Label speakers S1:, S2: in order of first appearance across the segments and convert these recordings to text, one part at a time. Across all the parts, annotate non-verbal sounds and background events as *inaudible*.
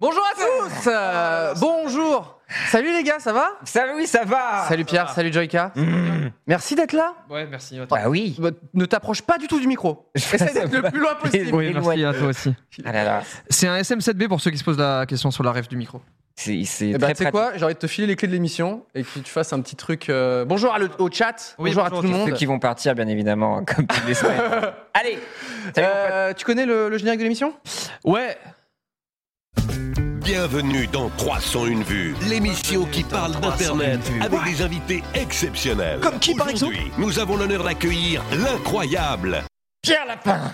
S1: Bonjour à tous Euh, Bonjour Salut les gars, ça va
S2: Ça, oui, ça va
S1: Salut Pierre,
S3: va.
S1: salut Joyka. Mm. Merci d'être là.
S3: Ouais, merci. attends.
S2: Bah oui
S1: Bah, ne t'approche pas du tout du *laughs* micro. Essaye d'être le plus loin possible.
S3: Oui, merci à toi aussi.
S2: Ah là là,
S3: C'est un SM7B pour ceux qui se posent la question sur la rêve du micro.
S2: c'est c'est
S1: Eh ben,
S2: très
S1: tu sais
S2: pratique.
S1: quoi J'ai envie de te filer les clés de l'émission et que tu fasses un petit truc. euh, Bonjour à le- au chat,
S3: Oui,
S1: bonjour, à
S3: bonjour
S1: tout le
S3: à
S1: monde.
S2: Ceux qui vont partir, bien évidemment, *laughs* comme toutes les semaines.
S1: *laughs*
S2: Allez Salut, mon
S1: Euh, tu connais le, le générique de l'émission
S3: Ouais,
S4: Bienvenue dans 301 vues, l'émission qui parle d'Internet avec des invités exceptionnels. Comme qui par exemple Nous avons l'honneur d'accueillir l'incroyable
S2: Pierre Lapin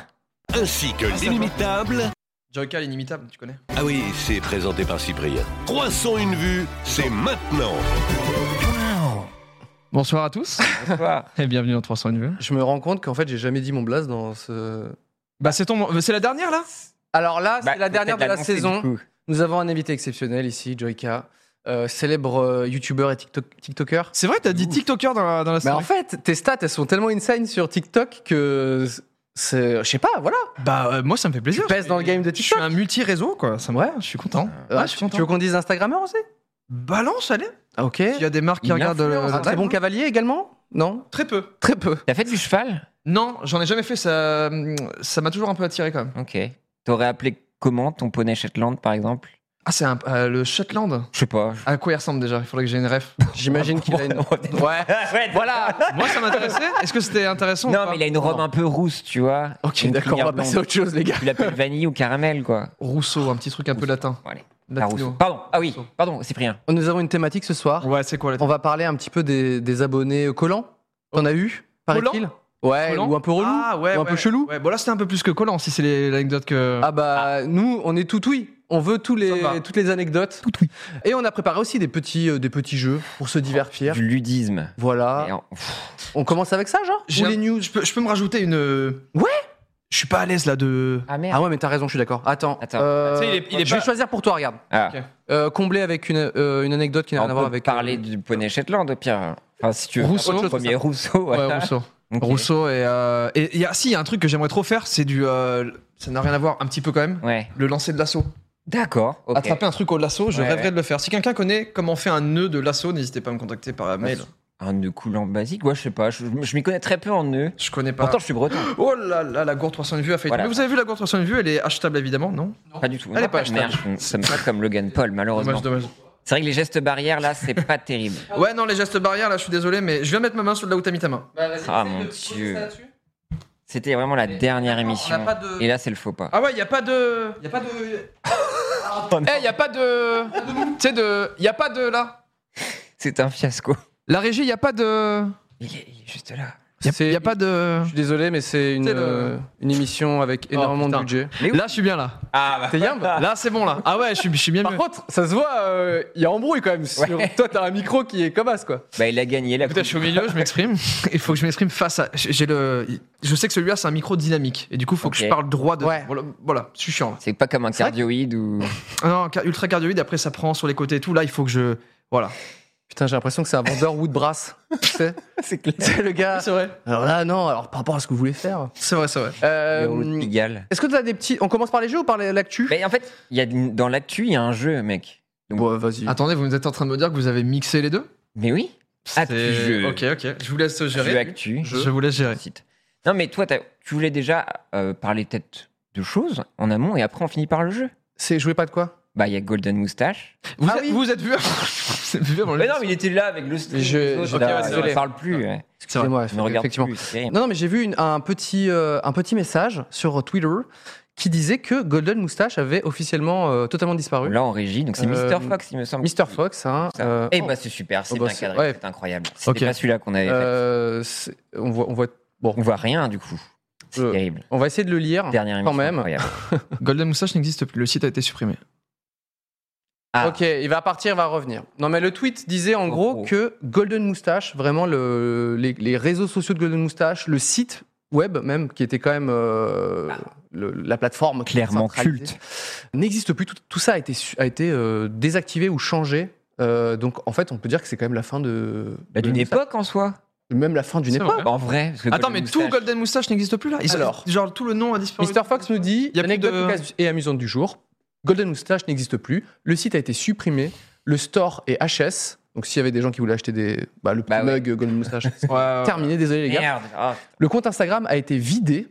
S4: ainsi que l'inimitable.
S3: Joyka l'inimitable, tu connais.
S4: Ah oui, c'est présenté par Cyprien. 301 vues, c'est maintenant.
S3: Bonsoir à tous
S2: Bonsoir.
S3: *laughs* et bienvenue dans 300 vues.
S1: Je me rends compte qu'en fait, j'ai jamais dit mon blaze dans ce.
S3: Bah c'est ton, c'est la dernière là
S1: Alors là, c'est
S2: Bah,
S1: la dernière de
S2: peut-être
S1: la
S2: l'annoncer, du
S1: saison.
S2: coup.
S1: Nous avons un invité exceptionnel ici, Joyka, euh, célèbre euh, youtubeur et tiktok- tiktoker.
S3: C'est vrai, t'as dit TikToker dans la, dans la
S1: Mais en
S3: story.
S1: fait, tes stats, elles sont tellement insane sur TikTok que c'est, je sais pas, voilà.
S3: Bah euh, moi ça me fait plaisir.
S1: Tu pèses dans le game de
S3: Je suis
S1: TikTok.
S3: un multi-réseau quoi, ça me ouais, je suis content.
S1: Euh,
S3: Ouais, je suis
S1: tu,
S3: content.
S1: tu veux qu'on dise Instagrammeur aussi
S3: Balance, allez.
S1: Ah, Ok.
S3: Il y a des marques qui
S2: Il
S3: regardent euh, le,
S2: influence,
S3: le
S1: Un Ah, très
S3: live.
S1: bon cavalier également Non,
S3: Ah, Très peu.
S1: très
S3: *laughs*
S1: peu.
S2: T'as fait du cheval
S3: Non, j'en ai jamais fait, ça ça m'a toujours un peu attiré quand même.
S2: Ok. T'aurais appelé comment ton poney Shetland, par exemple
S3: Ah c'est un- euh, le Shetland.
S2: Je sais pas.
S3: À quoi il ressemble déjà Il faudrait que j'ai une ref.
S1: J'imagine qu'il a une. *laughs* Ah, Ouais. Voilà.
S3: Moi ça m'intéressait. Est-ce que c'était intéressant ou
S2: Non,
S3: pas
S2: mais il a une robe un peu rousse, tu vois.
S1: Ok,
S2: Une
S1: d'accord. On va
S2: crinière
S1: passer à
S2: blonde.
S1: autre chose, les gars.
S2: Tu l'appelles vanille ou caramel, quoi.
S3: Rousseau, un petit truc un peu latin.
S2: Bon, allez. La
S3: Latino.
S2: rousse. Pardon. Ah oui,
S3: Rousseau.
S2: pardon, Cyprien.
S1: Nous avons une thématique ce soir.
S3: Ouais, c'est quoi la
S1: On va parler un petit peu des, des abonnés collants. T'en as eu Paraît-il Ouais.
S3: Collants
S1: Ou un peu relou.
S3: Ah ouais,
S1: ou un peu
S3: ouais.
S1: chelou.
S3: Ouais, bon là c'était un peu plus que collant si c'est les- l'anecdote que.
S1: Ah bah nous on est tout oui. On veut tous les,
S3: Ça va.
S1: toutes les anecdotes. Et on a préparé aussi des petits, euh, des petits jeux pour se
S3: Oh,
S1: divertir.
S2: Du ludisme. Et
S1: Voilà.
S2: en- Pff,
S1: On commence avec ça, genre
S3: J'ai
S1: Ou
S3: un-
S1: les news
S3: Je peux, je peux me rajouter une. euh,
S1: Ouais
S3: Je suis pas à l'aise là de.
S2: Ah merde.
S1: Ah ouais, mais t'as raison, je suis d'accord. Attends.
S2: Attends.
S1: euh,
S3: Tu sais, il est- il est
S1: je vais
S3: pas-
S1: choisir pour toi, regarde.
S2: Ah.
S3: Ok.
S1: Euh, combler avec une, euh, une anecdote qui n'a
S2: On
S1: rien à voir
S2: peut
S1: avec. euh,
S2: parler du poney Shetland, Pierre. Enfin, si tu veux.
S3: Rousseau.
S2: Le premier Rousseau.
S3: Ouais,
S2: voilà.
S3: Rousseau.
S2: *laughs* Ok.
S3: Rousseau et. euh, et il y a, si, il y a un truc que j'aimerais trop faire, c'est du. euh, ça n'a rien à voir, un petit peu quand même.
S2: Ouais.
S3: Le lancer de l'assaut.
S2: D'accord. ok.
S3: Attraper un truc au lasso, je
S2: Ouais,
S3: rêverais
S2: ouais.
S3: de le faire. Si quelqu'un connaît comment on fait un nœud de lasso, n'hésitez pas à me contacter par mail.
S2: Un nœud coulant basique. Ouais, je sais pas. Je, je m'y connais très peu en nœud.
S3: Je connais pas.
S2: Pourtant, je suis breton.
S3: Oh là là, la gourde 300 vues a failli.
S2: Voilà.
S3: Mais vous avez vu la gourde 300 vues, elle est achetable évidemment, non
S2: Pas du tout.
S3: Elle est pas
S2: merde. Ça me fait comme Logan Paul, malheureusement.
S3: Dommage, dommage.
S2: C'est vrai que les gestes barrières, là, c'est pas terrible.
S3: Ah Ouais, non, les gestes barrières, là, je suis désolé, mais je viens mettre ma main sur là où t'as mis ta main.
S2: Ah, mon Dieu. C'était vraiment la dernière émission. Et là, c'est le faux pas.
S3: Ah ouais, y a pas de. Y a
S2: *laughs*
S3: pas de.
S2: Oh,
S3: Eh, y a pas de. tu sais, de. Y a pas de là.
S2: C'est un fiasco.
S3: La régie, y a pas de.
S2: Il est, il est juste là.
S3: Y a,
S1: C'est-
S3: y a pas de.
S1: Je suis désolé, mais c'est Oh, une,
S3: C'est le-
S1: euh, une émission avec énormément de
S3: putain.
S1: budget.
S3: Là, je suis bien là.
S2: Ah, bah.
S1: T'es yamb
S3: Là, c'est bon là. Ah ouais, je suis, je suis bien
S1: Par
S3: mieux.
S1: contre, ça se voit, euh, il y a embrouille quand même. sur-
S3: *laughs*
S2: Ouais.
S1: Toi, t'as un micro qui est comme as, quoi.
S2: Bah, il a gagné la
S3: Écoutez, je
S2: coupe.
S3: suis au milieu, je m'exprime. *laughs* Il faut que je m'exprime face à. J'ai le. Je sais que celui-là, c'est un micro dynamique. Et du coup, faut que
S2: Ok.
S3: je parle droit de.
S1: Ouais.
S3: Voilà, voilà, je suis chiant là.
S2: C'est pas comme un
S3: C'est vrai
S2: cardioïde ou.
S3: Ah non, car- ultra cardioïde, après ça prend sur les côtés et tout. Là, il faut que je. Voilà.
S1: Putain, j'ai l'impression que c'est un vendeur Woodbrass. tu sais
S2: *laughs* c'est clair.
S1: C'est le
S2: *laughs*
S1: gars.
S3: Ah, C'est vrai.
S1: Alors là, non, alors par rapport à ce que vous voulez faire.
S3: C'est vrai, c'est vrai.
S1: Euh,
S2: Pigalle.
S1: Est-ce que t'as des petits. On commence par les jeux ou par les- l'actu
S2: Mais en fait, il y a, dans l'actu, il y a un jeu, mec.
S1: Bon, vas-y.
S3: Attendez, vous êtes en train de me dire que vous avez mixé les deux
S2: Mais oui. Actu
S3: C'est-
S2: jeu.
S3: Ok, ok. Je vous laisse gérer.
S2: Jeu actu.
S3: Je vous laisse gérer.
S2: site. Non, mais toi, t'as- tu voulais déjà euh, parler peut-être de choses en amont et après on finit par le jeu.
S1: C'est joué pas de quoi
S2: Bah, il y a Golden Moustache.
S3: Vous,
S1: Ah
S3: êtes,
S1: oui.
S3: *laughs* vous êtes vu C'est vu avant le-
S2: Mais non, mais il était là avec le stream.
S1: Je-
S2: et tout,
S1: je-
S2: là,
S3: ok, ouais, c'est
S2: je ne
S3: vrai.
S2: parle plus. ouais.
S3: C'est vrai.
S1: Excusez-moi,
S2: Je ne regarde
S1: effectivement.
S2: plus. c'est terrible.
S1: Non, non, mais j'ai vu une- un, petit, euh, un petit message sur Twitter qui disait que Golden Moustache avait officiellement euh, totalement disparu.
S2: Là, en régie, donc c'est
S1: Euh,
S2: Mr. Fox, il me semble.
S1: Mr. Fox, hein,
S2: Ça.
S1: euh,
S2: Eh
S1: oh,
S2: bah, c'est super, c'est
S1: Oh, bah,
S2: bien
S1: c'est-
S2: cadré,
S1: ouais.
S2: c'est incroyable. C'était
S1: Ok.
S2: pas celui-là qu'on avait fait.
S1: euh, c'est- on, voit, on, voit, bon,
S2: On voit rien, du coup. C'est
S1: Euh,
S2: terrible.
S1: on va essayer de le lire.
S2: Dernière émission.
S1: même.
S2: incroyable.
S3: Golden Moustache n'existe plus. Le site a été supprimé.
S2: Ah.
S1: Ok, il va partir, il va revenir. Non, mais le tweet disait en
S2: Oh,
S1: gros
S2: oh.
S1: que Golden Moustache, vraiment le, les, les réseaux sociaux de Golden Moustache, le site web même, qui était quand même euh, le- la plateforme qui
S2: Clairement
S1: centralisait,
S2: culte.
S1: n'existe plus. Tout, tout ça a été, su- a été euh, désactivé ou changé. Euh, donc en fait, on peut dire que c'est quand même la fin de.
S2: Bah, D'une
S1: de-
S2: époque en soi.
S1: Même la fin d'une
S3: C'est
S1: époque.
S3: vrai.
S2: En vrai. parce que
S3: Attends,
S2: Golden
S3: mais tout
S2: Moustache-
S3: Golden Moustache n'existe plus là Ils-
S1: Alors.
S3: Genre, tout le nom a disparu.
S1: Mister Fox nous dit
S3: Y a plus
S1: anecdote
S3: de-
S1: cocasse et amusante du jour. Golden Moustache n'existe plus. Le site a été supprimé. Le store est HS. Donc s'il y avait des gens qui voulaient acheter des, bah, le petit
S2: Bah ouais.
S1: mug Golden Moustache,
S3: *laughs*
S1: c'est
S3: Ouais, ouais, ouais.
S1: terminé, désolé les gars.
S2: Merde. ah.
S1: Le compte Instagram a été vidé.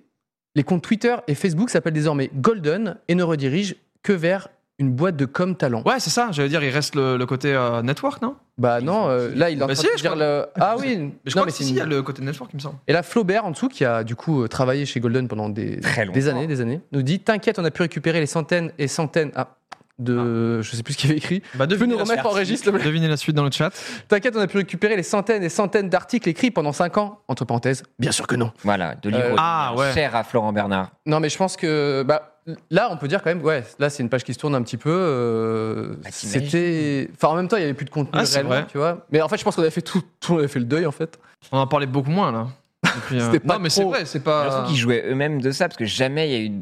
S1: Les comptes Twitter et Facebook s'appellent désormais Golden et ne redirigent que vers une boîte de com talent.
S3: Ouais, c'est ça, j'allais dire, il reste le, le côté euh, network, non
S1: Bah non, euh, là il est en
S3: Bah
S1: train
S3: si,
S1: de
S3: je
S1: dire
S3: crois-
S1: le... Ah oui, non
S3: *laughs* Mais je crois que
S1: c'est
S3: si,
S1: une-
S3: il y a le côté network, il me semble.
S1: Et là Flaubert en dessous qui a du coup euh, travaillé chez Golden pendant des,
S2: Très longtemps.
S1: des années, des années, nous dit t'inquiète, on a pu récupérer les centaines et centaines ah, de je sais plus ce qu'il avait écrit.
S3: Bah,
S1: Tu peux
S3: devinez
S1: nous
S3: la
S1: remettre en
S3: suite.
S1: registre le-
S3: Devinez la suite dans le chat.
S1: T'inquiète, on a pu récupérer les centaines et centaines d'articles écrits pendant 5 ans entre parenthèses. Bien sûr que non.
S2: Voilà, de
S1: Euh,
S2: l'hypothèse.
S3: ah, ouais.
S2: Cher à Florent Bernard.
S1: Non, mais je pense que bah, là, on peut dire quand même, ouais, là, c'est une page qui se tourne un petit peu. euh,
S2: Bah, t'imagines.
S1: C'était. Enfin, en même temps, il n'y avait plus de contenu
S3: Ah, c'est
S1: réellement,
S3: vrai.
S1: tu vois. Mais en fait, je pense qu'on avait fait tout, *laughs* tout, on avait fait le deuil, en fait.
S3: On en parlait beaucoup moins, là. Depuis, euh,
S1: C'était pas
S3: non, mais
S1: trop-
S3: c'est vrai, c'est
S2: J'ai l'impression
S3: pas.
S1: Ah.
S2: qu'ils jouaient eux-mêmes de ça, parce que jamais il y a eu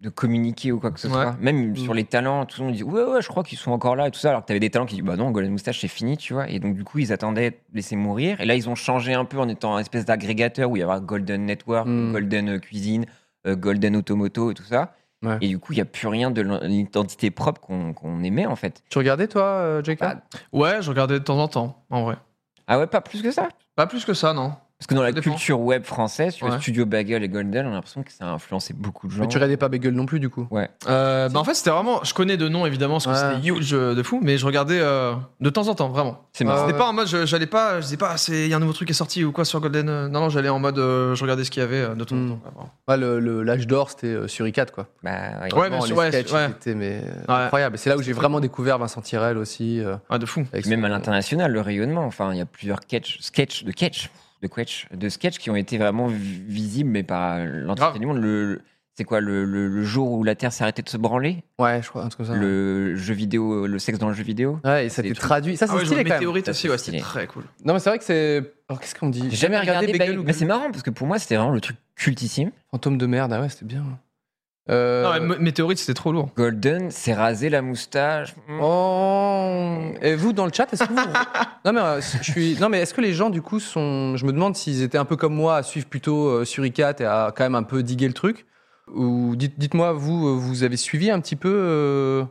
S2: de communiquer ou quoi que ce
S3: Ouais.
S2: soit. Même
S1: Mm.
S2: sur les talents, tout le monde disait Ouais, ouais, je crois qu'ils sont encore là et tout ça. Alors que t'avais des talents qui disaient Bah non, Golden Moustache, c'est fini, tu vois. Et donc, du coup, ils attendaient de laisser mourir. Et là, ils ont changé un peu en étant un espèce d'agrégateur où il y avait Golden Network,
S1: Mm.
S2: Golden euh, Cuisine, euh, Golden Automoto et tout ça.
S1: Ouais.
S2: Et du coup, il n'y a plus rien de l'identité propre qu'on qu'on aimait, en fait.
S1: Tu regardais, toi, euh, JK
S2: Bah,
S3: Ouais, je regardais de temps en temps, en vrai.
S2: Ah ouais, pas plus que ça.
S3: Pas plus que ça, non.
S2: Parce que dans la
S3: dépend.
S2: culture web française, tu vois,
S3: Ouais.
S2: Studio Bagel et Golden, on a l'impression que ça a influencé beaucoup de gens.
S1: Mais tu regardais pas Bagel non plus, du coup.
S3: Euh, bah en fait, c'était vraiment. Je connais de nom évidemment, parce que
S1: Ouais.
S3: c'était huge euh, de fou, mais je regardais euh, de temps en temps, vraiment.
S2: C'est marrant.
S1: Ah ouais.
S3: C'était pas en mode, je- j'allais pas, je disais pas, Ah, c'est- il y a un nouveau truc qui est sorti ou quoi sur Golden. euh, Non, non, j'allais en mode, euh, je regardais ce qu'il y avait euh, de temps en
S1: Mm.
S3: temps. quoi, vraiment.
S1: Ouais, le- le- L'âge d'or, c'était euh, Suricat, quoi.
S2: Bah, ouais.
S3: Ouais, bien
S1: Vraiment,
S3: sûr,
S1: les
S3: ouais,
S1: sketchs,
S3: ouais.
S1: c'était mais, euh, incroyable. Et C'est là où j'ai vraiment découvert Vincent Tirel aussi. euh,
S3: Ah, de fou.
S1: avec
S2: Puis même
S1: son-
S2: à l'international, le rayonnement. Enfin, il y a plusieurs catch, sketch de catch, de catch, de sketch qui ont été vraiment vi- visibles, mais par l'entièreté
S3: Grave.
S2: du monde. Le, c'est quoi le, le- le jour où la Terre s'arrêtait de se branler
S1: Ouais, je crois, un truc comme ça.
S2: Le jeu vidéo, le sexe dans le jeu vidéo.
S1: Ouais, et ça a
S2: des
S1: été
S2: trucs-
S1: traduit. Ça, c'est
S3: Ah ouais, je vois
S1: stylé quand même.
S3: Météorite
S2: Ça,
S3: aussi,
S2: c'est
S3: ouais,
S2: stylé.
S3: c'était très cool.
S1: Non, mais c'est vrai que c'est. Alors, qu'est-ce qu'on dit
S2: J'ai jamais regardé, Bagel,
S1: ou
S2: mais c'est marrant parce que pour moi c'était vraiment le truc cultissime.
S1: Fantôme de merde, ah ouais, c'était bien. Euh,
S3: Non, mais M- Météorite, c'était trop lourd.
S2: Golden, c'est rasé la moustache. Mm.
S1: Oh. Et vous dans le chat, est-ce que vous *laughs* non mais euh, je suis non mais est-ce que les gens du coup sont je me demande s'ils étaient un peu comme moi à suivre plutôt euh, Suricat et à quand même un peu diguer le truc ou dites- dites-moi vous euh, vous avez suivi un petit peu euh,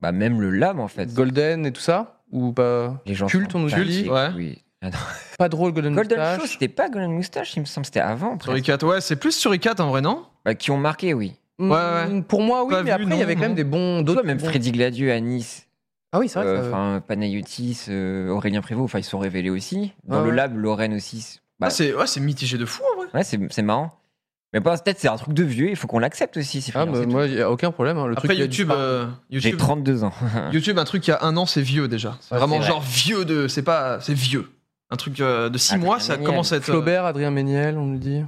S2: Bah même le lame en fait.
S1: Golden et tout ça ou pas
S2: Les gens
S1: Culte,
S2: sont
S1: on nous
S2: fatigués,
S1: dit.
S3: Ouais.
S2: oui. Ah non.
S1: pas drôle Golden,
S2: Golden
S1: Moustache.
S2: Show, c'était pas Golden Moustache, il me semble, c'était avant. presque.
S3: Suricat, ouais, c'est plus Suricat en vrai, non
S2: Bah, qui ont marqué, oui.
S1: Mm,
S3: Ouais, ouais.
S1: Pour moi oui
S3: Pas
S1: mais
S3: vu,
S1: après
S3: non,
S1: il y avait quand même
S3: non.
S1: des bons
S2: Toi,
S1: d'autres
S2: même
S1: bons-
S2: Freddy Gladieux à Nice.
S1: Ah oui, c'est vrai que
S2: Euh,
S1: ça-
S2: Enfin, Panayotis, euh, Aurélien Prévost, enfin, ils sont révélés aussi. Dans
S1: Ouais,
S2: le
S1: ouais.
S2: lab, Lorraine aussi. c'est- Bah,
S3: Ah, c'est ouais, c'est mitigé de fou en vrai.
S2: ouais, c'est c'est marrant. Mais bah, peut-être c'est un truc de vieux, il faut qu'on l'accepte aussi. c'est
S1: Ah,
S2: freelance
S1: bah,
S2: et tout.
S1: moi y a aucun problème hein, le
S3: Après
S1: truc, il a
S3: YouTube,
S1: disparu.
S3: euh,
S2: J'ai
S3: YouTube,
S2: 32 ans.
S3: YouTube, un truc il y a un an, c'est vieux déjà. C'est
S2: Ouais,
S3: vraiment
S2: c'est vrai.
S3: genre vieux de. C'est pas. C'est vieux. Un truc euh, de 6
S2: Ah,
S3: mois,
S2: c'est
S3: ça
S2: génial.
S3: commence à être. euh,
S1: Flaubert, Adrien Méniel, on nous dit.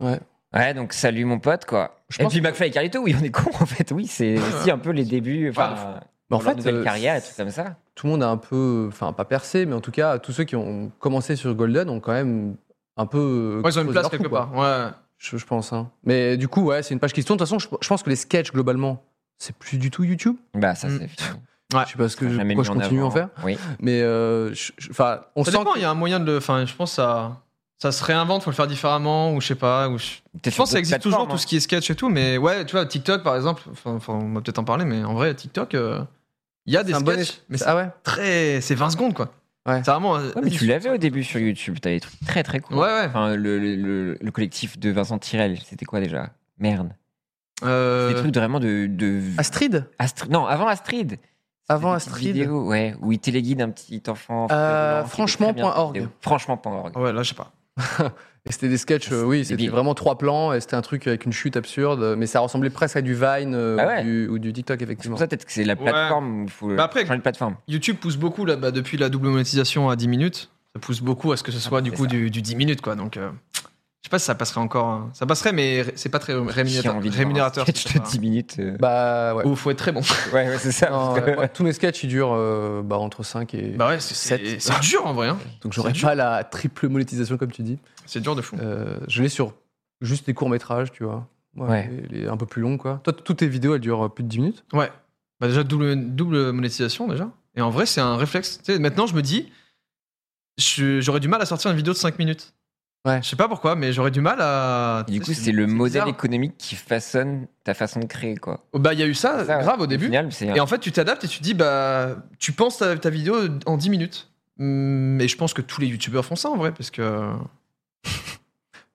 S2: Ouais, donc salut mon pote, quoi.
S1: Je
S2: et
S1: pense
S2: puis McFly et Carlito, oui, on est con *laughs* en fait.
S1: *laughs*
S2: Oui, c'est aussi un peu les débuts. Enfin,
S1: Mais en
S2: leur
S1: fait,
S2: nouvelle
S1: euh,
S2: carrière et tout comme ça.
S1: tout le monde a un peu, enfin pas percé, mais en tout cas, tous ceux qui ont commencé sur Golden ont quand même un peu.
S3: euh, Ouais, ils ont une
S1: creusé
S3: place
S1: leur
S3: quelque
S1: trou, quoi.
S3: part. Ouais.
S1: Je, je pense. hein. Mais du coup, ouais, c'est une page qui se tourne. De toute façon, je, je pense que les sketchs globalement, c'est plus du tout YouTube.
S2: Bah, ça,
S3: Mm.
S2: c'est. fini.
S3: Ouais.
S1: Je sais pas ce Hmm. que je,
S2: Ah, Jamais
S1: pourquoi
S2: mis
S1: je continue à en
S2: avant. hein.
S1: faire.
S2: Oui.
S1: Mais euh, je- je- enfin, on
S3: Ça
S1: sent.
S3: dépend, il y a un moyen de le. Enfin, je pense que ça. Ça se réinvente, faut le faire différemment, ou je sais pas. Ou je... je pense que ça existe toujours,
S2: hein.
S3: tout ce qui est sketch et tout, mais ouais, tu vois, TikTok par exemple, enfin, enfin, on va peut-être en parler, mais en vrai, TikTok, euh, il y a des
S1: c'est un
S3: sketchs,
S1: bon es-
S3: mais c'est
S1: ah ouais.
S3: très. C'est 20 secondes quoi.
S1: Ouais.
S3: C'est vraiment. euh,
S2: Ouais, mais tu l'avais au début sur YouTube, t'avais des trucs très très cool.
S3: Ouais, ouais.
S2: Enfin, le, le- le- le collectif de Vincent Tirel, c'était quoi déjà Merde.
S3: Euh,
S2: Des trucs vraiment de. de...
S1: Astrid.
S2: Astri- Non, avant Astrid.
S1: Avant
S2: Des petites
S1: Astrid.
S2: vidéos, ouais, où il téléguide un petit enfant.
S1: Euh,
S2: violent, qui fait
S1: franchement
S2: très bien
S1: point
S2: cette
S1: org.
S2: vidéo. Franchement.org.
S3: ah Ouais, là, je sais pas.
S1: Et c'était des sketchs. euh, oui, c'était
S2: débile.
S1: vraiment trois plans. Et c'était un truc avec une chute absurde. Mais ça ressemblait presque à du Vine euh,
S2: Bah ouais.
S1: ou, du, ou du TikTok
S2: C'est
S1: effectivement.
S2: pour ça peut-être que c'est la
S3: Ouais.
S2: plateforme où il faut
S3: Bah après-
S2: changer de plateforme.
S3: YouTube pousse beaucoup là, bah, depuis la double monétisation à 10 minutes. Ça pousse beaucoup à ce que ce soit du
S2: Ah, c'est
S3: coup
S2: ça.
S3: du, du 10 minutes quoi. Donc euh, je sais pas si ça passerait encore. hein. Ça passerait, mais ré- c'est pas très
S2: J'ai
S3: rémunérateur.
S2: envie de
S3: rémunérateur
S2: voir un sketch *laughs*
S3: c'est
S2: de
S3: pas-
S2: 10 minutes. euh.
S1: Bah ouais.
S3: Ou faut être très bon.
S2: Ouais, ouais, c'est ça.
S1: Non,
S2: *laughs* parce que-
S1: euh, moi, tous mes sketchs ils durent euh, bah, entre 5 et.
S3: bah ouais, c'est- c'est
S1: Sept.
S3: c'est dur en vrai. hein.
S1: donc j'aurais
S3: c'est dur.
S1: pas la triple monétisation comme tu dis.
S3: C'est dur de fou.
S1: Euh, je l'ai sur juste des courts-métrages, tu vois.
S2: Ouais.
S1: les- les un peu plus longs, quoi. Toi, t- toutes tes vidéos, elles durent euh, plus de 10 minutes.
S3: Ouais. Bah déjà double, double monétisation déjà. Et en vrai, c'est un réflexe. Tu sais, maintenant je me dis, je- j'aurais du mal à sortir une vidéo de 5 minutes.
S1: Ouais.
S3: Je sais pas pourquoi, mais j'aurais du mal à.
S2: Du
S3: Tu
S2: coup,
S3: sais,
S2: c'est le modèle
S3: bizarre.
S2: économique qui façonne ta façon de créer, quoi.
S3: Oh, Bah, il y a eu ça,
S2: Ça,
S3: grave au début.
S2: final, c'est-
S3: Et en fait, tu t'adaptes et tu dis, bah, tu penses ta, ta vidéo en 10 minutes. Hum, Mais je pense que tous les youtubeurs font ça en vrai, parce que.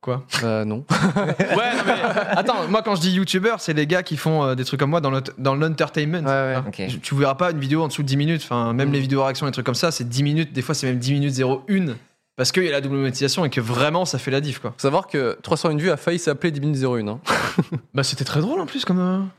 S2: Bah,
S1: Euh, non.
S3: Ouais, non, mais *laughs* attends, moi quand je dis youtubeur, c'est les gars qui font euh, des trucs comme moi dans l'ent- dans l'entertainment. Hein.
S1: Ouais, ouais.
S2: Ok.
S3: Tu- Tu verras pas une vidéo en dessous de 10 minutes, enfin, même
S1: Mm.
S3: les vidéos réactions, les trucs comme ça, c'est 10 minutes, des fois c'est même 10 minutes 01, parce qu'il y a la double monétisation et que vraiment ça fait la diff quoi.
S1: Faut savoir que 301 vues a failli s'appeler 10 minutes 01. hein.
S3: Bah c'était très drôle en plus comme. euh, *laughs*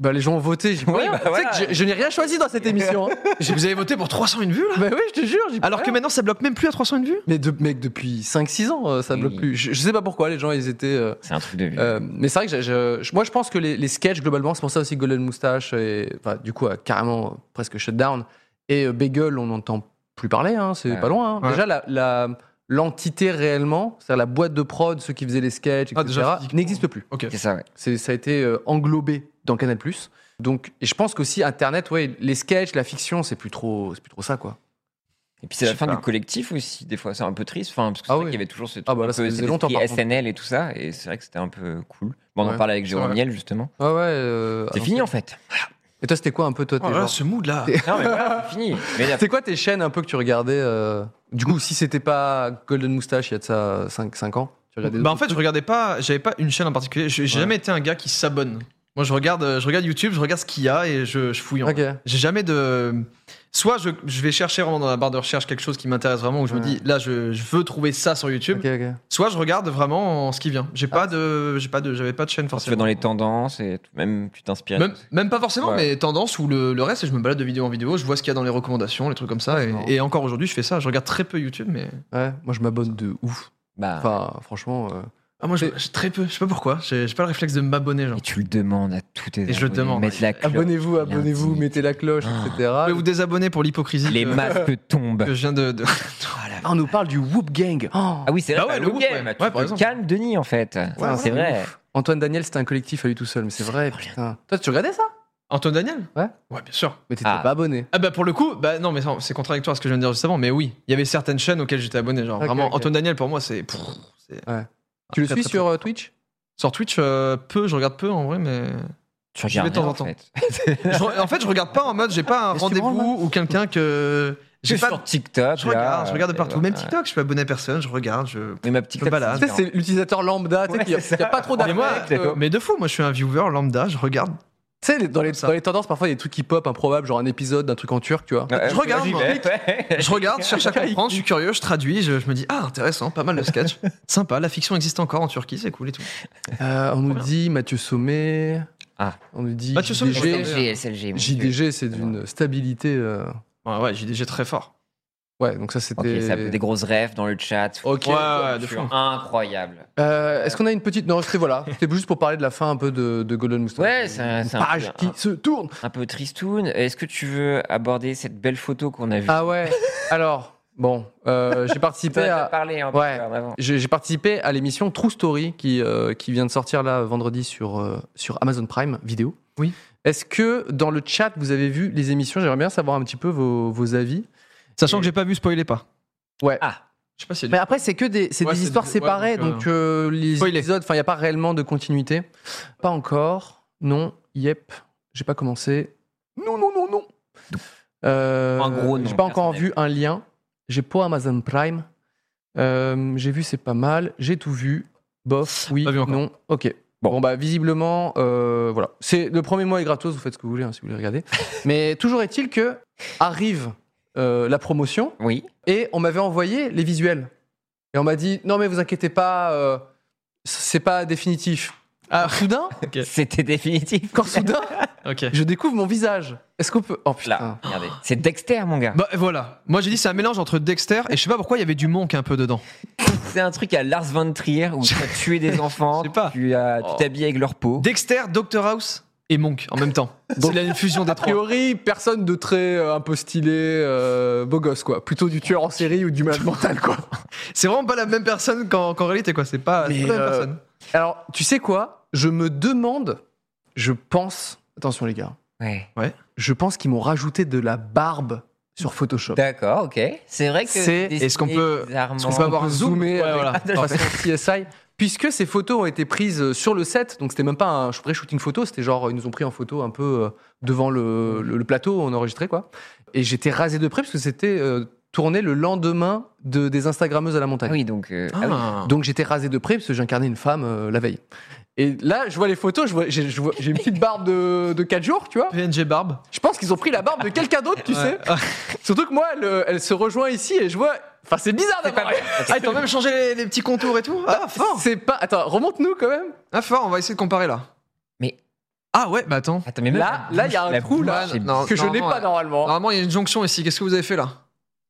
S1: Bah, les gens ont voté. j'ai-
S2: *laughs* Ouais,
S1: Ouais,
S2: bah,
S1: bah, tu sais
S2: voilà.
S1: que je, je n'ai rien choisi
S2: *laughs*
S1: dans cette émission. hein.
S3: Vous avez voté pour 301 vues là
S1: bah, oui, je te jure. j'ai-
S3: Alors que maintenant ça bloque même plus à 301 vues
S1: Mais de, mec, depuis 5-6 ans, euh, ça
S2: Oui.
S1: bloque plus. Je, je sais pas pourquoi les gens, ils étaient. euh,
S2: C'est un truc de vieux.
S1: euh, mais c'est vrai que j'ai- je- je- moi, je pense que les, les sketchs, globalement, c'est pour ça aussi que Golden Moustache, et, enfin, du coup, a carrément euh, presque shutdown. Et euh, Bagel, on n'entend plus parler, hein, c'est
S2: Ouais.
S1: pas loin. hein.
S3: Ouais.
S1: Déjà, la- la- l'entité réellement, c'est-à-dire la boîte de prod, ceux qui faisaient les sketchs, etc.,
S3: Ah, déjà, physiquement.
S1: n'existe plus.
S3: Ok.
S2: C'est ça, ouais.
S1: C'est- ça a été euh, englobé dans Canal+. Donc, et je pense qu'aussi Internet, ouais, les sketchs, la fiction, c'est plus trop, c'est plus trop ça, quoi.
S2: Et puis c'est la
S3: Je sais
S2: fin
S3: pas.
S2: du collectif aussi, des fois, c'est un peu triste, enfin, parce que c'est
S1: Ah
S2: vrai
S1: oui.
S2: qu'il y avait toujours ce truc
S1: Ah bah là,
S2: un
S1: ça
S2: peu-
S1: faisait
S2: cet
S1: longtemps,
S2: esprit
S1: par contre.
S2: SNL et tout ça, et c'est vrai que c'était un peu cool. Bon, on en
S1: Ouais,
S2: parlait avec
S3: c'est
S2: Jérôme
S3: vrai. Bah,
S2: Niel, justement.
S1: Ouais, ouais. euh,
S2: C'est
S1: alors,
S2: fini, en
S3: *laughs*
S2: fait.
S1: Et toi, c'était quoi un peu toi tes
S3: Oh là,
S1: genres
S3: ce mood là
S2: Non, mais voilà, c'est fini. Mais il y a-
S1: C'était quoi tes chaînes un peu que tu regardais euh, Du coup, si c'était pas Golden Moustache il y a de ça 5, ans, tu regardais
S3: Bah en
S1: d'autres
S3: fait, je regardais pas, j'avais pas une chaîne en particulier, j'ai j'ai
S1: Ouais.
S3: jamais été un gars qui s'abonne. Moi je regarde, euh, je regarde YouTube, je regarde ce qu'il y a et je, je fouille en
S1: trucs Ok.
S3: J'ai jamais de. Soit je, je vais chercher vraiment dans la barre de recherche quelque chose qui m'intéresse vraiment, où je me
S1: Ouais.
S3: dis là je, je veux trouver ça sur YouTube.
S1: Ok, ok.
S3: Soit je regarde vraiment en ce qui vient. J'ai pas de, j'ai pas de, j'avais pas de chaîne
S2: Tu vas
S3: forcément.
S2: dans les tendances et tout- même tu t'inspires.
S3: Même, même pas forcément,
S2: Ouais.
S3: mais tendance ou le, le reste, et je me balade de vidéo en vidéo, je vois ce qu'il y a dans les recommandations, les trucs comme ça. Et,
S1: marrant.
S3: et encore aujourd'hui, je fais ça. Je regarde très peu YouTube, mais.
S1: Ouais, moi je m'abonne de ouf.
S2: Bah,
S1: Enfin, franchement. euh,
S3: Ah, moi, je,
S1: Et-
S3: je- très peu. Je sais pas pourquoi. J'ai j'ai pas le réflexe de m'abonner, genre.
S2: et tu le demandes à tous tes
S3: Et je
S2: abonnés,
S3: demande.
S2: mettre la cloche.
S1: Ah, Abonnez-vous,
S2: lundi.
S1: abonnez-vous, mettez la cloche,
S2: Ah.
S1: etc.
S3: Je vais vous désabonner pour l'hypocrisie *laughs*
S2: Les
S3: que,
S2: masques tombent.
S3: que je viens *laughs* de. de-
S1: Ah, on nous parle du Whoop Gang. Oh.
S2: Ah oui, c'est
S3: Bah
S2: vrai. bah,
S3: ouais, le
S2: le
S3: groupe,
S2: game,
S3: ouais.
S2: tu
S3: Ouais, par
S2: te
S3: exemple.
S2: calmes Denis en fait.
S1: Ouais, ouais.
S2: c'est vrai.
S1: Antoine Daniel, c'était un collectif à lui tout seul, mais c'est vrai. Putain. Toi, tu regardais ça
S3: Antoine Daniel
S1: Ouais.
S3: Ouais, bien sûr.
S1: Mais t'étais
S2: Ah.
S1: pas abonné.
S3: Ah bah pour le coup, bah non mais ça, c'est contradictoire à ce que je viens de dire juste avant, mais oui, il y avait certaines chaînes auxquelles j'étais abonné, genre
S1: Ok,
S3: vraiment
S1: ok.
S3: Antoine Daniel pour moi c'est... pff, c'est-
S1: Ouais.
S3: Ah,
S1: Tu le
S3: très,
S1: suis
S3: très,
S1: sur
S3: très-
S1: euh, Twitch
S3: Sur Twitch, euh, peu, je regarde peu en vrai,
S1: *laughs*
S3: mais...
S2: Tu regardes
S3: vais de temps
S2: rien,
S3: en temps.
S2: fait.
S3: Je re- en fait je regarde pas en mode j'ai pas un
S1: Est-ce que tu
S3: rendez-vous ou quelqu'un que... J'ai
S2: Que
S3: pas...
S2: sur TikTok.
S3: Je regarde,
S2: là,
S3: je regarde
S2: et
S3: de partout,
S2: voilà.
S3: même TikTok, je suis abonné à personne, je regarde, je...
S2: Mais ma
S3: Je
S2: TikTok.
S3: me balade.
S1: Tu sais, c'est l'utilisateur lambda, tu sais,
S2: Ouais,
S1: qu'il y a-
S2: c'est ça.
S1: qu'il y a pas trop
S3: Mais moi,
S1: d'affect. euh,
S3: mais de fou, moi je suis un viewer lambda, je regarde.
S1: Tu sais, les- dans les,
S3: Comme ça.
S1: dans les tendances, parfois, il y a des trucs qui pop improbables, genre un épisode d'un truc en turc, tu vois.
S3: Je regarde, moi. Je regarde, je cherche à comprendre, je suis curieux, je traduis, je, je me dis ah intéressant, pas mal le
S1: *laughs*
S3: sketch, sympa, la fiction existe encore en Turquie, c'est cool et tout.
S1: Euh, on nous
S3: Trop
S1: dit Mathieu Sommet.
S2: Ah.
S1: On nous dit
S3: Mathieu Sommet,
S1: JDG.
S2: SLG,
S3: je
S2: SLG. mon Dieu.
S1: JDG, c'est d'une stabilité. euh,
S3: Ouais, ouais, JDG très fort.
S1: Ouais, donc ça,
S2: Ok,
S1: c'était.
S2: ça fait des grosses rêves dans le chat.
S1: Ok.
S3: Ouais, ouais, de
S2: Tu
S3: fou.
S2: es Incroyable.
S1: Euh, Est-ce qu'on a une petite. Non, c'était voilà. C'était juste pour parler de la fin un peu de, de Golden Moustache.
S2: Ouais, c'est un- c'est un-
S1: Page qui se tourne.
S2: Un peu tristoun. Est-ce que tu veux aborder cette belle photo qu'on a vue
S1: Ah ouais. Alors, bon, euh, j'ai
S2: T'en
S1: participé
S2: as
S1: à.
S2: parlé un
S1: ouais.
S2: peu en avant.
S1: J'ai j'ai participé à l'émission True Story qui, euh, qui vient de sortir là vendredi sur, euh, sur Amazon Prime vidéo.
S3: Oui.
S1: Est-ce que dans le chat vous avez vu les émissions J'aimerais bien savoir un petit peu vos, vos avis.
S3: Sachant
S1: Et-
S3: que j'ai pas vu, spoiler pas.
S1: Ouais.
S2: Ah.
S3: Je sais pas si
S1: Mais après, c'est que des, c'est
S3: Ouais,
S1: des
S3: c'est
S1: histoires
S3: des- ouais,
S1: séparées,
S3: donc, euh,
S1: donc euh, les
S3: Spoilé.
S1: épisodes, enfin, il n'y a pas réellement de continuité. Pas encore. Non. Yep. J'ai pas commencé. Non, non, non, non. Euh,
S2: Un gros non,
S1: J'ai pas encore vu
S2: personnel.
S1: un lien. J'ai pas Amazon Prime. Euh, j'ai vu, c'est pas mal. J'ai tout vu. Bof, oui,
S3: Pas vu encore.
S1: non. Ok.
S2: Bon.
S1: Bon. bah visiblement, euh, voilà. C'est le premier mois est gratos, vous faites ce que vous voulez hein, si vous voulez regarder. Mais toujours est-il que arrive euh, la promotion
S2: Oui.
S1: et on m'avait envoyé les visuels. Et on m'a dit non mais vous inquiétez pas, euh, c'est pas définitif. *laughs* Ah, soudain,
S2: C'était définitif.
S1: quand *laughs* soudain,
S3: Ok.
S1: je découvre mon visage. Est-ce qu'on peut Oh putain.
S2: Là, regardez. C'est Dexter, mon gars.
S3: Bah voilà. Moi j'ai dit c'est un mélange entre Dexter et je sais pas pourquoi il y avait du monk un peu dedans.
S2: C'est un truc à Lars von Trier où tu as tué des enfants,
S3: *laughs* Je sais pas. Oh.
S2: tu as- tu t'habilles avec leur peau.
S3: Dexter, Doctor House et monk en même *laughs* temps.
S1: Donc-
S3: C'est la fusion des
S1: A
S3: trois.
S1: priori, personne de très euh, un peu stylé, euh, beau gosse quoi. Plutôt du tueur en série ou du malade mental quoi.
S3: C'est vraiment pas la même personne qu'en qu'en réalité quoi. C'est pas, c'est
S1: Mais,
S3: pas la
S1: euh,
S3: même personne.
S1: *laughs* Alors tu sais quoi Je me demande, je pense, attention les gars,
S2: Ouais.
S1: je pense qu'ils m'ont rajouté de la barbe sur Photoshop.
S2: D'accord, ok. C'est vrai que.
S1: C'est-
S2: Disney,
S3: est-ce qu'on peut-
S2: bizarrement-
S3: est-ce qu'on peut avoir-
S1: On peut
S3: zoom.
S1: zoomer
S3: Ouais,
S1: avec- *laughs*
S2: Ah,
S3: voilà.
S1: de façon CSI. Puisque ces photos ont été prises euh, sur le set, donc c'était même pas un vrai shooting photo, c'était genre ils nous ont pris en photo un peu euh, devant le, le- le plateau, on enregistrait quoi. Et j'étais rasé de près parce que c'était euh, tourné le lendemain de, des Instagrammeuses à la montagne.
S2: Ah oui, donc. euh, ah oui.
S3: Ah.
S1: Donc j'étais rasé de près parce que j'incarnais une femme euh, la veille. Et là, je vois les photos, je vois- j'ai je vois- j'ai une petite barbe de, de 4 jours, tu vois.
S3: PNG Barbe.
S1: Je pense qu'ils ont pris la barbe de quelqu'un d'autre, tu sais.
S3: Ouais.
S1: Surtout que moi, elle, euh, elle se rejoint ici et je vois. Enfin, c'est bizarre d'avoir.
S3: *laughs* Ah, ils t'ont même changé les, les petits contours et tout. Ah, fort.
S1: C'est pas. Attends, remonte-nous quand même.
S3: Ah, fort, on va essayer de comparer là.
S2: Mais-
S3: Ah, ouais, bah attends.
S2: Attends, mais même
S1: Là-
S2: la
S1: là, il y a
S2: bouche-
S1: un
S2: la
S1: trou,
S2: bouche,
S1: là.
S2: c'est-
S3: Non. euh,
S1: que je n'ai
S3: normalement,
S1: pas
S3: ouais.
S1: normalement.
S3: Normalement, il y a une jonction ici. Qu'est-ce que vous avez fait là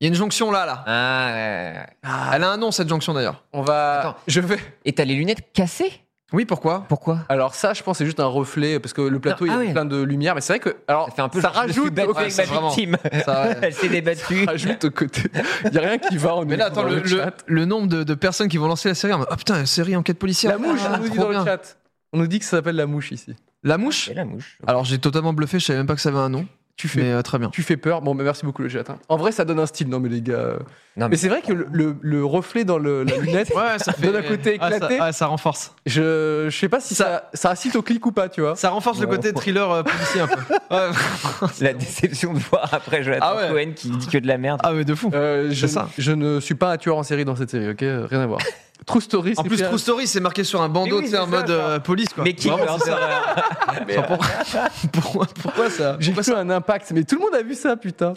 S3: Il y a une jonction là, là.
S2: Ah, ouais, ouais, ouais.
S1: Ah,
S3: Elle a un nom, cette jonction d'ailleurs.
S1: on va.
S2: Attends.
S1: Je vais. *laughs*
S2: Et t'as les lunettes cassées
S3: Oui, pourquoi
S2: Pourquoi
S1: Alors ça, je pense, c'est juste un reflet parce que le plateau, il
S2: Non,
S1: y
S2: ah
S1: a
S2: ouais.
S1: plein de lumière, mais c'est vrai que alors
S2: Ça fait un peu
S1: ça
S2: genre, je me suis
S1: rajoute.
S2: battu
S1: au-
S2: avec
S3: ça,
S2: ma
S3: vraiment.
S2: victime.
S3: Ça, ouais.
S2: Elle s'est débattue.
S1: *laughs* rajoute au côté. Il y a rien qui va. on
S3: Mais
S1: est
S3: là,
S1: dans
S3: attends, le, le-
S1: chat.
S3: le nombre de, de personnes qui vont lancer la série en mode, Ah putain, série enquête policière.
S1: La mouche,
S3: Ah,
S1: on nous dit
S3: trop
S1: dans le
S3: bien.
S1: chat. On nous dit que ça s'appelle la mouche ici.
S3: La mouche
S2: Et la mouche.
S3: Alors j'ai totalement bluffé, je savais même pas que ça avait un nom.
S1: Tu fais,
S3: Mais euh, très bien.
S1: tu fais peur. Bon, mais merci beaucoup le chat. hein. En vrai, ça donne un style. Non, mais les gars. euh.
S2: Non,
S1: Mais
S2: mais
S1: c'est vrai que le, le- le reflet dans le- la lunette,
S3: *laughs* Ouais, ça
S1: Donne un côté éclaté.
S3: Ah, ça, ah, ça renforce.
S1: je, je sais pas si ça, ça incite au clic ou pas, tu vois.
S3: Ça renforce le
S2: Ouais.
S3: côté thriller euh, policier un peu. *laughs* Ouais.
S2: *laughs* la déception de voir après Jonathan
S3: Ah ouais.
S2: Cohen qui dit que de la merde.
S3: Ah mais de fou.
S1: Euh, je,
S3: C'est ça.
S1: je ne suis pas un tueur en série dans cette série, ok Rien à
S3: *laughs*
S1: voir. True Story,
S3: En
S1: c'est
S3: plus,
S1: bien.
S3: True Story, c'est marqué sur un
S2: Mais
S3: bandeau,
S2: oui,
S3: tu sais,
S2: c'est
S3: en
S2: ça,
S3: mode
S2: genre.
S3: euh, police quoi.
S2: mais qui
S3: Vraiment,
S2: meurt
S3: c'est ça.
S2: d'horreur.
S3: Enfin, *laughs* pour- pourquoi, pourquoi ça
S1: J'ai
S3: Pourquoi
S1: cru
S3: ça
S1: un impact, mais tout le monde a vu ça, *laughs* putain.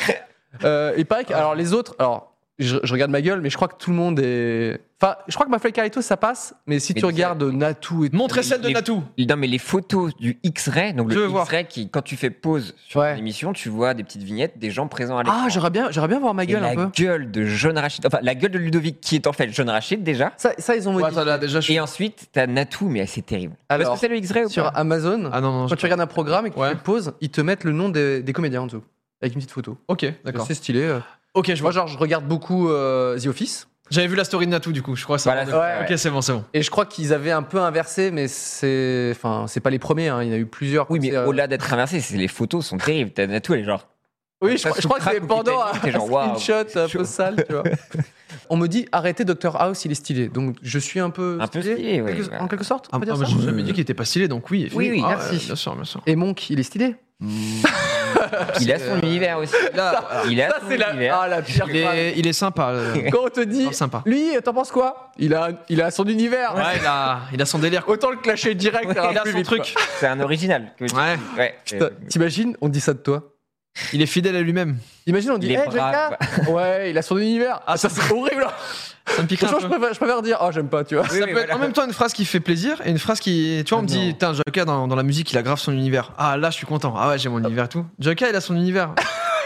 S1: Euh, et pareil, que- alors les autres, alors je, je regarde ma gueule, mais je crois que tout le monde est. Enfin, je crois que ma fly Carito, ça passe, mais si tu
S2: Mais tu sais-
S1: regardes Natou et tout.
S3: Montrez celle de
S2: Les-
S3: Natou.
S2: Non, mais les photos du X-ray, donc
S3: Je veux
S2: le
S3: voir.
S2: X-ray qui, quand tu fais pause sur
S1: Ouais.
S2: l'émission, tu vois des petites vignettes des gens présents à l'écran.
S1: Ah, j'aurais bien, j'aurais bien voir ma
S2: Et
S1: gueule
S2: la
S1: un peu.
S2: gueule de John Rachid, enfin la gueule de Ludovic qui est en fait John Rachid déjà.
S1: Ça, ça, ils ont
S3: Ouais,
S1: modifié.
S3: attends, là, déjà, je suis-
S2: Et ensuite, t'as Natou, mais c'est terrible. Parce
S1: Alors,
S2: que c'est le X-ray ou pas
S1: Sur Amazon,
S3: Ah non, non,
S1: quand
S3: je-
S1: tu regardes un programme et que
S3: Ouais.
S1: tu fais pause, ils te mettent le nom des, des comédiens en dessous, avec une petite photo.
S3: Ok,
S1: C'est
S3: d'accord.
S1: assez stylé. euh.
S3: Ok, je
S1: Moi,
S3: vois.
S1: genre, je regarde beaucoup euh, The Office.
S3: J'avais vu la story de Natou du coup, je crois que ça.
S2: Voilà,
S3: rendait-
S2: c'est ça,
S1: Ouais,
S2: ouais.
S3: Ok, c'est bon, c'est bon.
S1: Et je crois qu'ils avaient un peu inversé, mais c'est, enfin, c'est pas les premiers. hein, Il y en a eu plusieurs.
S2: Oui, mais
S1: C'est, euh,
S2: au-delà d'être traversé, c'est les photos sont terribles. T'as Natou, elle est genre.
S1: Oui, je,
S2: Ça,
S1: crois- je
S2: sous
S1: crois que
S2: crack
S1: c'est
S2: ou
S1: pendant un
S2: Titanic, t'es genre, waouh,
S1: screenshot un peu
S2: chaud.
S1: sale, tu vois. *laughs* On me dit arrêtez Dr House, il est stylé. Donc je suis un peu
S2: Un peu stylé, oui,
S1: quelque-
S2: ouais.
S1: en quelque sorte. on
S3: Ah,
S1: peut dire
S3: ah, mais
S1: ça
S3: j'ai jamais dit qu'il était pas stylé, donc oui.
S2: Oui, oui,
S3: effectivement. Ah,
S2: merci.
S3: ouais, Bien sûr, bien sûr.
S1: Et Monk, il est stylé.
S2: Il a son univers aussi.
S3: euh, Là,
S2: Il a
S1: Ça
S2: son
S1: c'est
S2: univers.
S1: la, ah, la pire. *laughs*
S3: il est, il est sympa.
S2: *laughs*
S3: euh.
S1: phrase. Quand on te dit,
S3: Oh, sympa.
S1: lui, t'en penses quoi Il a, il a son univers.
S3: Ouais, il a, il a son délire. quoi.
S1: Autant le clasher direct. ça va
S3: Il a
S1: plus
S3: son
S1: vite,
S3: truc.
S2: C'est un original. que tu-
S3: Ouais.
S2: Ouais. euh,
S1: quoi. Putain, T'imagines, on dit ça de toi.
S3: Il est fidèle à lui-même.
S1: Imagine, on dit,
S3: Eh,
S2: Il est
S1: hey,
S2: brave.
S1: JK, *laughs* ouais, il a son univers. Ah, ça c'est horrible.
S3: Ça me pique
S1: *laughs*
S3: un
S1: Franchement,
S3: peu.
S1: je préfère, je préfère dire, oh, j'aime pas, tu vois. *laughs*
S2: Oui,
S3: ça
S2: oui,
S3: peut être
S2: voilà.
S3: en même temps une phrase qui fait plaisir et une phrase qui. Tu vois, on me
S2: Ah
S3: dit,
S2: non.
S3: putain, Joka dans, dans la musique, il a grave son univers. Ah là, je suis content. Ah ouais, j'ai mon univers et tout. Joka, il a son *laughs* univers.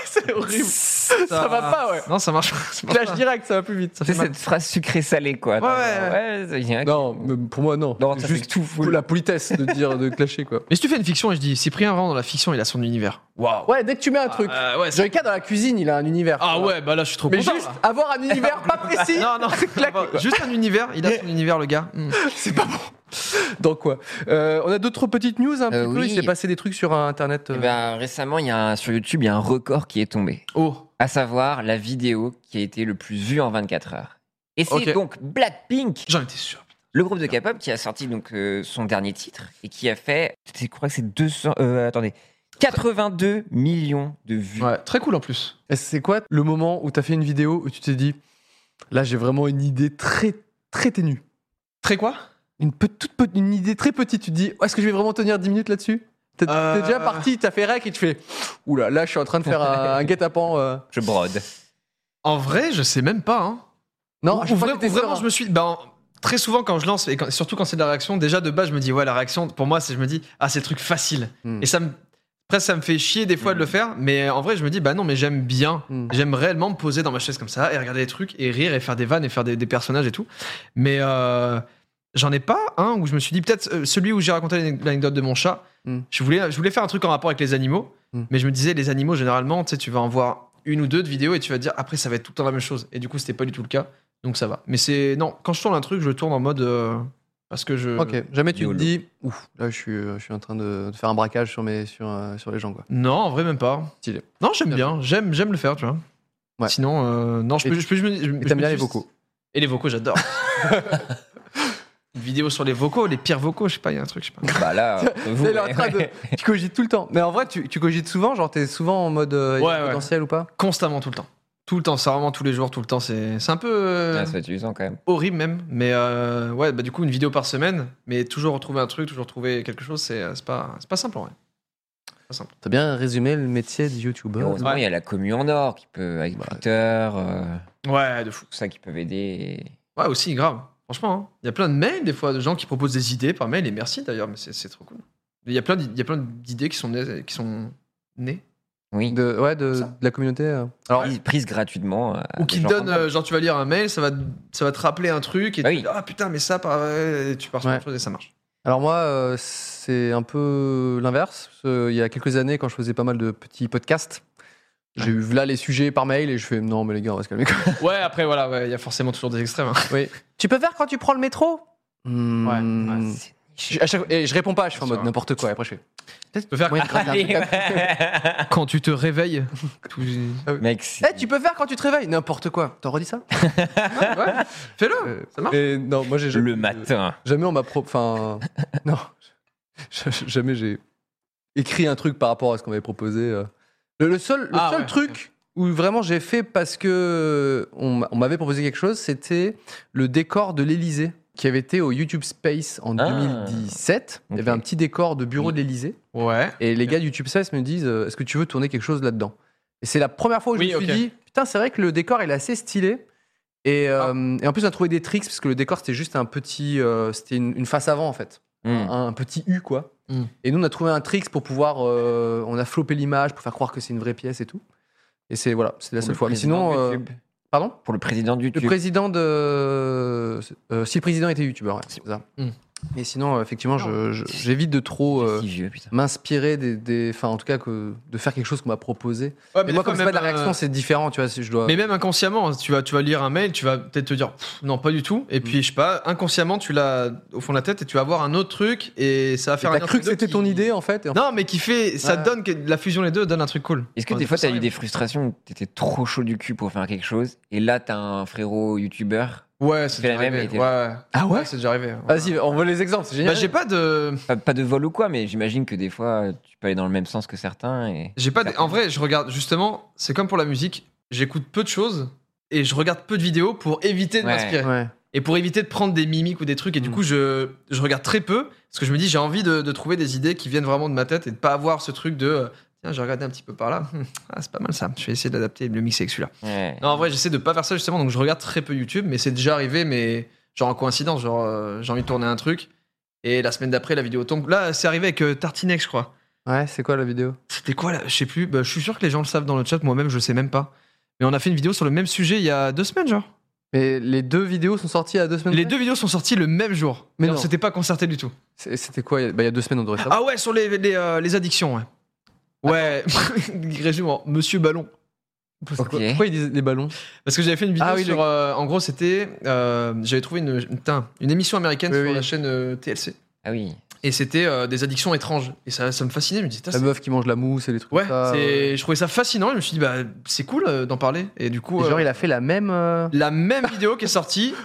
S1: c'est horrible.
S3: ça,
S1: va pas, ouais.
S3: Non, ça marche pas. ça marche
S1: Clash
S3: pas.
S1: direct, ça va plus vite.
S3: Ça fait
S2: C'est
S3: mal.
S2: cette phrase sucrée-salée, quoi.
S3: Ouais, ouais,
S2: ouais, il y a un-
S1: Non, mais pour moi, non.
S2: Non, ça,
S1: Juste
S2: c'est tout full.
S1: la politesse de dire, de clasher, quoi.
S3: Mais si tu fais une fiction et je dis, Cyprien, vraiment, dans la fiction, il a son univers. Waouh.
S1: Ouais, dès que tu mets un truc.
S3: Ah. Euh, ouais, c'est-
S1: Joyka dans la cuisine, il a un univers.
S3: Ah ouais, bah là, je suis trop
S1: Mais
S3: content.
S1: juste
S3: là.
S1: avoir un univers
S3: *laughs*
S1: pas précis.
S3: Non,
S1: *laughs*
S3: non,
S1: c'est claqué, quoi.
S3: juste un univers, il a son univers, le gars. Hmm.
S1: C'est pas bon. Donc quoi Euh, On a d'autres petites news un
S2: Euh,
S1: petit peu.
S2: oui.
S1: Il s'est passé des trucs sur euh, internet. euh.
S2: Eh ben, récemment, il y a un- sur YouTube, il y a un record qui est tombé,
S3: Oh,
S2: à savoir la vidéo qui a été le plus vue en 24 heures. Et c'est
S3: Ok.
S2: donc Blackpink,
S3: j'en étais sûr.
S2: le groupe de K-pop qui a sorti donc euh, son dernier titre et qui a fait, je crois que c'est 200, euh, attendez, 82 millions de vues.
S3: Ouais, très cool en plus.
S1: Et C'est quoi le moment où t'as fait une vidéo où tu t'es dit là j'ai vraiment une idée très très ténue,
S3: Très quoi
S1: une pe- toute pe- une idée très petite. Tu te dis est-ce que je vais vraiment tenir 10 minutes là-dessus T'es
S3: Euh.
S1: t'es déjà parti, t'as fait rec et tu fais oula là je suis en train de faire un, un guet-apens. euh.
S2: Je brode.
S3: En vrai, je sais même pas. Hein.
S1: Non,
S3: Ou-
S1: je
S3: ou
S1: crois
S3: vra-
S1: que t'es
S3: ou vraiment,
S1: sûr, hein.
S3: je me suis. Ben, très souvent, quand je lance, et quand- surtout quand c'est de la réaction, déjà de base, je me dis, ouais, la réaction, pour moi, c'est je me dis, ah, c'est le truc facile.
S1: Hmm.
S3: Et ça me. Presque, ça me fait chier des fois de le faire, mais en vrai, je me dis, bah non, mais j'aime bien.
S1: Hmm.
S3: J'aime réellement me poser dans ma chaise comme ça et regarder des trucs et rire et faire des vannes et faire des, des personnages et tout. Mais euh, j'en ai pas un où je me suis dit, peut-être euh, celui où j'ai raconté l'ane- l'anecdote de mon chat.
S1: Hmm.
S3: Je, voulais, je voulais faire un truc en rapport avec les animaux,
S1: Hmm.
S3: mais je me disais, les animaux, généralement, tu sais, tu vas en voir une ou deux de vidéos et tu vas te dire, après, ça va être tout le temps la même chose. Et du coup, c'était pas du tout le cas. Donc ça va. Mais c'est. Non, quand je tourne un truc, je le tourne en mode. euh, parce que je.
S1: Ok, jamais tu te
S2: YOLO.
S1: dis, ouf, là je suis, euh, je suis en train de, de faire un braquage sur, mes, sur, euh, sur les gens quoi.
S3: Non, en vrai, même pas.
S1: Stylé.
S3: Non, j'aime bien. J'aime j'aime le faire, tu vois.
S1: Ouais.
S3: Sinon, euh, non, je peux,
S1: Et-
S3: je peux- je me- je- je me
S1: t'aimes bien
S3: suis-
S1: les vocaux.
S3: Et les
S1: *laughs*
S3: vocaux, j'adore. Une vidéo sur les vocaux, les pires vocaux, je sais pas, il y a un truc, je sais pas.
S1: *laughs*
S2: Bah là, vous,
S1: Là, il est en
S2: ouais,
S1: train de-
S2: ouais.
S1: Tu cogites tout le temps. Mais en vrai, tu, tu cogites souvent, genre t'es souvent en mode euh, il y a
S3: Ouais,
S1: un
S3: ouais.
S1: potentiel ou pas
S3: Constamment, tout le temps. Tout le temps, c'est vraiment tous les jours, tout le temps. C'est c'est un peu euh,
S2: Ouais, Ah, ça va être usant quand même.
S3: horrible même. Mais euh, ouais, bah, du coup, une vidéo par semaine, mais toujours retrouver un truc, toujours trouver quelque chose, c'est euh, c'est pas, c'est pas simple en vrai.
S1: T'as bien résumé le métier de
S2: Et
S1: youtubeur.
S2: heureusement, il y a la commu en or qui peut, avec
S1: Bah.
S2: Twitter, euh,
S3: Ouais, de fou.
S2: tout ça qui peuvent aider.
S3: Ouais, aussi, grave. Franchement, hein. il y a plein de mails, des fois, de gens qui proposent des idées par mail, et merci d'ailleurs, mais c'est- c'est trop cool. Il y a plein d'i- il y a plein d'idées qui sont nées. Qui sont nées.
S2: Oui.
S1: hein. De, ouais, de,
S3: Ça.
S1: de la communauté. euh. Alors,
S2: Prise, prise gratuitement. à
S3: Ou
S2: des
S3: qui te
S2: gens
S3: donnent,
S2: random.
S3: euh, genre, tu vas lire un mail, ça va, ça va te rappeler un truc, et
S2: Bah
S3: tu
S2: oui.
S3: dis, ah putain, mais ça, par... et tu pars sur
S1: Ouais.
S3: autre chose et ça marche.
S1: alors moi, euh, c'est un peu l'inverse. parce que Il y a quelques années, quand je faisais pas mal de petits podcasts, j'ai eu là les sujets par mail et je fais non, mais les gars, on va se calmer. quoi.
S3: Ouais, après, voilà, ouais, il y a forcément toujours des extrêmes. hein.
S1: tu peux faire quand tu prends le métro Hmm.
S2: C'est
S1: Je- à chaque- Et je réponds pas, je suis en
S3: Bien
S1: mode
S3: sûr.
S1: n'importe quoi. et Après, je fais.
S3: Tu peux faire
S1: moyen de gratter un
S2: Allez,
S1: truc à-
S2: ouais.
S3: quand tu te réveilles. tout-
S2: Mec, c'est-
S1: *laughs* Eh, tu peux faire quand tu te réveilles N'importe quoi. T'as redit ça
S3: Ouais, ouais, fais-le, ça marche.
S1: Et Non, moi j'ai
S2: le matin.
S1: Jamais on m'a pro... Enfin, non. Je- je- Jamais j'ai écrit un truc par rapport à ce qu'on m'avait proposé. euh. Le, le seul, le
S3: Ah,
S1: seul
S3: ouais.
S1: truc où vraiment j'ai fait parce que on, m'a- on m'avait proposé quelque chose, c'était le décor de l'Elysée qui avait été au YouTube Space en
S2: Ah.
S1: 2017. Il y avait
S2: Ok.
S1: un petit décor de bureau de l'Elysée.
S3: Ouais.
S1: Et les gars de YouTube Space me disent euh, Est-ce que tu veux tourner quelque chose là-dedans Et c'est la première fois où je
S3: Oui,
S1: me suis
S3: ok.
S1: dit Putain, c'est vrai que le décor, il est assez stylé. Et, euh, et en plus, on a trouvé des tricks, parce que le décor, c'était juste un petit. euh, c'était une, une face avant, en fait.
S2: Hmm.
S1: Un, un petit U, quoi.
S3: Mm.
S1: Et nous, on a trouvé un tricks pour pouvoir. euh, on a flopé l'image pour faire croire que c'est une vraie pièce et tout. Et c'est voilà, c'est la
S2: Pour
S1: seule
S2: le
S1: fois. Mais
S2: président
S1: sinon.
S2: de
S1: euh,
S2: YouTube.
S1: pardon
S2: Pour le président de
S1: le
S2: YouTube.
S1: président de. euh, si le président était youtubeur, ouais, c'est ça.
S3: Mm.
S1: Mais sinon, euh, effectivement, je- je- j'évite de trop.
S2: C'est
S1: euh,
S2: si vieux, putain.
S1: m'inspirer des, des- enfin en tout cas que de faire quelque chose qu'on m'a proposé
S3: Ouais,
S1: mais
S3: des
S1: moi
S3: fois,
S1: comme c'est pas de la
S3: même, euh,
S1: réaction c'est différent tu vois si je dois
S3: Mais même inconsciemment, hein, tu vas, tu vas lire un mail, tu vas peut-être te dire Pff, non, pas du tout. Et puis, je sais pas, inconsciemment, tu l'as au fond de la tête et tu vas voir un autre truc et ça va
S1: Mais
S3: faire un
S1: t'as cru
S3: lien entre
S1: que
S3: les deux
S1: c'était
S3: qui-
S1: ton idée en fait et en
S3: Non, mais qui fait, ça
S1: Ouais.
S3: donne que la fusion des deux donne un truc cool.
S2: Est-ce que
S3: Ouais,
S2: des fois,
S3: c'est
S2: t'as eu
S3: ça.
S2: des frustrations où t'étais trop chaud du cul pour faire quelque chose et là, t'as un frérot youtubeur
S3: Ouais, c'est
S2: Fais la
S3: déjà
S2: même
S3: arrivé.
S2: et t'es-
S3: Ouais, ouais.
S1: Ah ouais
S3: c'est déjà arrivé.
S1: fait- vas-y on veut les exemples c'est
S3: Bah,
S1: génial
S3: j'ai pas de.
S2: pas, pas de vol ou quoi, mais j'imagine que des fois, tu peux aller dans le même sens que certains. Et...
S3: J'ai pas. de- En vrai, je regarde justement. C'est comme pour la musique. J'écoute peu de choses et je regarde peu de vidéos pour éviter de
S2: Ouais.
S3: m'inspirer
S1: ouais
S3: et pour éviter de prendre des mimiques ou des trucs. Et du
S1: Mm.
S3: coup, je, je regarde très peu parce que je me dis j'ai envie de, de trouver des idées qui viennent vraiment de ma tête et de pas avoir ce truc de euh, tiens j'ai regardé un petit peu par là. *laughs* Hmm, Ah, c'est pas mal ça. Je vais essayer d'adapter et de le mixer avec celui-là.
S2: Ouais.
S3: Non, en vrai, j'essaie de pas faire ça justement, donc je regarde très peu YouTube, mais c'est déjà arrivé, mais genre en coïncidence, genre euh, j'ai envie de tourner un truc, et la semaine d'après, la vidéo tombe. Là, c'est arrivé avec euh, Tartinex, je crois.
S1: ouais c'est quoi la vidéo
S3: C'était quoi là Je sais plus, Bah, je suis sûr que les gens le savent dans le chat, moi-même, je sais même pas. Mais on a fait une vidéo sur le même sujet il y a deux semaines, genre.
S1: mais les deux vidéos sont sorties à deux semaines
S3: Les
S1: près
S3: deux vidéos sont sorties le même jour,
S1: Mais
S3: mais on
S1: non.
S3: s'était pas concerté du tout.
S1: C'est- c'était quoi il y a- bah, il y a deux semaines on devrait savoir
S3: Ah ouais, sur les, les, euh, les addictions, ouais. Ouais, *laughs* résumé en Monsieur Ballon.
S1: C'est quoi-
S2: Ok.
S1: pourquoi ils disent les ballons
S3: Parce que j'avais fait une vidéo
S1: Ah oui,
S3: sur.
S1: le-
S3: euh, en gros, c'était. euh, j'avais trouvé une, putain, une émission américaine
S1: Oui,
S3: sur
S1: oui.
S3: la chaîne euh, TLC.
S2: Ah oui.
S3: Et c'était euh, des addictions étranges. Et ça, ça me fascinait. Je me disais, Tain,
S1: la meuf qui mange la mousse et les trucs
S3: ouais,
S1: comme ça,
S3: c'est-
S1: ouais.
S3: je trouvais ça fascinant. Et je me suis dit, bah, c'est cool euh, d'en parler. Et du coup,
S1: Et genre
S3: euh,
S1: il a fait la même euh,
S3: la
S1: *laughs*
S3: même vidéo qui est sortie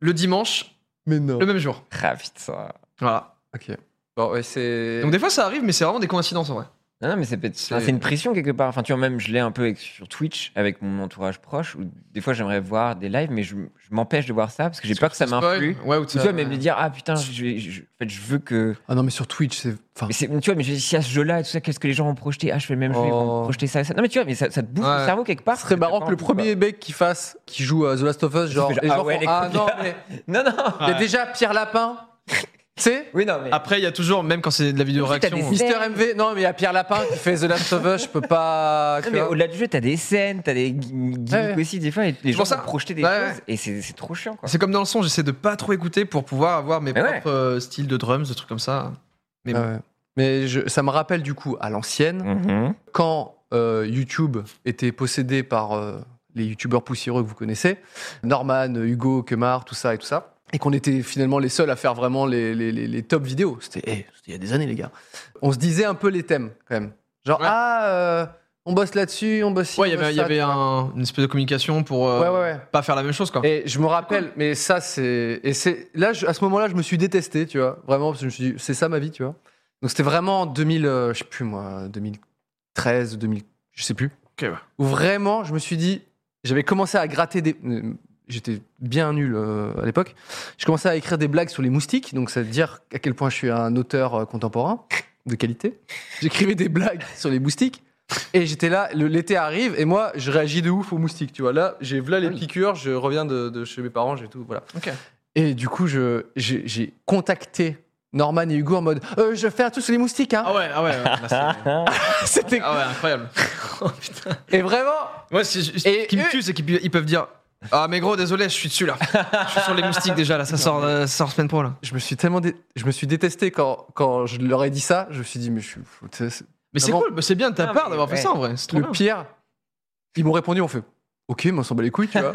S3: le dimanche,
S1: mais non
S3: le même jour.
S2: Ah putain.
S3: Voilà.
S1: ok bon ouais c'est
S3: Donc des fois, ça arrive, mais c'est vraiment des coïncidences en vrai.
S2: Non, non, mais ça peut être-
S3: C'est-
S2: enfin, Ah, c'est une pression quelque part. Enfin, tu vois, même je l'ai un peu avec- sur Twitch avec mon entourage proche. Où des fois, j'aimerais voir des lives, mais je, je m'empêche de voir ça parce que j'ai peur que ça m'influe.
S3: Ouais, ou
S2: Ou tu vois, même de dire, ah putain, je, vais- je- en fait, je veux que.
S1: ah non mais sur Twitch c'est enfin
S2: Mais c'est- tu vois, mais si à ce jeu-là et tout ça, qu'est-ce que les gens ont projeté Ah, je fais le même jeu, ils
S1: Oh.
S2: vont projeter ça et ça. Non, mais tu vois, mais ça, ça te bouffe
S3: Ouais.
S2: le cerveau quelque part.
S1: ce serait marrant que le premier mec qui fasse qui joue à The Last of Us genre
S2: genre,
S1: les
S2: ah
S1: gens
S2: ouais,
S1: font,
S2: les
S1: ah non
S2: copains.
S1: mais
S2: Non, non.
S1: *laughs* il y a déjà Pierre Lapin tu sais
S2: Oui, non, mais.
S3: Après, il y a toujours, même quand c'est de la vidéo
S2: Ensuite, t'as
S3: réaction.
S2: des-
S1: Mister MV, non mais il y a Pierre Lapin qui fait The Last of Us, je peux pas. tu
S2: Non, mais
S1: vois.
S2: au-delà du jeu, t'as des scènes, t'as des gui- gimmicks
S1: Ouais, ouais.
S2: aussi, des fois, et les
S3: C'est
S2: gens
S3: pour
S2: vont
S3: ça.
S2: projeter des
S3: Ouais,
S2: choses,
S3: ouais.
S2: et c'est c'est trop chiant,
S3: *laughs*
S2: quoi.
S3: C'est comme dans le son, j'essaie de pas trop écouter pour pouvoir avoir mes
S2: Mais ouais.
S3: propres euh, styles de drums, de trucs comme ça. Mais
S1: Ah
S3: bon.
S1: ouais. Mais je- ça me rappelle du coup à l'ancienne,
S2: Mhm.
S1: quand euh, YouTube était possédé par euh, les youtubeurs poussiéreux que vous connaissez, Norman, Hugo, Kemar, tout ça et tout ça, et qu'on était finalement les seuls à faire vraiment les, les- les- les top vidéos. C'était eh, c'était il y a des années, les gars. On se disait un peu les thèmes, quand même. Genre,
S3: Ouais.
S1: ah, euh, on bosse là-dessus, on bosse. ci,
S3: Ouais, il y
S1: on
S3: avait,
S1: bosse
S3: il y
S1: ça,
S3: avait
S1: tu vois.
S3: un- une espèce de communication pour euh,
S1: Ouais, ouais, ouais.
S3: pas faire la même chose, quoi.
S1: Et je me rappelle, mais ça c'est et c'est là je- à ce moment-là je me suis détesté, tu vois, vraiment parce que je me suis dit c'est ça ma vie, tu vois. Donc c'était vraiment en 2000, euh, je sais plus moi, 2013, 2000, je sais plus.
S3: Ok, ouais.
S1: Où vraiment je me suis dit, j'avais commencé à gratter des, euh, j'étais bien nul euh, à l'époque. Je commençais à écrire des blagues sur les moustiques, donc ça veut dire à quel point je suis un auteur euh, contemporain de qualité. J'écrivais des blagues sur les moustiques. Et j'étais là, le- l'été arrive, et moi, je réagis de ouf aux moustiques, tu vois. Là, j'ai voilà les piqûres, je reviens de, de chez mes parents, j'ai tout, voilà.
S3: Ah Ok.
S1: Et du coup, je- j'ai j'ai contacté Norman et Hugo en mode Euh, Je vais faire tout sur les moustiques, hein.
S3: Ah ouais, ah ouais, ouais, là, c'est-
S1: *laughs* C'était.
S3: ah ouais, incroyable. oh putain.
S1: Et vraiment,
S3: Moi, c'est ju-
S1: Et
S3: ce qui me
S1: eux-
S3: tue, c'est qu'ils pu- ils peuvent dire Ah, mais gros, désolé, je suis dessus là. Je suis sur les moustiques déjà là,
S1: *laughs*
S3: ça sort, euh, ça sort semaine pro là.
S1: je me suis tellement. dé- Je me suis détesté quand, quand je leur ai dit ça. Je me suis dit Mais je suis. fou, tu sais, c'est-
S3: Mais c'est
S1: Ah bon
S3: cool, mais c'est bien de ta
S2: Ah,
S3: part
S2: mais
S3: d'avoir fait
S2: ouais.
S3: ça en vrai. C'est trop
S1: Le
S3: bien.
S1: pire, ils m'ont répondu On fait Ok, mais on s'en bat les couilles, tu vois.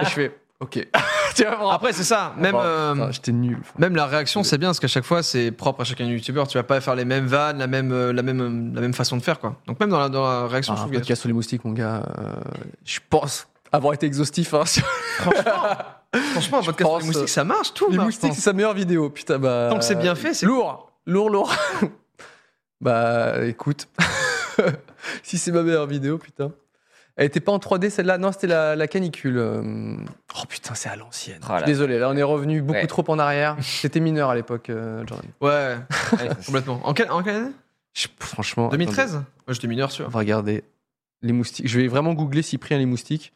S1: et je fais Ok. *laughs* tu vois, vraiment.
S3: Après, c'est ça,
S2: Ah
S3: même.
S2: bah,
S1: Enfin,
S3: euh,
S1: putain, J'étais nul.
S3: Même la réaction, c'est bien parce qu'à chaque fois, c'est propre à chacun des youtubeurs. Tu vas pas faire les mêmes vannes, la même, euh, la même, euh, la même façon de faire, quoi. Donc même dans la, dans la réaction, je
S1: un
S3: trouve que-
S1: podcast sur les moustiques, mon gars. euh, je pense avoir été exhaustif. hein, *laughs* sur
S3: franchement, un podcast sur
S1: pense, euh,
S3: les moustiques, ça marche, tout.
S1: les
S3: marche,
S1: moustiques,
S3: je
S1: c'est sa meilleure vidéo. Putain, bah.
S3: Tant que c'est bien fait, c'est-
S1: Lourd, lourd, lourd. *laughs* bah, écoute. *laughs* si c'est ma meilleure vidéo, putain. Elle était pas en 3D celle-là, non, c'était la, la canicule. euh. Oh putain, c'est à l'ancienne.
S2: Oh là.
S1: Je suis Désolé, là on est revenu beaucoup
S2: Ouais.
S1: trop en arrière. C'était mineur à l'époque, euh, Jordan.
S3: pense. Ouais, complètement. En quelle, en quelle année
S1: Je- franchement. attendez.
S3: 2013 Moi, J'étais mineur, sûr.
S1: On va regarder les moustiques. Je vais vraiment googler Cyprien les moustiques.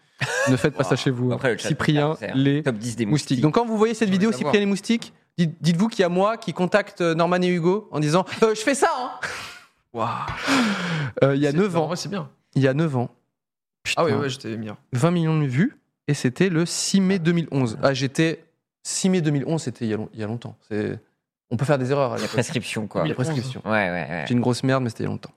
S1: Ne faites pas
S2: Wow.
S1: ça chez vous. hein.
S2: Après, le chat,
S1: Cyprien
S2: c'est un
S1: les
S2: Top 10 des
S1: moustiques.
S2: moustiques.
S1: Donc quand vous voyez cette
S3: J'ai
S1: vidéo
S3: envie de la
S1: Cyprien les moustiques, dites- dites-vous qu'il y a moi qui contacte euh, Norman et Hugo en disant Euh, je fais ça hein
S3: Waouh.
S1: Euh, Il y a
S3: C'est-
S1: 9
S3: En
S1: ans.
S3: vrai, c'est bien.
S1: Il y a 9 ans.
S3: Ah oui,
S1: Putain.
S3: ouais, j'étais mineur.
S1: 20 millions de vues et c'était le 6 mai 2011. Ah, j'étais 6 mai 2011, c'était il y a, long- il y a longtemps. C'est on peut faire des erreurs à
S2: Il y a
S1: l'époque.
S2: prescription, quoi.
S1: Il y a
S2: Ouais,
S1: prescription.
S2: ouais, ouais.
S1: J'ai une grosse merde mais c'était il y a longtemps.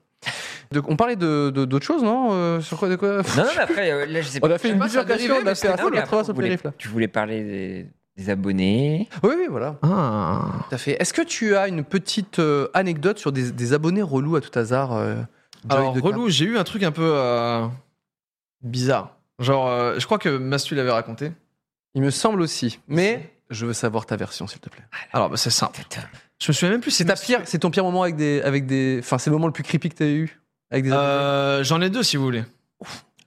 S1: Donc, on parlait de de- d'autres choses non Euh, sur quoi de quoi
S2: Non, non, mais après, euh, là, je sais
S1: On
S2: pas.
S1: a fait une
S3: pas, ça a
S1: bifurcation,
S3: dérivé,
S1: on
S3: mais
S1: a fait un
S2: Ah, mais après,
S1: 180
S2: vous
S1: sur le
S2: voulez-
S1: périph' là.
S2: Tu voulais parler des, des abonnés.
S1: *laughs* Oui, oui, voilà.
S3: Ah.
S1: Tout à fait. Est-ce que tu as une petite euh, anecdote sur des, des abonnés relous à tout hasard euh, Joy
S3: Alors,
S1: de Cap-
S3: relou, j'ai eu un truc un peu euh, bizarre. Genre, euh, je crois que Mastu l'avait raconté.
S1: Il me semble aussi. Mais je veux savoir ta version, s'il te plaît.
S3: Alors, bah, c'est simple. Je me souviens même plus.
S1: C'est ta pire, c'est ton pire moment avec des, avec des. Enfin, c'est le moment le plus creepy que t'as eu avec des. abonnés
S3: Euh, J'en ai deux, si vous voulez.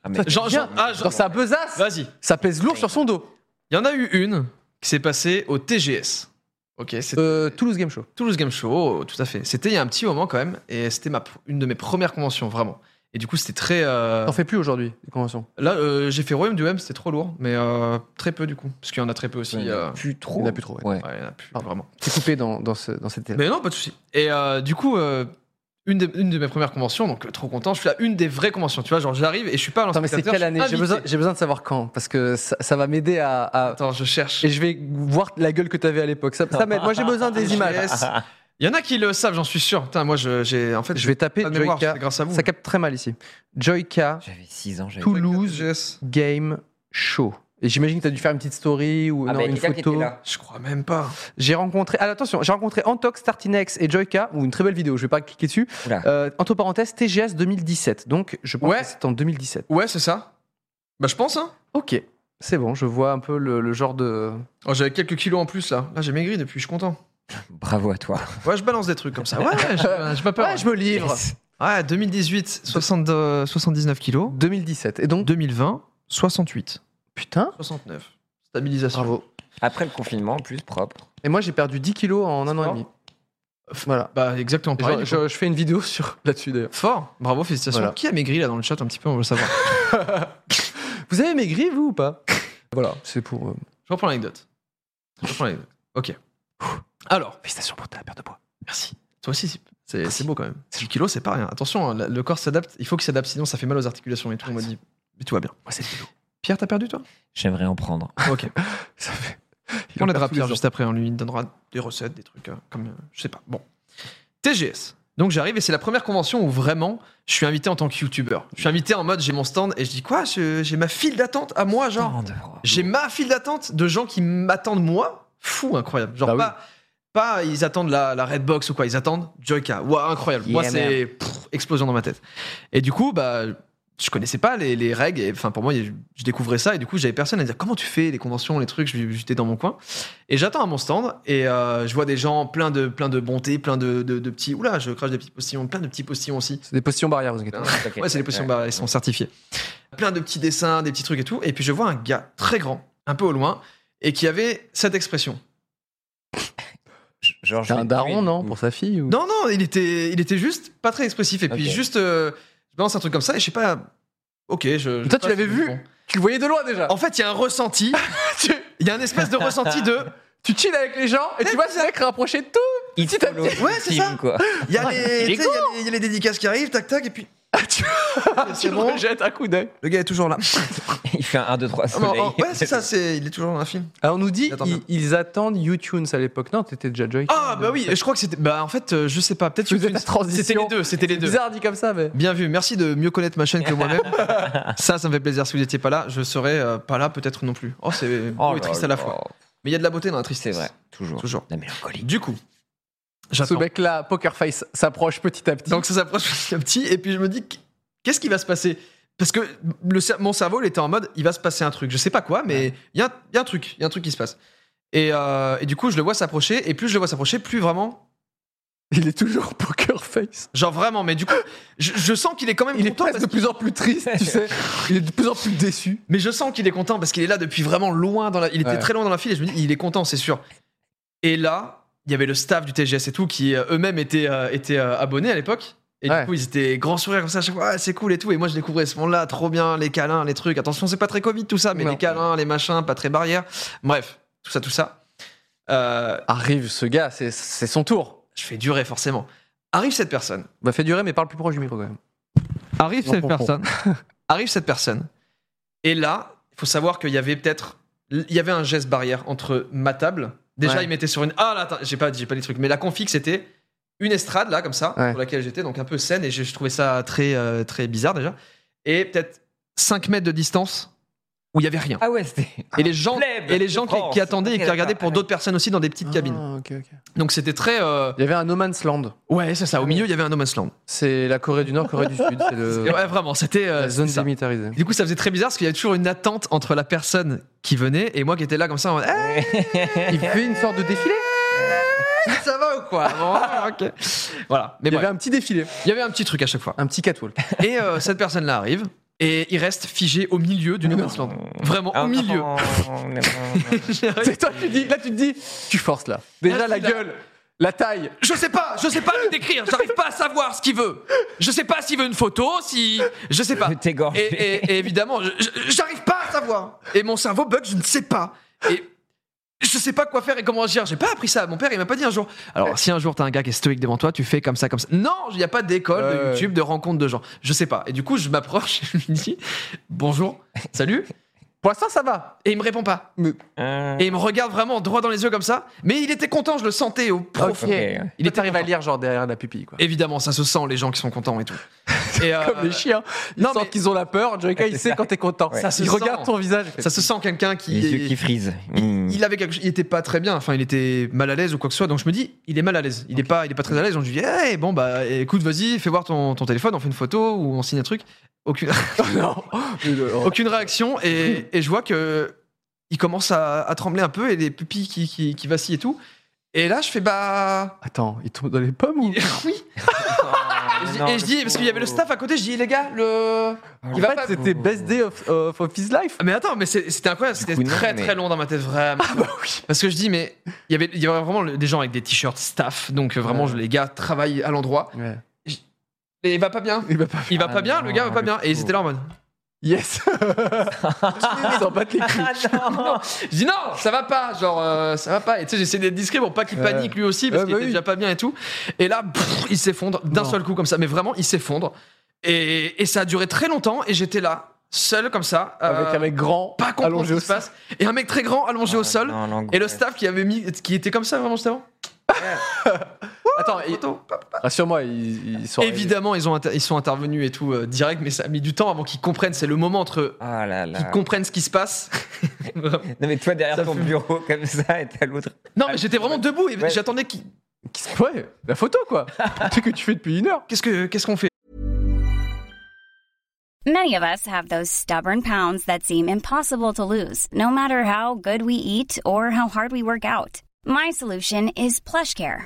S2: Ah, mais-
S1: Ça, c'est
S3: Jean-
S1: bien.
S3: Jean- ah, Jean-
S1: Genre, ça besace,
S3: Vas-y.
S1: ça pèse lourd sur son dos.
S3: Il y en a eu une qui s'est passée au TGS. Ok, c'est
S1: Euh, Toulouse Game Show.
S3: Toulouse Game Show, oh, tout à fait. C'était il y a un petit moment quand même, et c'était ma, pr- une de mes premières conventions, vraiment. Et du coup, c'était très. euh,
S1: T'en fais plus aujourd'hui, les conventions.
S3: Là, euh, j'ai fait Royaume du Web, c'était trop lourd, mais euh, très peu du coup, parce qu'il y en a très peu aussi.
S2: Il y en a
S3: euh,
S2: plus trop.
S1: il y en a plus trop, ouais.
S3: ouais, il y en a plus,
S1: Pardon.
S3: vraiment.
S1: C'est coupé dans, dans, ce, dans cette.
S3: Mais non, pas de souci. Et euh, du coup, euh, une, des- une de mes premières conventions, donc euh, trop content, je suis à une des vraies conventions, tu vois, genre j'arrive et je suis pas un
S1: Attends, mais c'est
S3: spectateur,
S1: quelle année
S3: je suis
S1: J'ai
S3: invité.
S1: besoin, j'ai besoin de savoir quand, parce que ça, ça va m'aider à, à-
S3: Attends, je cherche.
S1: Et je vais voir la gueule que t'avais à l'époque. Ça, ça m'aide. Moi, j'ai besoin
S2: *laughs*
S1: des images.
S2: Ah,
S3: TGS. Il y en a qui le savent, j'en suis sûr. Putain, moi, je- j'ai en fait,
S1: Je vais taper
S3: pas de mémoire,
S1: Joyka.
S3: c'est grâce à vous.
S1: Ça capte très mal ici. Joyka
S2: J'avais 6 ans, j'avais.
S1: Toulouse. Game Show. Et j'imagine que tu as dû faire une petite story ou
S2: Ah,
S1: non,
S2: bah,
S1: une
S2: quelqu'un qui
S1: photo.
S2: était là.
S3: Je crois même pas.
S1: J'ai rencontré. Ah, attention, j'ai rencontré Antox, Tartinex et Joyka. Ou une très belle vidéo, je vais pas cliquer dessus.
S2: Oula.
S1: Euh, entre parenthèses, TGS 2017. Donc, je pense
S3: Ouais.
S1: que c'est en 2017.
S3: Ouais, c'est ça. Bah, je pense, hein.
S1: Ok, c'est bon, je vois un peu le, le genre de.
S3: Oh, J'avais quelques kilos en plus là. Là, j'ai maigri depuis, je suis content.
S2: Bravo à toi.
S3: Ouais, je balance des trucs comme ça. Ouais, ouais, je euh, j'ai pas peur. hein.
S1: Ouais, je me livre
S2: Yes.
S3: Ouais, 2018, 62 79 kilos.
S1: 2017. Et donc,
S3: 2020, 68.
S1: putain,
S3: 69. Stabilisation.
S1: bravo.
S2: Après le confinement, plus propre.
S1: Et moi, j'ai perdu 10 kilos en un an et demi. Voilà.
S3: Bah, exactement
S1: Et
S3: pareil.
S1: je,
S3: du coup.
S1: je- je fais une vidéo sur *laughs* là-dessus d'ailleurs.
S3: Fort, bravo, félicitations.
S1: Voilà.
S3: Qui a maigri là dans le chat un petit peu, on veut le savoir.
S1: Vous avez maigri, vous ou pas Voilà, c'est pour. euh,
S3: Je reprends l'anecdote. Je reprends l'anecdote. Ok. Alors,
S1: Félicitations pour ta perte de poids.
S3: Merci. Toi aussi, c'est- c'est c'est beau quand même. 10 kilos, c'est pas rien. Attention, hein, la- le corps s'adapte. Il faut qu'il s'adapte, sinon ça fait mal aux articulations et tout. On m'a dit, mais tout va bien.
S1: Moi, c'est le
S3: Pierre, t'as perdu toi
S2: J'aimerais en prendre.
S3: Ok.
S1: *laughs* Ça fait.
S3: On aidera Pierre juste après. On lui donnera des recettes, des trucs euh, comme. euh, je sais pas. Bon. TGS. Donc j'arrive et c'est la première convention où vraiment je suis invité en tant que youtubeur. Je suis invité en mode j'ai mon stand et je dis quoi je- J'ai ma file d'attente à moi, genre.
S2: Tant de-
S3: Oh, J'ai ma file d'attente de gens qui m'attendent moi. Fou, incroyable. Genre
S1: Bah oui.
S3: pas, pas ils attendent la, la Redbox ou quoi, ils attendent Joyka. Waouh, incroyable. moi,
S2: Yeah,
S3: c'est pff, explosion dans ma tête. Et du coup, bah, je connaissais pas les, les règles. et, Enfin, pour moi, il- je découvrais ça et du coup, j'avais personne à dire comment tu fais les conventions, les trucs. je- J'étais dans mon coin et j'attends à mon stand et euh, je vois des gens plein de plein de bonté, plein de, de, de petits. Oula, je crache des petits postillons, plein de petits postillons aussi.
S1: C'est des positions barrières, vous inquiétez pas.
S3: *laughs* Ouais, c'est les potions, bah, ils sont certifiés. Plein de petits dessins, des petits trucs et tout. Et puis je vois un gars très grand, un peu au loin, et qui avait cette expression.
S2: Genre,
S1: C'est un daron, non Pour sa fille ou...
S3: Non, non, il était, il était juste pas très expressif. Et puis
S2: Ok.
S3: juste, euh, je balance un truc comme ça et je sais pas. Ok, je. je
S1: toi,
S3: sais
S1: tu
S3: pas
S1: l'avais
S3: si-
S1: vu
S3: bon.
S1: Tu le voyais de loin déjà.
S3: En fait, il y a
S1: *laughs*
S3: un ressenti. Il y a une espèce de ressenti de.
S1: Tu chilles avec les gens *laughs* et tu vois ce mec rapprocher de tout.
S2: Il
S1: Si t'as-
S2: follow
S3: Ouais, c'est
S2: team,
S3: ça.
S2: quoi.
S3: Il y,
S1: Ah,
S3: a les-
S2: Il est
S3: tu sais, il y a les- il y a les dédicaces qui arrivent, tac tac, et puis.
S1: Tu
S3: C'est
S1: le
S3: bon,
S1: rejettes un coup d'œil.
S3: le gars est
S1: *laughs*
S3: toujours là.
S2: Il fait un 1, 2, 3
S3: Ah, mais en-
S2: soleil.
S3: en- ouais,
S2: *laughs*
S3: c'est ça, c'est- il est toujours dans un film.
S1: Ah, on nous dit
S3: Attends,
S1: ils,
S3: bien.
S1: ils attendent U-Tunes à l'époque. Non, t'étais déjà Joy.
S3: Ah, bah oui, je crois que c'était. Bah, en fait, euh, je sais pas, peut-être
S1: Tu faisais
S3: que-
S1: la transition.
S3: C'était les deux, c'était les
S1: C'est
S3: deux.
S1: bizarre dit comme ça, mais.
S3: Bien vu, merci de mieux connaître ma chaîne
S2: *laughs*
S3: que moi-même. ça, ça me fait plaisir. Si vous n'étiez pas là, je serais euh, pas là peut-être non plus. Oh, c'est beau
S2: là
S3: et triste à la
S2: là.
S3: fois. Mais il y a de la beauté dans la
S2: C'est
S3: tristesse.
S2: vrai, toujours.
S3: Toujours.
S2: La mélancolie.
S3: Du coup,
S1: Ce
S3: j'attends.
S1: mec-là, Poker Face, s'approche petit à petit.
S3: Donc ça s'approche *laughs* petit à petit, et puis je me dis, qu'est-ce qui va se passer Parce que le, cer- mon cerveau, il était en mode, il va se passer un truc. Je sais pas quoi, mais il y, a, un- il y a un truc, il y a un truc qui se passe. Et, euh, et du coup, je le vois s'approcher, et plus je le vois s'approcher, plus vraiment,
S1: il est toujours Poker Face.
S3: genre vraiment, mais du coup, je, je sens qu'il est quand même
S1: Il est
S3: content.
S1: presque
S3: parce
S1: de plus en plus triste, tu sais. Il est de plus en plus déçu.
S3: Mais je sens qu'il est content parce qu'il est là depuis vraiment loin dans la. Il était
S1: Ouais.
S3: très loin dans la file et je me dis, il est content, c'est sûr. Et là, il y avait le staff du TGS et tout qui euh, eux-mêmes étaient, euh, étaient euh, abonnés à l'époque. Et
S1: Ouais.
S3: du coup, ils étaient grands sourires comme ça, à chaque fois, Ah, c'est cool et tout. Et moi, je découvrais ce monde-là, trop bien, les câlins, les trucs. Attention, c'est pas très Covid tout ça, mais
S1: Non.
S3: les câlins, les machins, pas très barrière. Bref, tout ça, tout ça. Euh,
S1: Arrive ce gars, c'est c'est son tour.
S3: je fais durer forcément. Arrive cette personne.
S1: Bah, fais durer, mais parle plus proche du micro quand même.
S3: Arrive
S1: cette personne.
S3: *laughs* Arrive cette personne. Et là, il faut savoir qu'il y avait peut-être. Il y avait un geste barrière entre ma table. Déjà,
S1: Ouais.
S3: il mettait sur une. Ah là, attends, j'ai pas, j'ai pas les trucs. Mais la config, c'était une estrade, là, comme ça,
S1: Ouais.
S3: sur laquelle j'étais, donc un peu saine. Et je, je trouvais ça très, euh, très bizarre déjà. Et peut-être 5 mètres de distance où il y avait rien.
S2: Ah ouais, c'était.
S3: et les gens,
S2: plèbe
S3: et les
S2: de
S3: gens qui,
S2: France.
S3: qui attendaient et
S2: Ok,
S3: qui regardaient
S2: d'accord.
S3: pour d'autres personnes aussi dans des petites cabines.
S1: Ah, ok, ok.
S3: Donc c'était très. euh,
S1: Il y avait un No Man's Land.
S3: Ouais, c'est ça. Au milieu, il y avait un no man's land.
S1: C'est la Corée du Nord, Corée du Sud. C'est *laughs* le-
S3: Ouais, vraiment, c'était. euh,
S1: la zone
S3: c'était ça.
S1: démilitarisée.
S3: Et Du coup, ça faisait très bizarre parce qu'il y avait toujours une attente entre la personne qui venait et moi qui étais là comme ça. En... mode, Eh,
S1: Il fait une sorte de défilé.
S3: ça va ou
S1: *laughs*
S3: quoi Bon, ah, ok. Voilà. Mais
S1: Il y avait
S3: bref,
S1: un petit défilé.
S3: il y avait un petit truc à chaque fois.
S1: Un petit catwalk.
S3: Et euh, cette personne-là arrive et il reste figé au milieu du New Zealand. Vraiment au milieu.
S1: *laughs*
S2: *laughs*
S1: C'est toi, tu dis, là tu te dis, tu forces là. Déjà
S3: Là,
S1: la
S3: tu l'as.
S1: gueule, la taille.
S3: Je sais pas, je sais pas le décrire, j'arrive pas à savoir ce qu'il veut. Je sais pas s'il veut une photo, si. Je sais pas.
S2: Je t'égorge.
S3: Bah, Et, et- et évidemment, je- je- j'arrive pas à savoir. Et mon cerveau bug, je ne sais pas. Et je sais pas quoi faire et comment agir. J'ai pas appris ça. Mon père, il m'a pas dit un jour. Alors, si un jour t'as un gars qui est stoïque devant toi, tu fais comme ça, comme ça. Non, il n'y a pas d'école,
S1: Ouais,
S3: de
S1: ouais.
S3: YouTube, de rencontre de gens. Je sais pas. Et du coup, je m'approche, *laughs* je lui dis bonjour, salut.
S1: Pour l'instant ça va.
S3: Et il me répond pas. Et
S2: Et
S3: il me regarde vraiment droit dans les yeux comme ça. Mais il était content, je le sentais au
S1: Ah,
S3: profond.
S2: Ok.
S1: Il
S3: Il
S1: est
S3: était
S1: arrivé à
S3: content.
S1: lire genre derrière la pupille quoi.
S3: Évidemment, ça se sent les gens qui sont
S1: *laughs*
S3: contents et tout. Et, euh,
S1: Comme les chiens, ils
S3: non,
S1: sentent
S3: mais-
S1: qu'ils ont la peur. Joyka, il sait quand t'es content.
S2: Ouais.
S3: Ça se
S1: il
S3: sent.
S1: regarde ton visage.
S3: Ça se sent quelqu'un qui,
S2: Les yeux
S3: est-
S2: qui frisent. Mm.
S3: il avait quelque chose- il était pas très bien, enfin il était mal à l'aise ou quoi que ce soit, donc je me dis, il est mal à l'aise, il est pas, il est pas très à l'aise, donc je lui dis, hey, bon bah écoute, vas-y, fais voir ton, ton téléphone, on fait une photo ou on signe un truc, aucune,
S1: *laughs* non. Mais le- oh.
S3: aucune réaction, et, et je vois que il commence à, à trembler un peu et les pupilles qui, qui, qui vacillent et tout, et là je fais bah *laughs*
S1: Attends, il tombe dans les pommes ou
S3: oui,
S2: Ah,
S3: et je dis-
S2: non,
S3: et je dis parce qu'il y avait le staff à côté, je dis les gars le,
S1: Ah, En
S3: il va
S1: fait,
S3: pas-
S1: c'était best day of, of, of his life.
S3: Ah, Mais attends, mais c'est- c'était incroyable, c'était
S2: coup, non,
S3: très
S2: mais-
S3: très long dans ma tête, vraiment.
S1: Ah, bah
S3: Parce que je dis, mais il y avait- il y avait vraiment le- des gens avec des t-shirts staff, donc euh, vraiment,
S1: Ouais.
S3: je- les gars travaillent à l'endroit.
S1: Ouais.
S3: Et il va pas bien.
S1: Il va pas.
S3: Il va
S2: Ah
S3: pas bien,
S2: non,
S3: le gars va pas
S2: le
S3: bien. Et ils
S2: pauvre.
S3: étaient là en mode.
S1: *laughs* Yes. Ils s'en battent les couilles.
S3: Je dis non, ça va pas, genre euh, ça va pas. Et tu sais, j'essaie d'être discret pour pas qu'il
S1: Ouais.
S3: panique lui aussi parce
S1: Ouais,
S3: qu'il
S1: bah
S3: était
S1: oui.
S3: déjà pas bien et tout. Et là, pff, il s'effondre d'un
S1: Non.
S3: seul coup comme ça, mais vraiment, il s'effondre. Et, et ça a duré très longtemps et j'étais là, seul comme ça,
S1: Avec
S3: euh,
S1: un mec grand,
S3: pas comprendre
S1: allongé
S3: ce
S1: au Ah,
S3: qui se passe. Et un mec très grand allongé au sol.
S2: Ah, Non, l'angoisse.
S3: Et le staff qui avait mis, qui était comme ça vraiment juste avant. *laughs*
S1: Attends, il-
S3: Photo.
S1: rassure-moi, ils, ils sont. arrivés.
S3: Évidemment, ils, ont inter- ils sont intervenus et tout euh, direct, mais ça a mis du temps avant qu'ils comprennent. C'est le moment entre
S2: Ah là là.
S3: qu'ils comprennent ce qui se passe. non,
S2: Non, mais toi derrière
S3: Ça
S2: ton
S3: fume.
S2: bureau comme ça et t'as l'autre.
S3: mais j'étais vraiment debout et
S2: Ouais.
S3: j'attendais qu'ils-
S1: Qui se- Ouais, *laughs* la photo quoi. Ce que tu fais depuis une heure.
S3: qu'est-ce que qu'est-ce qu'on fait
S5: Many of us have those stubborn pounds that seem impossible to lose, no matter how good we eat or how hard we work out. My solution is PlushCare.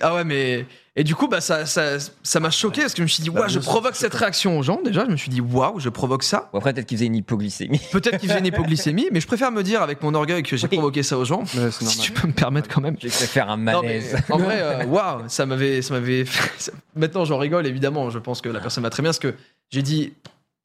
S3: Ah ouais, mais. Et du coup, bah, ça m'a ça, ça m'a choqué parce que je me suis dit, waouh, je provoque cette réaction aux gens. Déjà, je me suis dit, waouh, je provoque ça.
S2: Ou après, peut-être qu'il faisait une hypoglycémie.
S3: Peut-être qu'ils faisaient une hypoglycémie, mais je préfère me dire avec mon orgueil que j'ai provoqué ça aux gens.
S1: Ouais, c'est
S3: Si
S1: normal.
S3: tu peux me permettre quand même.
S2: Je vais faire un
S3: Non, mais
S2: malaise.
S1: *laughs*
S3: en vrai, euh, waouh, ça m'avait, ça m'avait. fait- Maintenant, j'en rigole évidemment. Je pense que la personne va très bien parce que j'ai dit,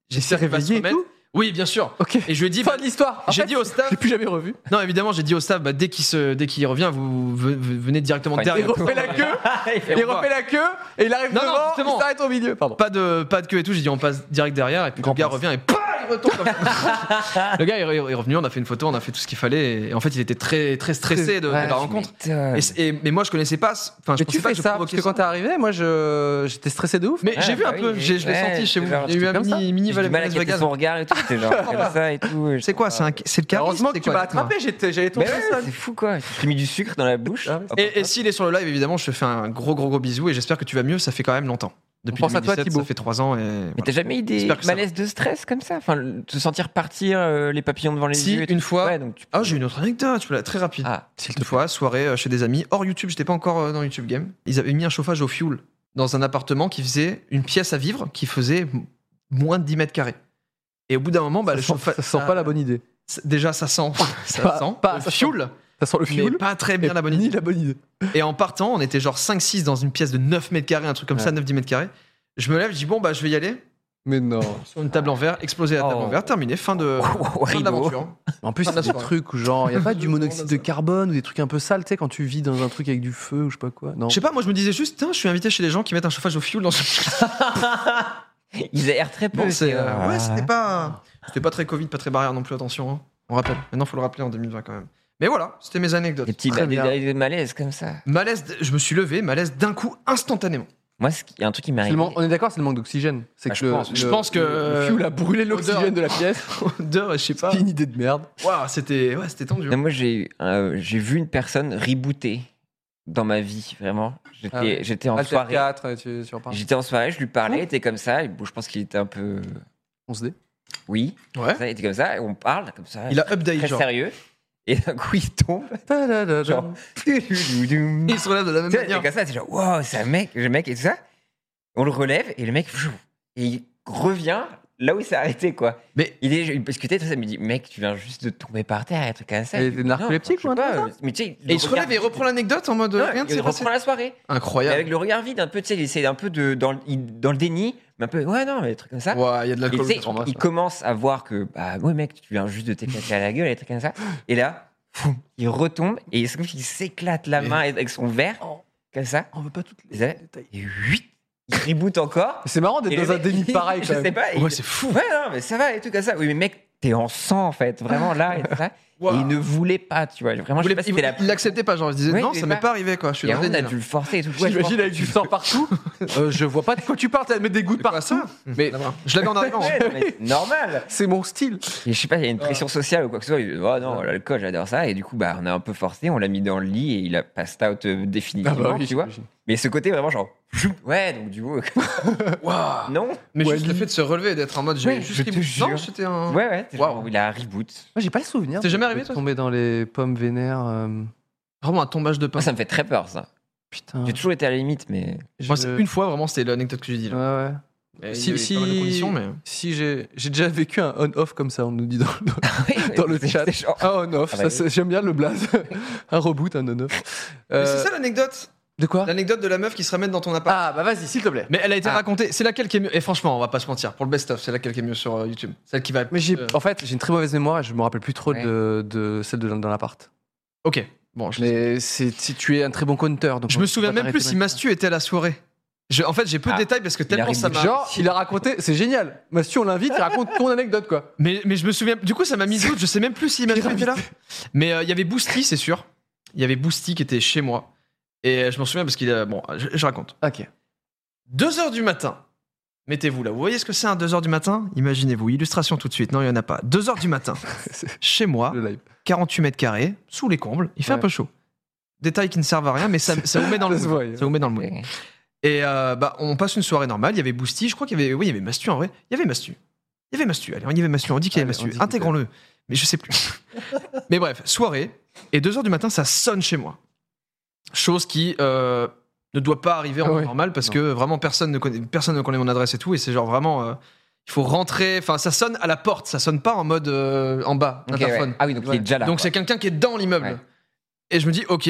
S3: j'essaie de pas se
S1: réveillé et
S3: remettre.
S1: tout
S3: Oui, bien sûr.
S1: Ok.
S3: Et je lui ai dit,
S1: Fin
S3: bah,
S1: de l'histoire.
S3: j'ai
S1: Après,
S3: dit au staff.
S1: je l'ai plus jamais revu.
S3: Non, évidemment, j'ai dit au staff, bah, dès qu'il se, dès qu'il revient, vous, vous- vous venez directement
S2: Ouais.
S1: Ah, Il
S3: derrière.
S1: refait la queue, *laughs* il
S3: revoir.
S1: refait la queue, et il arrive
S3: Non, non,
S1: devant,
S3: justement.
S1: il s'arrête au milieu. Pardon.
S3: Pas de, pas de queue et tout. J'ai dit, on passe direct derrière. Et puis
S2: Grand
S3: le gars
S2: passe.
S3: revient et pam, il retombe. comme ça. *laughs* le gars il est est revenu, on a fait une photo, on a fait tout ce qu'il fallait. Et en fait, il était très, très stressé de, de
S1: Ouais,
S3: la rencontre.
S2: Ah, Putain.
S3: Et, c'est- et- mais moi, je connaissais pas. Enfin, je
S1: Mais
S3: pensais
S1: tu
S3: pas
S1: fais
S3: que je
S1: ça, parce
S3: provoquais
S1: que quand
S3: ça.
S1: t'es arrivé, moi je- j'étais stressé de ouf.
S3: Mais
S2: Ouais,
S3: j'ai vu
S2: bah
S3: un
S2: oui,
S3: peu,
S2: mais-
S3: j'ai- je l'ai
S2: ouais,
S3: senti chez vous.
S2: genre,
S3: Il y a eu un
S1: comme ça.
S3: mini, mini
S2: J'ai du mal à
S3: Las
S2: capter
S3: Vegas.
S2: son regard et tout, c'était genre comme ça et tout. et je-
S3: *laughs* C'est quoi C'est un- c'est le cariste
S1: Bah, Heureusement que
S3: c'est
S1: tu
S3: quoi
S1: m'as attrapé, j'étais- j'allais
S2: Mais
S1: tomber
S2: ouais,
S1: seul.
S2: c'est fou quoi. Je t'ai mis du sucre dans la bouche.
S1: Ah ouais.
S2: Hop, hop,
S3: Et, et
S2: hop.
S3: s'il est sur le live, évidemment, je te fais un gros, gros, gros bisou et j'espère que tu vas mieux. Ça fait quand même longtemps. Depuis
S1: pense à toi,
S3: 2017,
S1: Thibaut.
S3: ça fait 3 ans. Et voilà.
S2: Mais t'as jamais eu des
S3: J'espère que ça
S2: malaises de stress comme ça Enfin, le- te sentir partir, euh, les papillons devant les
S3: Si,
S2: yeux et
S3: une
S2: tout.
S3: fois-
S2: Ouais, donc tu-
S3: Ah, j'ai une autre anecdote, je peux la très rapide.
S2: Ah, *laughs*
S3: Une fois, soirée euh, chez des amis, hors YouTube, j'étais pas encore euh, dans YouTube Game. Ils avaient mis un chauffage au fuel dans un appartement qui faisait une pièce à vivre qui faisait m- moins de 10 mètres carrés. Et au bout d'un moment, bah,
S1: ça,
S3: le
S1: sent,
S3: chauffage.
S1: ça sent pas la bonne idée.
S3: Déjà, ça
S1: *laughs*
S3: sent. ça
S1: Pas-
S3: sent.
S1: pas-
S3: le
S1: ça sent-
S3: fuel,
S1: Ça sent le
S3: mais
S1: fuel.
S3: pas très
S1: et
S3: bien la bonne
S1: Ni
S3: idée.
S1: la bonne idée.
S3: Et en partant, on était genre 5-6 dans une pièce de 9 mètres carrés, un truc comme
S1: Ouais.
S3: ça, 9-10 mètres carrés. Je me lève, je dis bon, bah je vais y aller.
S1: Mais non.
S3: Sur une table en verre, exploser la table
S2: Oh.
S3: en verre, terminé,
S2: *laughs*
S3: fin de, fin de
S2: rideau.
S3: l'aventure.
S1: En plus,
S3: Ah,
S1: c'est des
S3: d'accord.
S1: trucs où genre,
S3: *laughs*
S1: y a pas du monoxyde de
S3: Ouais.
S1: carbone ou des trucs un peu sales, tu sais, quand tu vis dans un truc avec du feu ou je sais pas quoi. Non.
S3: Je sais pas, moi je me disais juste, Tain, je suis invité chez les gens qui mettent un chauffage au fioul dans ce.
S2: *laughs* Ils aèrent très peu.
S3: Bon,
S2: c'est,
S3: c'est. euh,
S2: euh,
S3: ouais, c'était pas. C'était pas très Covid, pas très barrière non plus, attention. hein. On rappelle. Maintenant, faut le rappeler en 2020 quand même. Mais voilà, c'était mes anecdotes.
S2: Des petits
S1: Très
S2: des-
S1: bien.
S2: des- des malaises comme ça.
S3: Malaise, de- je me suis levé, malaise d'un coup, instantanément. *laughs*
S2: Moi, ce qui- il y a un truc qui m'est
S1: C'est le man-
S2: arrivé.
S1: on est d'accord, c'est le manque d'oxygène. C'est
S2: Ah,
S1: que
S2: je
S1: le-
S2: pense-
S1: le-
S3: je pense que- euh,
S1: le fuel a brûlé l'oxygène
S3: Odeur.
S1: de la pièce.
S3: *laughs* Odeur, je sais pas.
S1: C'est une idée de merde.
S3: Waouh, c'était. Ouais, c'était tendu. hein.
S2: Non, moi, j'ai euh, j'ai vu une personne rebootée dans ma vie, vraiment. J'étais
S1: Ah ouais.
S2: j'étais en
S1: Alter
S2: soirée.
S1: 4, euh, tu, tu en parles.
S2: J'étais en soirée, je lui
S3: Ah.
S2: parlais, il était comme ça. et bon, je pense qu'il était un peu.
S1: On se dit.
S2: Oui.
S3: Ouais.
S2: Ça, il était comme ça, et on parle comme ça.
S3: Il a update,
S2: très
S3: genre.
S2: sérieux. Et d'un coup, il tombe. *laughs* Genre. Tudududoum.
S3: Il se relève de la même
S2: Tu sais, c'est
S3: manière.
S2: Bah, comme ça, c'est genre, wow, c'est un mec, le mec et tout ça. On le relève et le mec, pfiou, et il revient là où il s'est arrêté, quoi.
S3: Mais-
S2: il est, il discutait, tout ça, il me dit, mec, tu viens juste de tomber par terre, un truc comme ça.
S1: Il
S2: Je dis,
S1: était
S2: Non,
S1: narcoleptique
S2: je sais
S1: ou un truc
S2: pas,
S1: comme
S2: euh, Mais tu sais,
S3: Et il se relève et il reprend l'anecdote en mode. Rien ne
S2: il
S3: s'est
S2: reprend
S3: passé.
S2: la soirée. Mais
S3: Incroyable.
S2: avec le regard vide, un peu, tu sais, il essaie un peu de, dans, le- il- dans le déni, mais un peu, ouais, non, mais des trucs comme ça.
S3: Ouah, il y a de
S2: Et tu
S3: l'alcool.
S2: sais,
S3: autour de moi,
S2: il
S3: ça.
S2: commence à voir que, bah ouais, mec, tu viens juste de t'éclater à la gueule, et trucs comme ça. Et là, fou, il retombe et c'est comme s'il s'éclate la
S3: Mais-
S2: main avec son verre, comme ça.
S1: On veut pas toutes
S2: les
S1: détails.
S2: Et 8, il reboot encore.
S1: C'est marrant
S2: Et
S1: d'être
S2: le
S1: dans un
S2: mec,
S1: déni
S2: *laughs*
S1: *laughs*
S2: il-
S1: pareil
S2: Je
S1: quand
S2: sais
S1: même.
S2: pas. il-
S3: Ouais, c'est fou.
S2: Ouais, non, mais ça va et tout comme ça. Oui, mais mec, t'es en sang en fait, vraiment là. Et, tout
S1: *laughs*
S2: ça.
S3: Waouh.
S2: Et il ne voulait pas, tu vois. Vraiment, je sais
S3: voulait-
S2: pas si
S3: il-
S2: c'était la.
S3: Il l'acceptait pas, genre il se disait
S2: Oui,
S3: non,
S2: il est
S3: ça m'est
S2: pas-
S3: pas arrivé quoi, je suis hein.
S2: Et
S3: dans le
S2: on a
S3: déni,
S2: dû le forcer et tout. Ouais, je pense
S1: J'imagine avec
S2: que
S1: du
S2: tu-
S1: sang partout. Euh, je vois pas de quoi tu parles, t'as mis des gouttes
S3: là. Quoi,
S1: partout.
S3: ça Mais d'abord, je l'avais en arrivant. hein.
S2: Ouais, non, mais c'est normal.
S1: C'est mon style.
S2: Et je sais pas, il y a une pression sociale ou quoi que ce soit. Il- Oh non, l'alcool, j'adore ça. Et du coup, bah, on a un peu forcé, on l'a mis dans le lit et il a passed out euh,
S1: Ah bah
S2: définitivement, tu vois. Mais ce côté vraiment genre, ouais, donc du coup, *laughs*
S3: Waouh.
S2: non.
S3: Mais
S1: Ou
S3: juste
S1: Ali.
S3: le fait de se relever et d'être en mode
S2: Ouais,
S3: j'ai juste
S2: je te
S3: les bouts- Non,
S2: jure.
S3: c'était un.
S2: Ouais, ouais, t'es genre,
S3: Waouh.
S2: il a un reboot.
S1: Moi, j'ai pas le souvenir.
S3: T'es
S1: de-
S3: jamais arrivé,
S1: de
S3: toi,
S1: Tomber dans les pommes vénères. euh,
S3: Vraiment un tombage de pain.
S2: Moi, ça me fait très peur, ça.
S1: Putain.
S2: J'ai toujours été à la limite, mais.
S1: je-
S3: Moi, c'est une fois vraiment, c'était l'anecdote que j'ai dit.
S1: Ouais,
S3: là.
S1: ouais.
S3: Mais
S1: Si-
S3: il y avait
S1: si-
S3: pas mal de conditions, mais-
S1: Si j'ai j'ai déjà vécu un on-off comme ça, on nous dit dans le, *laughs* dans le
S2: *laughs* C'est-
S1: chat.
S2: c'est genre-
S1: *laughs* Un on-off,
S2: Ah,
S1: ça,
S2: bah,
S1: c'est- j'aime bien le blaze. *laughs* un reboot, un on-off.
S3: Mais
S1: Euh,
S3: C'est ça l'anecdote
S1: de quoi
S3: L'anecdote de la meuf qui se ramène dans ton
S1: Ah,
S3: appart.
S1: bah vas-y, s'il te plaît.
S3: Mais elle a été
S1: Ah.
S3: racontée. C'est laquelle qui est mieux Et franchement, on va pas se mentir. Pour le best-of, c'est laquelle qui est mieux sur euh, YouTube. Celle qui va.
S1: Mais j'ai,
S3: Euh,
S1: en fait, j'ai une très mauvaise mémoire et je me rappelle plus trop
S2: Ouais.
S1: de, de celle de dans l'appart.
S3: Ok. Bon, je,
S1: Mais c'est, si tu es un très bon conteur, donc
S3: je me souviens même plus si
S1: Mastu
S3: Mastu était à la soirée. Je- En fait, j'ai peu de
S2: Ah.
S3: détails parce que
S2: a
S3: tellement ça m'a.
S1: Genre, il a raconté, c'est génial. Mastu, on l'invite, il raconte ton anecdote
S3: *laughs*
S1: quoi.
S3: Mais, mais je me souviens. Du coup, ça m'a mis doute. Je sais même plus si Mastu était là. Mais euh, il y avait Boosty, c'est sûr. il y avait Boosty qui était chez moi. Et euh, je m'en souviens parce qu'il a. Bon, je, je raconte.
S1: Ok.
S3: 2h du matin. Mettez-vous là. Vous voyez ce que c'est un 2h du matin Imaginez-vous. Illustration tout de suite. Non, il n'y en a pas. 2h du matin. chez moi,
S1: *laughs* Le live.
S3: 48 mètres carrés, sous les combles. Il fait un
S1: Ouais.
S3: peu chaud. Détails qui ne servent à rien, mais ça, ça vous met dans
S1: *laughs*
S3: le
S1: Ça se
S3: mood.
S1: voit.
S3: Ça vous met dans le mood. Et euh, bah, on passe une soirée normale. Il y avait Boosty, je crois qu'il y avait. Oui, il y avait Mastu en vrai. Il y avait Mastu. Il y avait Mastu. Allez, on y avait Mastu. On dit qu'il y avait
S1: Allez, on
S3: Mastu.
S1: dit qu'il
S3: Intégrons-le. Mais je
S1: *laughs*
S3: sais plus. Mais bref, soirée. Et 2h du matin, ça sonne chez moi. Chose qui euh, ne doit pas arriver en
S1: Ah
S3: temps
S1: ouais.
S3: normal parce
S1: Non.
S3: que vraiment personne ne, connaît, personne ne connaît mon adresse et tout. Et c'est genre vraiment. euh, il faut rentrer. Enfin, ça sonne à la porte. Ça sonne pas en mode euh, en bas,
S2: Ok,
S3: interphone.
S2: ouais. Ah oui, donc il est déjà là.
S3: Donc
S2: quoi.
S3: c'est quelqu'un qui est dans l'immeuble.
S2: Ouais.
S3: Et je me dis, ok,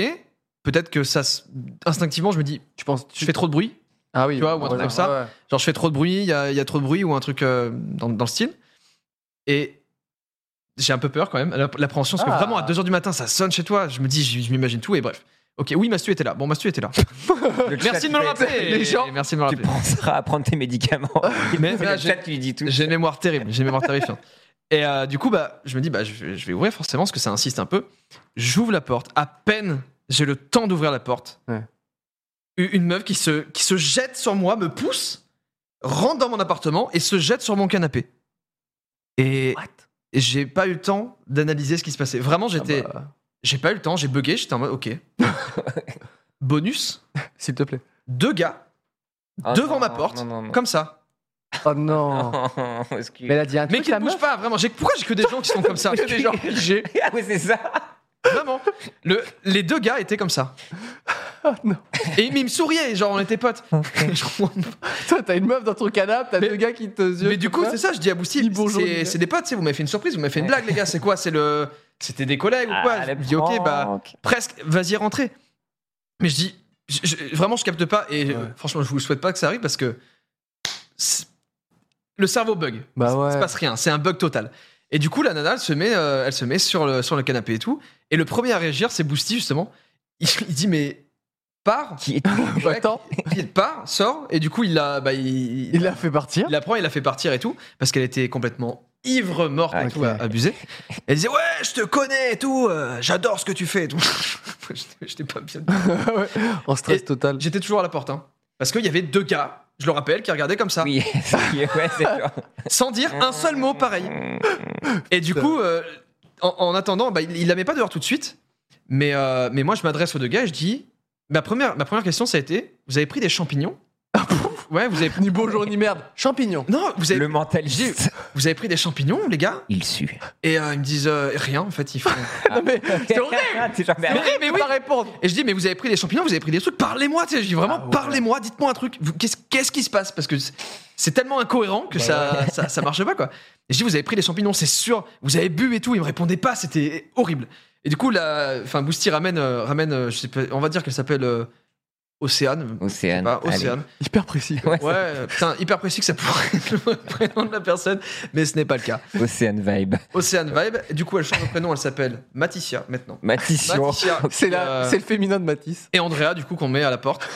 S3: peut-être que ça. s- Instinctivement, je me dis,
S1: Tu penses.
S3: je fais trop de bruit.
S1: Ah oui.
S3: tu vois, ou un truc comme ça.
S1: ouais.
S3: Genre, je fais trop de bruit, il y a, il y a trop de bruit ou un truc euh, dans, dans le style. Et j'ai un peu peur quand même, l'app- l'appréhension, parce que
S1: Ah.
S3: vraiment à 2h du matin, ça sonne chez toi. Je me dis, je, je m'imagine tout, et bref. Ok, oui, Mastu était là. Bon, Mastu était là.
S2: Le chat,
S3: Merci de me le
S2: tu fais-
S3: rappeler.
S1: Les gens-
S3: et Merci de me le
S2: Tu
S3: rappeler.
S2: penseras à prendre tes médicaments.
S3: Mais
S2: C'est
S3: là,
S2: le
S3: j'ai-
S2: chat qui lui dit tout.
S3: *laughs* j'ai une mémoire terrible, j'ai une mémoire terrifiante. Et euh, du coup, bah, je me dis, bah, je, vais- je vais ouvrir forcément, parce que ça insiste un peu. J'ouvre la porte, à peine j'ai le temps d'ouvrir la porte.
S1: Ouais.
S3: Une une meuf qui se, qui se jette sur moi, me pousse, rentre dans mon appartement et se jette sur mon canapé. Et et j'ai pas eu le temps d'analyser ce qui se passait. Vraiment, j'étais.
S1: Ah bah,
S3: J'ai pas eu le temps, j'ai bugué, j'étais en
S2: *laughs*
S3: mode, ok. Bonus,
S1: S'il te plaît.
S3: deux gars,
S2: Ah,
S3: devant
S2: non,
S3: ma porte,
S2: non, non, non.
S3: comme ça.
S1: Oh
S2: *laughs*
S1: non.
S2: Non, excuse.
S1: Mais elle a dit un
S3: Mais
S1: truc,
S3: qui
S1: la
S3: ne bougent
S1: meuf.
S3: pas, vraiment. J'ai- Pourquoi j'ai que des gens qui sont
S1: *laughs*
S3: comme ça
S2: Que des
S3: *laughs*
S2: gens
S3: figés.
S2: *laughs* Ah oui, c'est ça.
S3: Vraiment. Le, les deux gars étaient comme ça.
S1: Ah *laughs* non.
S3: Et mais ils me souriaient, genre on était potes. *laughs* Je comprends pas.
S1: Toi, t'as une meuf dans ton canapé, t'as
S3: Mais-
S1: deux gars qui te.
S3: mais du coup, c'est ça, je dis à
S1: Dis
S3: Bousty,
S1: bonjour, les
S3: c'est-
S1: gars.
S3: c'est des potes, tu sais, vous m'avez fait une surprise, vous m'avez fait une blague, les gars, c'est quoi C'est le. C'était des collègues *laughs* ou quoi
S2: Ah,
S3: Je
S2: la
S3: dis, ok, bah,
S2: banque.
S3: presque, vas-y, rentrez. Mais je dis, je- je- vraiment, je capte pas, et
S1: Ouais.
S3: euh, franchement, je vous souhaite pas que ça arrive parce que. c'est- Le cerveau bug.
S1: Bah
S3: Il se
S1: ouais.
S3: passe rien, c'est un bug total. Et du coup, la nana, elle se met, euh, elle se met sur, le, sur le canapé et tout. Et le premier à réagir, c'est Boosty, justement. Il, *laughs* il dit, mais pars.
S2: Qui est
S1: Bah, Attends,
S3: Il part, sort. Et du coup, il la, bah, il,
S1: il l'a fait partir.
S3: il la prend, il la fait partir et tout. Parce qu'elle était complètement ivre morte
S2: Ah,
S3: et
S2: ok.
S3: tout, abusée. Elle disait, ouais, je te connais et tout. euh, J'adore ce que tu fais et tout. *laughs* J'étais- J'étais pas bien.
S1: Ouais. en stress
S3: Et-
S1: total.
S3: J'étais toujours à la porte. hein. parce qu'il y avait deux gars, je le rappelle, qui regardaient comme ça.
S2: Oui, *laughs* c'est-
S3: *laughs*
S2: ouais, c'est genre-
S3: Sans dire un seul mot pareil. Et du coup, euh, en, en attendant, bah, il, il la met pas dehors tout de suite. Mais, euh, mais moi, je m'adresse aux deux gars et je dis ma première, ma première question, ça a été Vous avez pris des champignons Ouais, vous avez.
S1: Ni bonjour ni merde.
S3: *laughs*
S1: Champignons.
S3: Non, vous avez,
S2: Le mentaliste.
S3: vous avez pris des champignons, les gars
S2: Il
S3: *laughs*
S2: sue.
S3: Et euh, ils me disent euh, Rien, en fait, ils font.
S1: Non, mais c'est horrible.
S2: T'es Ah, genre, mais
S1: *laughs* Mais,
S2: arrête.
S1: mais oui. pas répondre.
S3: Et je dis Mais vous avez pris des champignons, vous avez pris des trucs, parlez-moi tu sais, Je dis vraiment,
S1: Ah ouais.
S3: parlez-moi, dites-moi un truc. Vous- Qu'est-ce qu'est-ce qui se passe Parce que c'est- c'est tellement incohérent
S1: Bah
S3: que ça, ça, ça marche pas, quoi. Et je dis Vous avez pris des champignons, c'est sûr, vous avez bu et tout. Ils me répondaient pas, c'était horrible. Et du coup, la, enfin, Boosty ramène, euh, ramène euh, je sais pas, on va dire qu'elle s'appelle euh, Océane.
S2: Océane.
S3: Pas,
S2: allez.
S3: Bah, Océane.
S1: Hyper précis.
S2: Ouais,
S3: Ouais, euh, putain, hyper précis que ça pourrait *laughs* être le prénom de la personne, mais ce n'est pas le cas.
S2: Océane vibe.
S3: Océane Vibe, et du coup, elle change de prénom, elle s'appelle Maticia maintenant.
S2: Matission.
S3: Maticia,
S1: C'est la-
S3: euh,
S1: c'est le féminin de Matisse.
S3: et Andrea, du coup, qu'on met à la porte.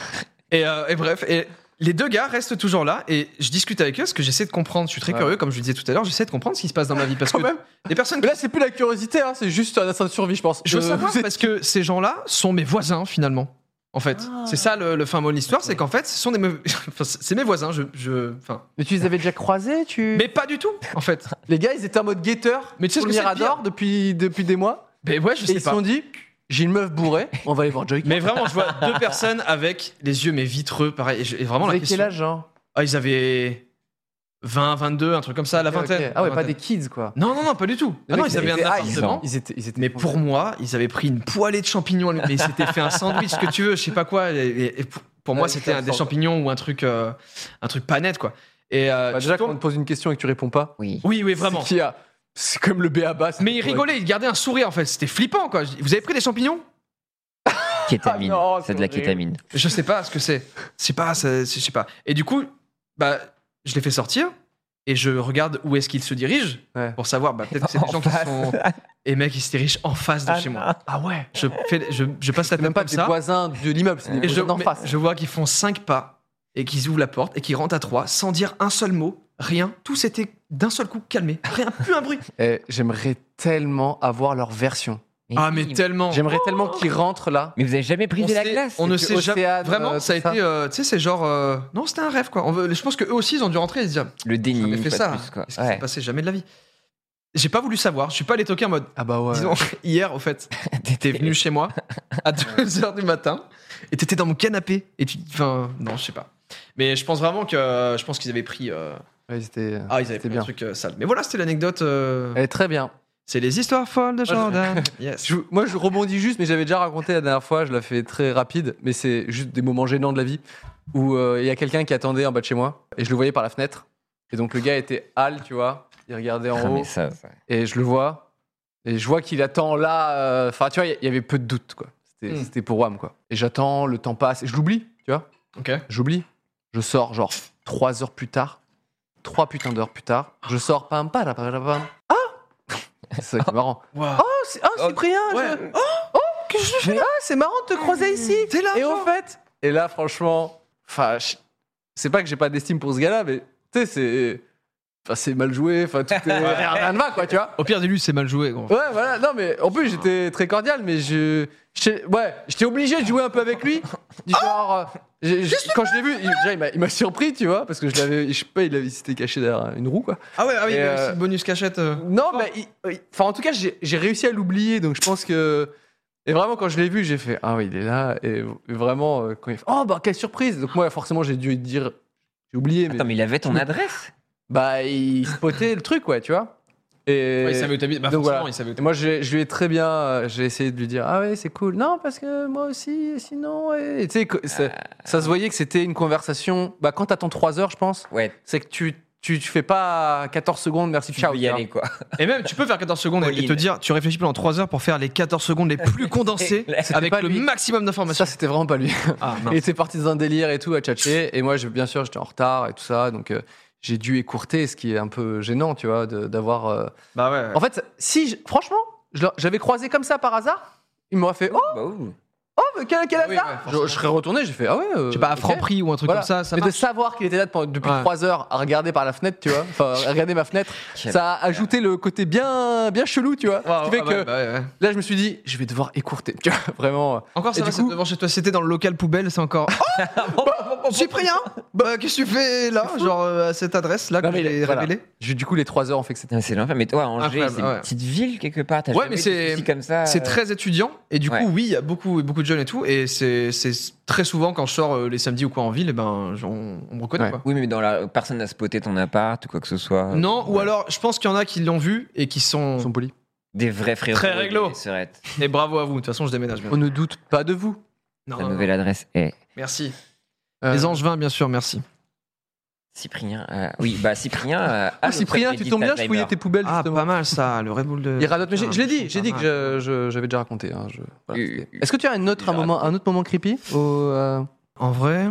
S3: Et, euh, et bref, et les deux gars restent toujours là et je discute avec eux parce que j'essaie de comprendre. Je suis très
S1: Ouais.
S3: curieux, comme je le disais tout à l'heure, j'essaie de comprendre ce qui se passe dans ma vie parce
S1: Quand
S3: que
S1: même.
S3: des personnes.
S1: Mais là, c'est plus la curiosité, hein, c'est juste un instinct de survie, je pense.
S3: Je veux
S1: Euh,
S3: savoir
S1: vous êtes-
S3: parce que ces gens-là sont mes voisins finalement. En fait, c'est ça le, le fin mot de l'histoire, c'est qu'en fait, ce sont des me- *laughs* enfin, c'est mes voisins. Je, je, enfin,
S1: Mais tu les avais déjà croisés, tu.
S3: mais pas du tout, en fait.
S1: Les gars, ils étaient en mode guetteur
S3: Mais tu sais
S1: sur
S3: ce que
S1: le
S3: c'est le
S1: Mirador depuis, depuis des mois.
S3: Mais ouais, je
S1: et
S3: sais
S1: ils se
S3: pas.
S1: sont dit j'ai une meuf bourrée, on va aller voir Joy.
S3: Mais vraiment, je vois deux personnes avec les yeux mais vitreux, pareil. Et, je- et vraiment
S1: Vous
S3: la
S1: avez
S3: question.
S1: quel âge, genre
S3: Ah, ils avaient 20, 22, un truc comme ça, la
S1: Ok, ok.
S3: vingtaine.
S1: Ah ouais,
S3: la
S1: pas
S3: vingtaine.
S1: des kids, quoi.
S3: Non, non, non, pas du tout. Ah non,
S1: mecs,
S3: ils avaient
S1: étaient-
S3: un
S1: ah,
S3: appartement.
S1: Ils étaient, ils étaient
S3: Mais pour moi, ils avaient pris une poêlée de champignons, mais ils s'étaient fait un sandwich, ce que tu veux, je sais pas quoi. Et- et- et pour, pour moi,
S1: Ouais,
S3: c'était
S1: c'est
S3: un des
S1: absent.
S3: champignons ou un truc, euh, un truc pas net, quoi. Et euh,
S1: Bah,
S3: tu
S1: déjà, quand
S3: tournes-
S1: on te pose une question et que tu réponds pas,
S2: Oui.
S3: oui, oui, vraiment.
S1: c'est qu'il y a- C'est comme le B à bas.
S3: Mais ils rigolaient, ils gardaient un sourire, en fait. C'était flippant, quoi. Je dis, Vous avez pris des champignons
S2: Kétamine.
S1: Ah non,
S2: c'est de la
S1: c'est horrible.
S2: kétamine.
S3: Je sais pas ce que c'est. C'est pas, ça- je sais pas. Et du coup, bah, je les fais sortir et je regarde où est-ce qu'ils se dirigent
S1: Ouais.
S3: pour savoir. Bah, peut-être que
S1: *laughs*
S3: c'est des
S2: En
S3: gens qui
S2: face.
S3: sont. Et mec, ils se dirigent en face de
S2: Ah,
S3: chez
S2: non.
S3: moi.
S1: Ah ouais
S3: Je, fais, je, je passe la
S1: C'est même
S3: tête
S1: pas
S3: comme
S1: des
S3: ça.
S1: voisins de l'immeuble, c'est des
S3: Et je,
S1: voisins d'en
S3: mais
S1: face.
S3: je vois qu'ils font cinq pas et qu'ils ouvrent la porte et qu'ils rentrent à trois sans dire un seul mot, rien.
S1: *laughs*
S3: Tout s'était d'un seul coup calmé. Rien, plus un bruit.
S1: Eh, J'aimerais tellement avoir leur version.
S3: Ah,
S2: oui,
S3: mais tellement.
S1: J'aimerais tellement qu'il rentre là.
S2: Mais vous avez jamais pris
S3: On
S2: de la
S3: sait-
S2: glace
S3: On ne
S1: c'était
S3: sait jamais.
S1: Océane,
S3: Vraiment,
S1: euh,
S3: ça a
S1: tout ça.
S3: été. euh, tu sais, c'est genre. euh, non, c'était un rêve, quoi. On veut- je pense qu'eux aussi, ils ont dû rentrer et se dire
S2: Le
S3: J'ai
S2: déni,
S3: jamais fait
S2: pas
S3: ça.
S2: de plus, quoi.
S3: Est-ce que ça
S2: Ouais.
S3: passait jamais de la vie J'ai pas voulu savoir. Je suis pas allé toquer en mode.
S1: Ah bah ouais.
S3: Disons, *laughs* hier,
S1: *laughs*
S3: au fait,
S2: *laughs*
S3: t'es venu chez moi à 2h du matin et t'étais dans mon canapé. Et tu. Enfin, non, je sais pas. Mais je pense vraiment que. euh, Je pense qu'ils avaient pris. euh,
S1: Ouais, c'était-
S3: ah, ils avaient
S1: c'était
S3: pris un
S1: bien.
S3: truc euh, sale. Mais voilà, c'était l'anecdote. euh,
S1: Elle est très bien.
S3: C'est les histoires folles
S1: *laughs*
S3: de Jordan. Yes.
S1: Je- moi, je rebondis juste, mais j'avais déjà raconté la dernière fois, je la fais très rapide, mais c'est juste des moments gênants de la vie où euh, il y a quelqu'un qui attendait en bas de chez moi et je le voyais par la fenêtre. Et donc le gars était hal, tu vois, il regardait
S2: Ah,
S1: en haut
S2: mais ça, ça-
S1: et je le vois et je vois qu'il attend là. euh, Enfin, tu vois, il y avait peu de doute, quoi. C'était
S3: Hmm.
S1: c'était pour Wam, quoi. Et j'attends, le temps passe et je l'oublie, tu vois.
S3: Ok.
S1: J'oublie. Je sors genre trois heures plus tard. Trois putains d'heures plus tard. Je sors pam pam pam pam. Ah *laughs* C'est ça qui est marrant.
S3: Waouh.
S1: Oh, c'est- oh, Cyprien
S3: Ouais. Mmh.
S1: je- Qu'est-ce que je fais là C'est marrant de te croiser ici.
S3: T'es là,
S1: Et
S3: toi
S1: au fait, et là, franchement, enfin, je- c'est pas que j'ai pas d'estime pour ce gars-là, mais tu sais, c'est, enfin, c'est mal joué, enfin, tout est rien ne va, quoi, tu vois.
S3: Au pire des lui, c'est mal joué. gros.
S1: Ouais, voilà. Non, mais en plus, j'étais très cordial, mais je, j'étais- ouais, j'étais obligé de jouer un peu avec lui. Du genre, euh, j'ai- j'ai- quand je l'ai vu, il, déjà, il m'a- il m'a surpris, tu vois, parce que je l'avais, je sais pas, il avait, s'était caché derrière une roue, quoi.
S3: Ah ouais, ah oui,
S1: Et,
S3: mais
S1: euh,
S3: aussi le bonus cachette. euh.
S1: Non, mais il- il- enfin, en tout cas, j'ai j'ai réussi à l'oublier, donc je pense que. Et vraiment, quand je l'ai vu, j'ai fait Ah oui, il est là. Et vraiment, euh, quand il fait Oh, bah, quelle surprise Donc, moi, forcément, j'ai dû dire J'ai oublié, mais.
S2: Attends, mais il avait ton adresse
S1: Bah, il spotait le truc, ouais, tu vois. Et.
S3: Ouais, il savait où t'habites. Bah,
S1: donc
S3: forcément,
S1: voilà.
S3: il savait où
S1: Et moi, je, je lui ai très bien. euh, J'ai essayé de lui dire Ah ouais, c'est cool. Non, parce que moi aussi, et sinon. Et et tu sais, que
S2: Euh.
S1: c'est- ça se voyait que c'était une conversation. Bah, quand t'attends 3 heures, je pense,
S2: Ouais,
S1: c'est que tu, tu, tu fais pas 14 secondes, merci,
S2: tu
S1: ciao.
S2: peux
S1: tu
S2: y
S1: vois.
S2: aller, quoi.
S3: Et même, tu peux faire 14 secondes et
S2: Pauline.
S3: te dire, tu réfléchis pendant 3 heures pour faire les 14 secondes les
S1: *laughs*
S3: plus condensées
S2: C'était
S3: avec
S1: pas
S3: le
S1: lui.
S3: maximum d'informations.
S1: Ça, c'était vraiment pas lui.
S3: Ah,
S1: Il
S3: mince.
S1: était parti dans un délire et tout, à tchatcher. Et moi, je- bien sûr, j'étais en retard et tout ça. Donc, euh, j'ai dû écourter, ce qui est un peu gênant, tu vois, de- d'avoir. euh,
S3: Bah ouais.
S1: En fait, si, je- franchement, je l'a- j'avais croisé comme ça par hasard, il m'aurait fait Oh,
S2: Bah, ouh.
S1: oh, mais quel, quel
S3: Ah oui, ouais,
S1: hasard je,
S3: forcément.
S1: je serais retourné, j'ai fait Ah ouais. euh,
S3: je sais pas, à
S1: ok.
S3: Franprix ou un truc
S1: Voilà.
S3: comme ça, ça
S1: Mais de
S3: marche.
S1: savoir qu'il était là depuis
S3: Ouais.
S1: 3 heures à regarder par la fenêtre, tu vois, enfin,
S3: *laughs*
S1: à regarder ma fenêtre,
S2: Quel-
S1: ça a ajouté le côté bien, bien chelou, tu vois. Ce qui fait
S3: Ah
S1: que
S3: ouais, bah ouais, ouais.
S1: là, je me suis dit, je vais devoir écourter, tu vois, *laughs* vraiment. euh,
S3: Encore ça
S1: Et
S3: va,
S1: du
S3: c'est
S1: coup-
S3: devant chez toi, c'était dans le local poubelle, c'est
S1: *laughs*
S3: encore. Oh Cyprien Bah qu'est-ce que tu fais là Genre euh, à cette adresse là
S1: Non,
S3: que
S1: mais
S3: j'ai
S1: voilà.
S3: révélée
S1: j'ai- Du coup, les 3 heures ont fait que c'était.
S2: Non, mais c'est l'enfer. Mais toi, Angers,
S3: Incroyable,
S2: c'est une
S3: ouais.
S2: petite ville quelque part. T'as
S3: Ouais,
S2: jamais
S3: mais
S2: de
S3: c'est-
S2: soucis comme ça.
S3: C'est
S2: euh,
S3: très étudiant et du
S2: ouais.
S3: coup oui il y a beaucoup beaucoup de jeunes et tout et c'est c'est très souvent quand je sors euh, les samedis ou quoi en ville et ben je- on, on me reconnaît
S1: Ouais.
S3: quoi.
S2: Oui, mais dans la personne n'a spoté ton appart ou quoi que ce soit.
S3: Non ou
S2: Ouais.
S3: alors je pense qu'il y en a qui l'ont vu et qui sont
S1: Ils sont polis.
S2: Des vrais frérots.
S3: Très réglo.
S2: des sœurettes.
S3: et bravo à vous de toute façon je déménage.
S1: On ne doute pas de vous.
S3: Non,
S2: Ta
S3: non,
S2: nouvelle
S3: non.
S2: adresse est
S3: Merci.
S1: Euh,
S3: Les Angevins bien sûr merci.
S2: Cyprien. euh, Oui, bah Cyprien. euh, a
S1: Ah,
S2: le
S1: Cyprien,
S2: Freddy
S1: tu tombes bien, je
S2: Timer.
S1: fouillais tes poubelles
S3: Ah
S1: justement.
S3: pas mal ça le Red Bull de.
S1: Il radote, mais j'ai- je l'ai dit,
S3: Pas
S1: j'ai dit que je-
S3: mal.
S1: je- j'avais déjà raconté. hein, je- voilà,
S2: Euh,
S1: c'était-
S2: euh,
S1: Est-ce que tu as une autre, un,
S2: déjà
S1: moment, un autre moment creepy au, euh,
S3: En vrai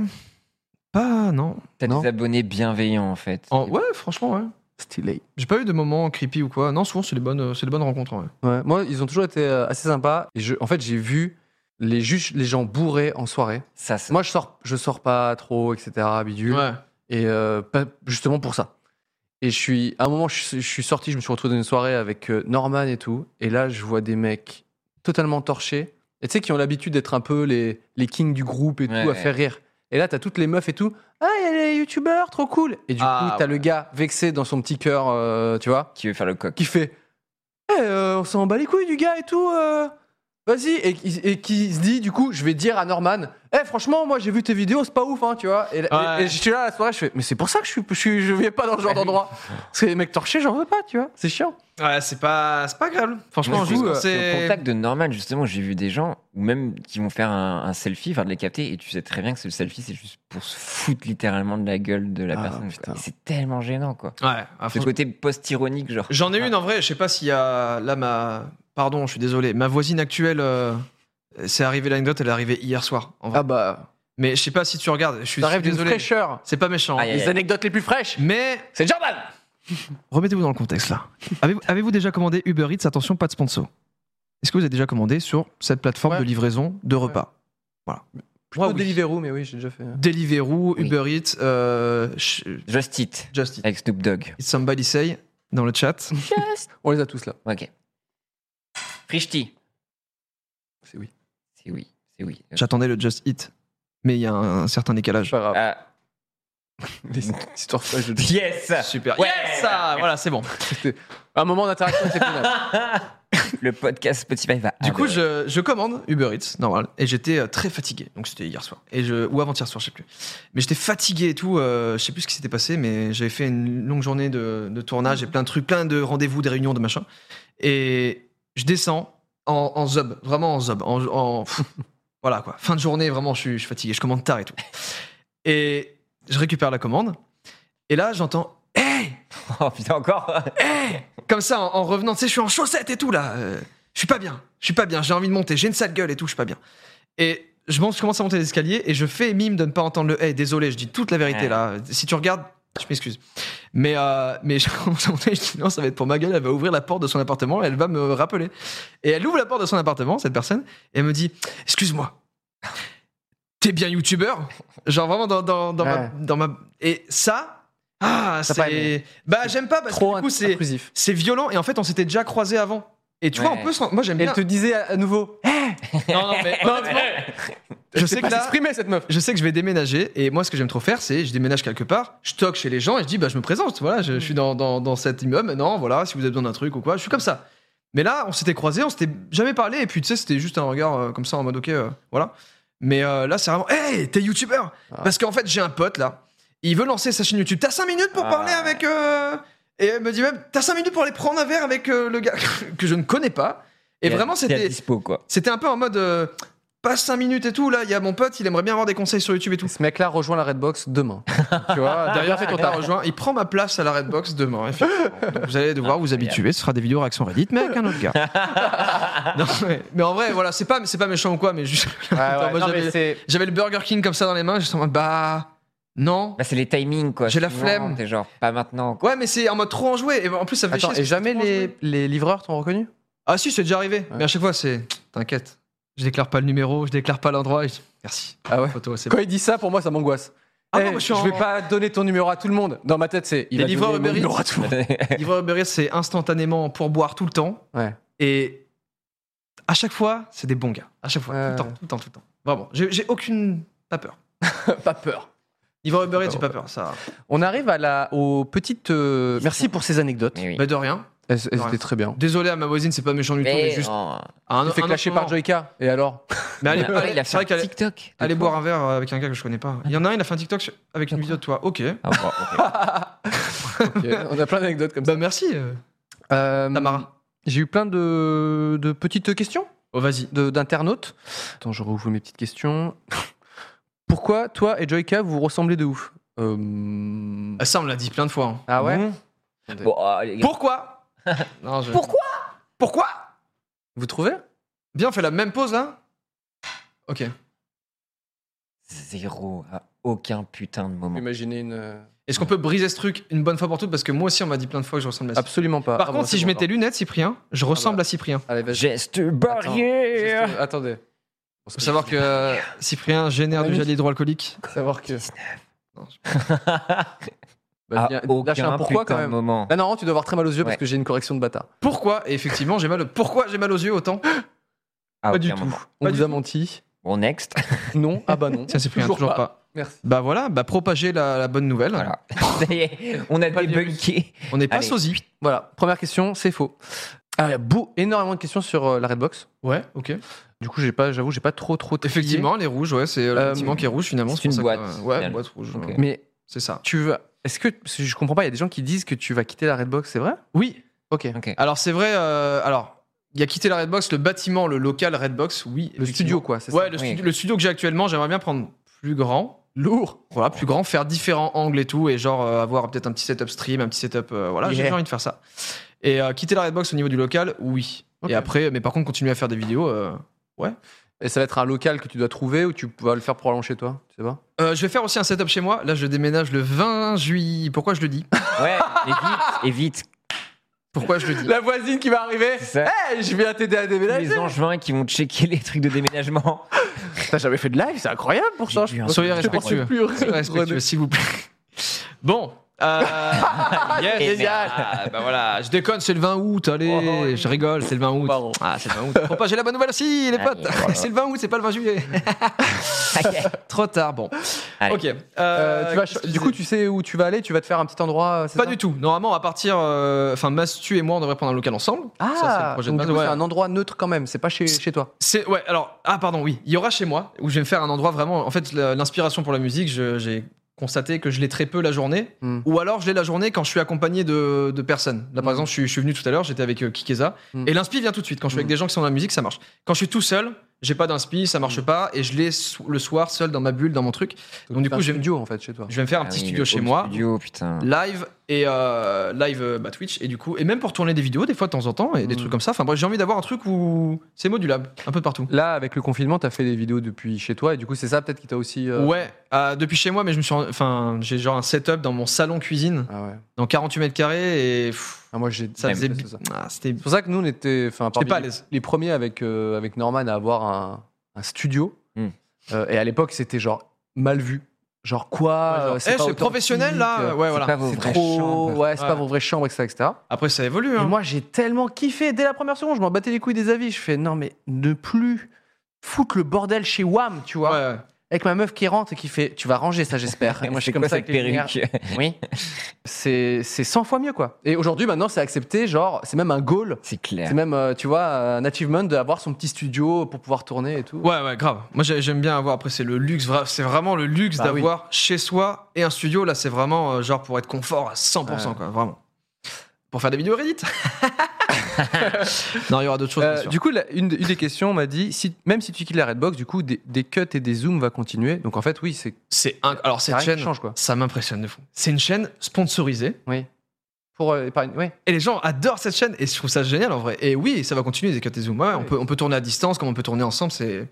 S3: pas non.
S2: T'as
S1: Non.
S2: des abonnés bienveillants en fait.
S3: En- ouais franchement ouais.
S1: Stylé.
S3: J'ai pas eu de moments creepy ou quoi. Non, souvent, c'est les bonnes, euh, c'est les bonnes rencontres. ouais.
S1: Ouais, Moi, ils ont toujours été euh, assez sympas. Et je- en fait, j'ai vu les, juges, les gens bourrés en soirée.
S2: Ça, ça-
S1: Moi, je sors, je sors pas trop, etc. Bidule. Et euh, pas- justement pour ça. Et je suis, à un moment, je, suis- je suis sorti, je me suis retrouvé dans une soirée avec euh, Norman et tout. Et là, je vois des mecs totalement torchés. Et tu sais, qui ont l'habitude d'être un peu les, les kings du groupe et
S2: Ouais,
S1: tout, à
S2: ouais.
S1: faire rire. Et là, t'as toutes les meufs et tout. Ah, il y a les youtubeurs, trop cool. Et du
S3: Ah,
S1: coup, t'as
S3: ouais.
S1: le gars vexé dans son petit cœur, euh, tu vois
S2: qui veut faire le coq.
S1: qui fait Eh, euh, on s'en bat les couilles du gars et tout euh, vas-y et, qui- et qui se dit du coup je vais dire à Norman Eh, franchement moi j'ai vu tes vidéos c'est pas ouf hein tu vois et, et- et
S3: Ouais.
S1: je suis là à la soirée je fais mais c'est pour ça que je suis, je, suis- je vais pas dans ce genre d'endroit parce que les mecs torchés j'en veux pas tu vois c'est chiant
S3: Ouais, c'est pas, c'est pas agréable. Franchement,
S1: Moi, je
S3: juste
S1: joue,
S3: quand
S1: euh,
S2: Et au
S3: c'est.
S2: contact de Norman, justement, j'ai vu des gens, ou même qui vont faire un, un selfie, enfin de les capter, et tu sais très bien que ce selfie, c'est juste pour se foutre littéralement de la gueule de la
S1: Ah,
S2: personne.
S1: putain.
S2: quoi. Et C'est tellement gênant, quoi.
S3: Ouais, ah,
S2: Ce
S3: franchement.
S2: côté post-ironique, genre.
S3: J'en ai une en vrai. Je sais pas s'il y a là ma. Pardon, je suis désolé. Ma voisine actuelle, euh, c'est arrivé l'anecdote. Elle est arrivée hier soir. En vrai.
S1: ah bah
S3: Mais je sais pas si tu regardes. Je suis
S1: t'arrives d'une
S3: désolé.
S1: fraîcheur
S3: C'est pas méchant. hein.
S2: Aïe, aïe,
S1: les
S2: aïe.
S1: anecdotes les plus fraîches
S3: Mais
S1: c'est Jordan
S3: remettez-vous dans le contexte là. Avez-vous avez-vous déjà commandé Uber Eats Attention, pas de sponsor. Est-ce que vous avez déjà commandé sur cette plateforme
S1: Ouais.
S3: de livraison de repas Voilà.
S1: plutôt
S3: Moi, oui.
S1: Deliveroo mais oui j'ai déjà fait euh,
S3: Deliveroo,
S2: Oui.
S3: Uber Eats, euh, ch-
S2: Ah, Just Eat,
S3: Just Eat.
S2: avec Snoop Dogg.
S3: It's somebody say dans le chat.
S1: on les a tous là
S2: Ok. Frishti.
S1: C'est oui.
S2: C'est oui, c'est oui.
S3: J'attendais le Just Eat, mais il y a un, un certain décalage.
S1: Pas grave.
S2: Ah,
S1: Les histoires folles, je dis.
S2: yes
S3: Super.
S2: Ouais.
S3: yes, ça, voilà, c'est bon.
S1: Un moment d'interaction
S3: *laughs*
S1: exceptionnel.
S2: Le podcast Spotify va.
S3: Du coup,
S2: adorer.
S3: je, je commande Uber Eats, normal, et j'étais euh, très fatigué. Donc c'était hier soir, et je, ou avant-hier soir, je sais plus. Mais j'étais fatigué et tout, euh, je sais plus ce qui s'était passé, mais j'avais fait une longue journée de, de tournage et plein de trucs, plein de rendez-vous, des réunions, de machin. Et je descends en, en zob, vraiment en zob, en, en- *laughs* pff, voilà quoi. Fin de journée, vraiment, je suis, je suis fatigué, je commande tard et tout. Et je récupère la commande, et là j'entends
S2: *laughs* Oh putain, encore
S3: comme ça, en, en revenant, tu sais, je suis en chaussettes et tout, là. euh, je suis pas bien. Je suis pas bien. J'ai envie de monter. J'ai une sale gueule et tout. Je suis pas bien. Et je, monte, je commence à monter les escaliers et je fais mime de ne pas entendre le hey, désolé, je dis toute la vérité,
S2: Ouais.
S3: là. Si tu regardes, je m'excuse. Mais, euh, mais *laughs* je commence à monter. Je dis non, ça va être pour ma gueule. Elle va ouvrir la porte de son appartement. Elle va me rappeler. Et elle ouvre la porte de son appartement, cette personne, et elle me dit Excuse-moi. T'es bien youtubeur Genre vraiment dans, dans, dans,
S1: Ouais.
S3: ma, dans ma. Et ça. Ah,
S1: T'as pas
S3: c'est. Bah, j'aime pas parce
S1: Trop
S3: que du coup, c'est
S1: intrusif.
S3: c'est violent et en fait on s'était déjà croisé avant. Et tu vois,
S2: Ouais.
S3: on peut se. Moi j'aime
S1: Et
S3: bien.
S1: elle te disait à à nouveau. Eh Bah,
S3: Non, non,
S1: *laughs*
S3: mais honnêtement, je sais que là,
S1: Exprimez cette meuf.
S3: je sais que je vais déménager et moi ce que j'aime trop faire, c'est je déménage quelque part, je toque chez les gens et je dis bah je me présente, voilà, je, je suis dans, dans, dans cet immeuble, non, voilà, si vous avez besoin d'un truc ou quoi, je suis comme ça. Mais là, on s'était croisés, on s'était jamais parlé et puis tu sais, c'était juste un regard euh, comme ça en mode ok, euh, voilà. Mais euh, là, c'est vraiment, hey, t'es youtubeur
S1: Ah.
S3: Parce qu'en fait, j'ai un pote là, il veut lancer sa chaîne YouTube, t'as 5 minutes pour
S2: Ah.
S3: parler avec. euh, Et elle me dit même, t'as 5 minutes pour aller prendre un verre avec euh, le gars *laughs* que je ne connais pas. Et
S2: T'es à-
S3: vraiment,
S2: t'es à
S3: c'était.
S2: dispo, quoi.
S3: C'était un peu en mode euh, passe 5 minutes et tout. Là, il y a mon pote, il aimerait bien avoir des conseils sur YouTube et tout.
S1: Et ce mec-là rejoint la Redbox demain. *laughs* tu vois, derrière,
S3: D'ailleurs,
S1: fait
S3: fait
S1: ton
S3: qu'on t'a rejoint. Il prend ma place à la Redbox demain. effectivement. Donc, vous allez devoir vous habituer. Ce sera des vidéos réaction Reddit, mais avec
S1: *laughs*
S3: un autre gars. Non, mais, mais en vrai, voilà, c'est pas, c'est pas méchant ou quoi, mais juste. Attends, moi, j'avais- J'avais le Burger King comme ça dans les mains. J'étais en mode bah non.
S2: Bah, c'est les timings, quoi.
S3: J'ai la
S2: Souvent,
S3: flemme.
S2: T'es genre, pas maintenant, quoi.
S3: Ouais, mais c'est en mode trop enjoué. Et en plus, ça fait
S1: Attends,
S3: chier,
S1: et jamais
S3: parce que
S1: les, les livreurs t'ont reconnu
S3: Ah si, c'est déjà arrivé. Mais à chaque fois, c'est t'inquiète. Je déclare pas le numéro, je déclare pas l'endroit. et je- Merci.
S1: Ah ouais
S3: Photo, c'est
S1: Quand il dit ça, pour moi, ça m'angoisse.
S3: Ah non,
S1: Eh,
S3: moi, je
S1: je
S3: suis en-
S1: vais pas donner ton numéro à tout le monde. Dans ma tête, c'est. Il
S3: Les
S1: va
S3: livreurs
S1: donner mon
S3: Uber Eats.
S1: numéro à
S2: *laughs*
S1: tout le monde.
S3: Livreur Uber Eats, c'est instantanément pour boire tout le temps.
S1: Ouais.
S3: Et à chaque fois, c'est des bons gars. À chaque fois,
S1: Ouais.
S3: tout le temps, tout le temps, tout le temps. Vraiment, j'ai j'ai aucune pas peur.
S1: pas peur.
S3: Livreur Uber Eats,
S1: Pas
S3: j'ai pas peur, ça.
S1: On arrive à la, aux petites. euh, Merci pour ces anecdotes.
S2: Mais oui.
S3: Bah de rien.
S1: Elles, elles
S3: Ouais.
S1: étaient très bien.
S3: Désolé à ma voisine, c'est pas méchant du tout, mais
S2: Mais euh,
S3: juste.
S2: non.
S3: à un-
S1: Tu fait
S3: un
S1: clasher
S3: autre
S1: par
S3: moment.
S1: Joyka. Et
S3: *laughs*
S1: alors
S3: Mais allez,
S2: Il a-
S3: allez,
S2: Ah il a
S3: c'est
S2: fait
S3: vrai
S2: un
S3: qu'aller
S2: TikTok.
S3: aller
S2: De
S3: boire
S2: quoi
S3: un verre avec un gars que je connais pas. Il y en a un, il a fait un TikTok avec une vidéo de toi. Ok.
S2: Ah, bon, ok.
S1: Ok, On a plein d'anecdotes comme ça.
S3: Bah merci, euh,
S1: Euh,
S3: Tamara.
S1: J'ai eu plein de, de petites questions
S3: Oh vas-y.
S1: de- d'internautes. Attends, je rouvre mes petites questions. *laughs* Pourquoi toi et Joyka vous ressemblez de ouf Euh,
S3: Ah, Ça, on l'a dit plein de fois. hein.
S1: Ah ouais
S2: Bon, ah, les gars, *laughs*
S3: Pourquoi Non, je-
S2: Pourquoi
S3: Pourquoi
S1: Vous trouvez
S3: Bien, on fait la même pause là. Ok.
S2: Zéro. À aucun putain de moment.
S1: Imaginez
S3: euh,
S1: une.
S3: Est-ce qu'on peut briser ce truc une bonne fois pour toutes Parce que moi aussi, on m'a dit plein de fois que je ressemble à Cyprien.
S1: Absolument pas. Ah
S3: Par contre,
S1: bon,
S3: si
S1: c'est
S3: je
S1: bon,
S3: mets tes lunettes, Cyprien, je ressemble
S1: bah.
S3: à Cyprien.
S1: Allez, vas-y.
S2: Geste barrière.
S1: Juste, euh, attendez.
S3: Il faut savoir que euh, Cyprien génère du gel hydroalcoolique.
S1: Faut savoir que.
S3: Non,
S1: *laughs* Bah,
S2: À
S1: viens, lâche
S2: Ah, aucun
S1: un pourquoi quand
S2: putain de
S1: même.
S2: moment.
S1: Là, normalement, tu dois avoir très mal aux yeux parce
S2: Ouais.
S1: que j'ai une correction de bâtard.
S3: Pourquoi Et effectivement, j'ai mal. au- Pourquoi j'ai mal aux yeux autant
S1: pas
S2: Ah, aucun
S1: du tout.
S2: moment.
S1: On
S3: Pas du
S1: vous a
S3: tout.
S1: menti.
S2: Bon, next.
S1: Non. Ah
S3: *laughs*
S1: bah non.
S3: Tiens, Cyprien, toujours, pas.
S1: Merci.
S3: Bah voilà, bah propager la, la bonne nouvelle.
S2: Voilà. *laughs* Ça y est, on a
S1: Pas bien.
S2: débunké.
S3: On n'est pas
S2: Allez.
S3: sosie.
S1: Voilà. Première question, c'est faux. Alors, il y a beau, énormément de questions sur euh, la Redbox.
S3: Ouais, ok.
S1: Du coup, j'ai pas, j'avoue, j'ai pas trop, trop. trié.
S3: Effectivement, les rouges, ouais, c'est
S1: Euh,
S3: le bâtiment qui est rouge finalement.
S2: c'est
S3: pour
S2: une
S3: ça que- euh,
S2: boîte,
S3: Ouais,
S2: finalement.
S3: boîte rouge.
S2: Ok.
S3: ouais.
S1: Mais
S3: C'est ça.
S1: tu veux. Est-ce que parce que je comprends pas Il y a des gens qui disent que tu vas quitter la Redbox, c'est vrai
S3: Oui.
S1: Ok.
S3: Alors c'est vrai. euh, alors, il y a quitté la Redbox, le bâtiment, le local Redbox, oui.
S1: Le studio, quoi. C'est
S3: Ouais,
S1: ça
S3: le,
S2: Oui.
S3: studio, le studio que j'ai actuellement, j'aimerais bien prendre plus grand. Lourd. Voilà, plus grand, faire différents angles et tout, et genre euh, avoir peut-être un petit setup stream, un petit setup. euh, voilà, j'ai
S1: Yeah.
S3: bien envie de faire ça. Et euh, quitter la Redbox au niveau du local, oui.
S1: Ok.
S3: Et après, mais par contre, continuer à faire des vidéos. euh,
S1: Et ça va être un local que tu dois trouver ou tu vas le faire probablement chez toi. Tu sais pas
S3: euh, je vais faire aussi un setup chez moi. Là, je déménage le 20 juillet. Pourquoi je le dis
S2: Ouais, et vite, et vite.
S3: Pourquoi je le dis
S1: La voisine qui va arriver.
S2: C'est ça.
S1: Hey, je viens t'aider à
S2: Tous les angevins qui vont checker les trucs de déménagement.
S1: T'as jamais fait de live, c'est incroyable pour
S2: J'ai bu un
S1: Je
S3: Soyez
S1: pensais
S3: respectueux.
S1: plus
S3: Respectueux, s'il vous plaît. *laughs* Bon,
S1: *laughs*
S3: Euh, yes,
S2: Et
S3: génial. Ah, bah voilà, je déconne, c'est le 20 août, allez, je rigole, c'est le 20 août.
S1: Oh, Pardon.
S3: Ah, c'est le 20 août. Propagez la bonne nouvelle aussi, les
S2: Allez,
S3: potes.
S2: voilà.
S3: *laughs* c'est le 20 août, c'est pas le
S1: *laughs*
S3: 20 juillet. *laughs* Trop tard, bon.
S2: Allez.
S3: Ok. euh,
S1: Euh, tu vas-
S3: qu'est-ce que
S1: du coup, tu sais où tu vas aller Tu vas te faire un petit endroit
S3: Pas du tout. Normalement, à partir. euh, Enfin, Mastu et moi, on devrait prendre un local ensemble.
S1: Ah,
S3: ça, c'est le projet de
S1: donc
S3: base.
S1: du coup,
S3: Ouais.
S1: c'est un endroit neutre quand même. C'est pas chez, chez toi.
S3: C'est ouais. Alors ah pardon oui, il y aura chez moi où je vais me faire un endroit vraiment. En fait, la- l'inspiration pour la musique, je- j'ai constaté que je l'ai très peu la journée,
S1: Hmm.
S3: ou alors je l'ai la journée quand je suis accompagné de, de personnes. Là par
S1: Hmm.
S3: exemple, je suis, je suis venu tout à l'heure, j'étais avec euh, Kikeza,
S1: Hmm.
S3: et l'inspi vient tout de suite. Quand je suis
S1: Hmm.
S3: avec des gens qui sont dans la musique, ça marche. Quand je suis tout seul, j'ai pas d'inspi, ça
S1: Hmm.
S3: marche pas, et je l'ai so- le soir seul dans ma bulle, dans mon truc. Donc, du
S1: C'est
S3: coup,
S1: un
S3: je vais,
S1: studio en fait chez toi.
S3: je vais me faire un
S2: Ah
S3: petit
S2: oui,
S3: studio
S2: au
S3: chez moi
S2: Studio, putain.
S3: live et euh, live euh, bah, Twitch et du coup et même pour tourner des vidéos des fois de temps en temps et des
S1: Mm.
S3: trucs comme ça enfin bref j'ai envie d'avoir un truc où c'est modulable un peu partout
S1: Là, avec le confinement, t'as fait des vidéos depuis chez toi et du coup, c'est ça peut-être qui t'a aussi. euh,
S3: ouais euh, depuis chez moi mais je me suis en- enfin j'ai genre un setup dans mon salon cuisine
S1: Ah ouais.
S3: dans 48 mètres carrés et pff,
S1: Ah, moi, j'ai.
S3: ça
S1: j'ai
S3: faisait
S1: fait ça.
S3: ah, c'était
S1: C'est pour ça que nous, on était, enfin,
S3: J'étais
S1: parmi
S3: pas à
S1: les,
S3: l'aise.
S1: les premiers avec euh, avec Norman à avoir un, un studio.
S2: Hmm.
S1: Euh, et à l'époque, c'était genre mal vu. Genre quoi
S3: Ouais, genre,
S1: euh,
S3: Eh,
S1: pas
S3: c'est professionnel là
S1: authentique,
S3: ouais
S2: C'est
S3: voilà
S2: pas vos
S1: C'est
S2: vraies
S1: trop.
S2: chambres.
S1: Ouais, c'est pas
S3: Ouais.
S1: vos vraies chambres, etc., etc.
S3: après ça évolue
S1: Et
S3: hein.
S1: moi, j'ai tellement kiffé dès la première seconde. Je m'en battais les couilles des avis. Je fais non, mais ne plus foutre le bordel chez Wam, tu vois.
S3: Ouais, ouais.
S1: Avec ma meuf qui rentre et qui fait tu vas ranger ça, j'espère.
S2: Et moi, je
S1: C'est
S2: suis comme ça
S1: avec
S2: avec
S1: les lumières.
S2: perruque. Oui,
S1: C'est c'est 100 fois mieux, quoi. Et aujourd'hui, maintenant, c'est accepté. Genre, c'est même un goal.
S2: c'est
S1: C'est
S2: clair.
S1: même, euh, tu vois, un achievement d'avoir son petit studio pour pouvoir tourner et tout.
S3: ouais ouais, grave moi j'ai- j'aime bien avoir après c'est le luxe vra- c'est vraiment le luxe
S1: Bah oui.
S3: d'avoir chez soi et un studio là c'est vraiment euh, genre pour être confort à 100%
S1: Ouais.
S3: quoi vraiment pour faire des
S1: *laughs*
S3: vidéos Reddit non il y aura d'autres choses
S1: Euh,
S3: bien sûr.
S1: du coup, la- une, une des questions m'a dit, si, même si tu quittes la Redbox, du coup, des, des cuts et des zooms va continuer. Donc en fait, oui, c'est
S3: C'est inc-
S1: y
S3: alors
S1: a
S3: cette
S1: rien qui
S3: chaîne,
S1: change quoi.
S3: ça m'impressionne de fou. C'est une chaîne sponsorisée
S1: Pour euh, épargner, ouais.
S3: et les gens adorent cette chaîne et je trouve ça génial en vrai. Et oui, ça va continuer les 4 et zoom. Ouais, On
S1: Ah Oui.
S3: peut on peut tourner à distance comme on peut tourner ensemble, c'est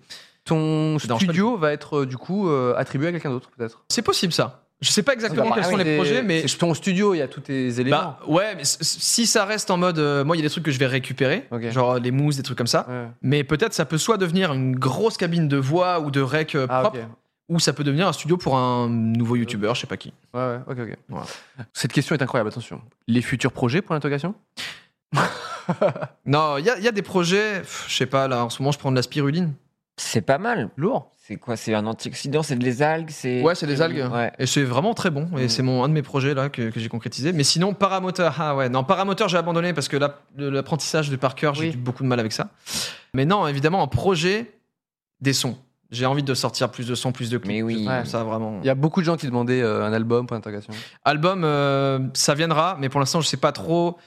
S1: Ton
S3: Ça dérange pas
S1: studio va être euh, du coup euh, attribué à quelqu'un d'autre peut-être.
S3: c'est possible ça. Je sais pas exactement
S1: Bah,
S3: quels
S1: ah
S3: sont
S1: oui,
S3: les
S1: c'est-
S3: projets mais
S1: c'est ton studio, il y a tous tes éléments.
S3: bah ouais, mais c- si ça reste en mode euh, moi il y a des trucs que je vais récupérer,
S1: Ok.
S3: genre euh, les mousses, des trucs comme ça,
S1: Ouais.
S3: mais peut-être ça peut soit devenir une grosse cabine de voix ou de rec euh,
S1: Ah,
S3: propre
S1: ok. Euh.
S3: ou ça peut devenir un studio pour un nouveau youtubeur, je sais pas qui.
S1: Ouais, ouais, ok, ok.
S3: Voilà.
S1: Cette question est incroyable, attention. Les futurs projets pour l'interrogation
S3: Non, il y, a- il y a des projets, pff, je sais pas là en ce moment je prends de la spiruline.
S2: C'est pas mal.
S1: Lourd.
S2: C'est quoi C'est un antioxydant C'est des algues C'est
S3: Ouais, c'est des algues.
S2: Ouais.
S3: Et c'est vraiment très bon. Et
S2: Mm.
S3: c'est mon un de mes projets là que, que j'ai concrétisé. Mais sinon, paramoteur. Ah ouais, non, paramoteur, j'ai abandonné parce que l'app- le- l'apprentissage de par cœur, j'ai
S1: Oui.
S3: eu beaucoup de mal avec ça. Mais non, évidemment, un projet des sons. J'ai envie de sortir plus de sons, plus de clips.
S2: Mais oui.
S1: Ouais.
S3: Ça vraiment.
S1: Il y a beaucoup de gens qui demandaient euh, un album pour l'interrogation.
S3: Album, euh, ça viendra, mais pour l'instant, je sais pas trop.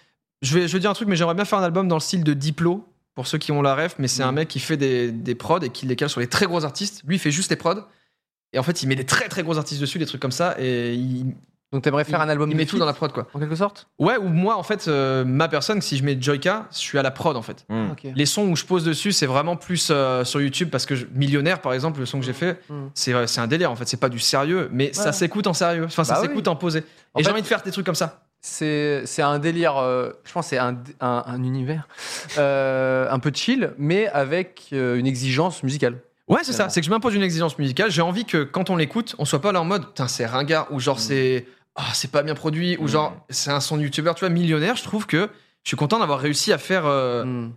S3: Je vais, je vais dire un truc, mais j'aimerais bien faire un album dans le style de Diplo. Pour ceux qui ont la ref, mais c'est un mec qui fait des, des prods et qui les cale sur les très gros artistes. Lui, il fait juste les prods. Et en fait, il met des très très gros artistes dessus, des trucs comme ça. Et il,
S1: Donc t'aimerais faire
S3: il-
S1: un album
S3: il met
S1: de
S3: tout dans la prod quoi.
S1: en quelque sorte
S3: Ouais, ou moi en fait, euh, ma personne, si je mets Joyka, je suis à la prod en fait.
S2: Mm.
S1: Ok.
S3: Les sons où je pose dessus, c'est vraiment plus euh, sur YouTube parce que je- Millionnaire par exemple, le son que j'ai fait,
S1: Mm.
S3: c'est euh, c'est un délire en fait, c'est pas du sérieux, mais ça s'écoute en sérieux, enfin ça
S1: Bah oui.
S3: s'écoute en posé.
S1: En
S3: Et j'ai
S1: fait-
S3: envie de faire des trucs comme ça.
S1: C'est c'est un délire, euh, je pense que c'est un, un- un univers euh, un peu chill, mais avec euh, une exigence musicale.
S3: Ouais, c'est ça,
S1: Clairement.
S3: c'est que je m'impose une exigence musicale, j'ai envie que quand on l'écoute, on soit pas là en mode putain, c'est ringard ou genre
S1: Mmh.
S3: c'est ah, c'est pas bien produit ou
S2: Mm.
S3: genre c'est un son de youtubeur, tu vois, Millionnaire, je trouve que je suis content d'avoir réussi à faire euh,
S1: Hmm.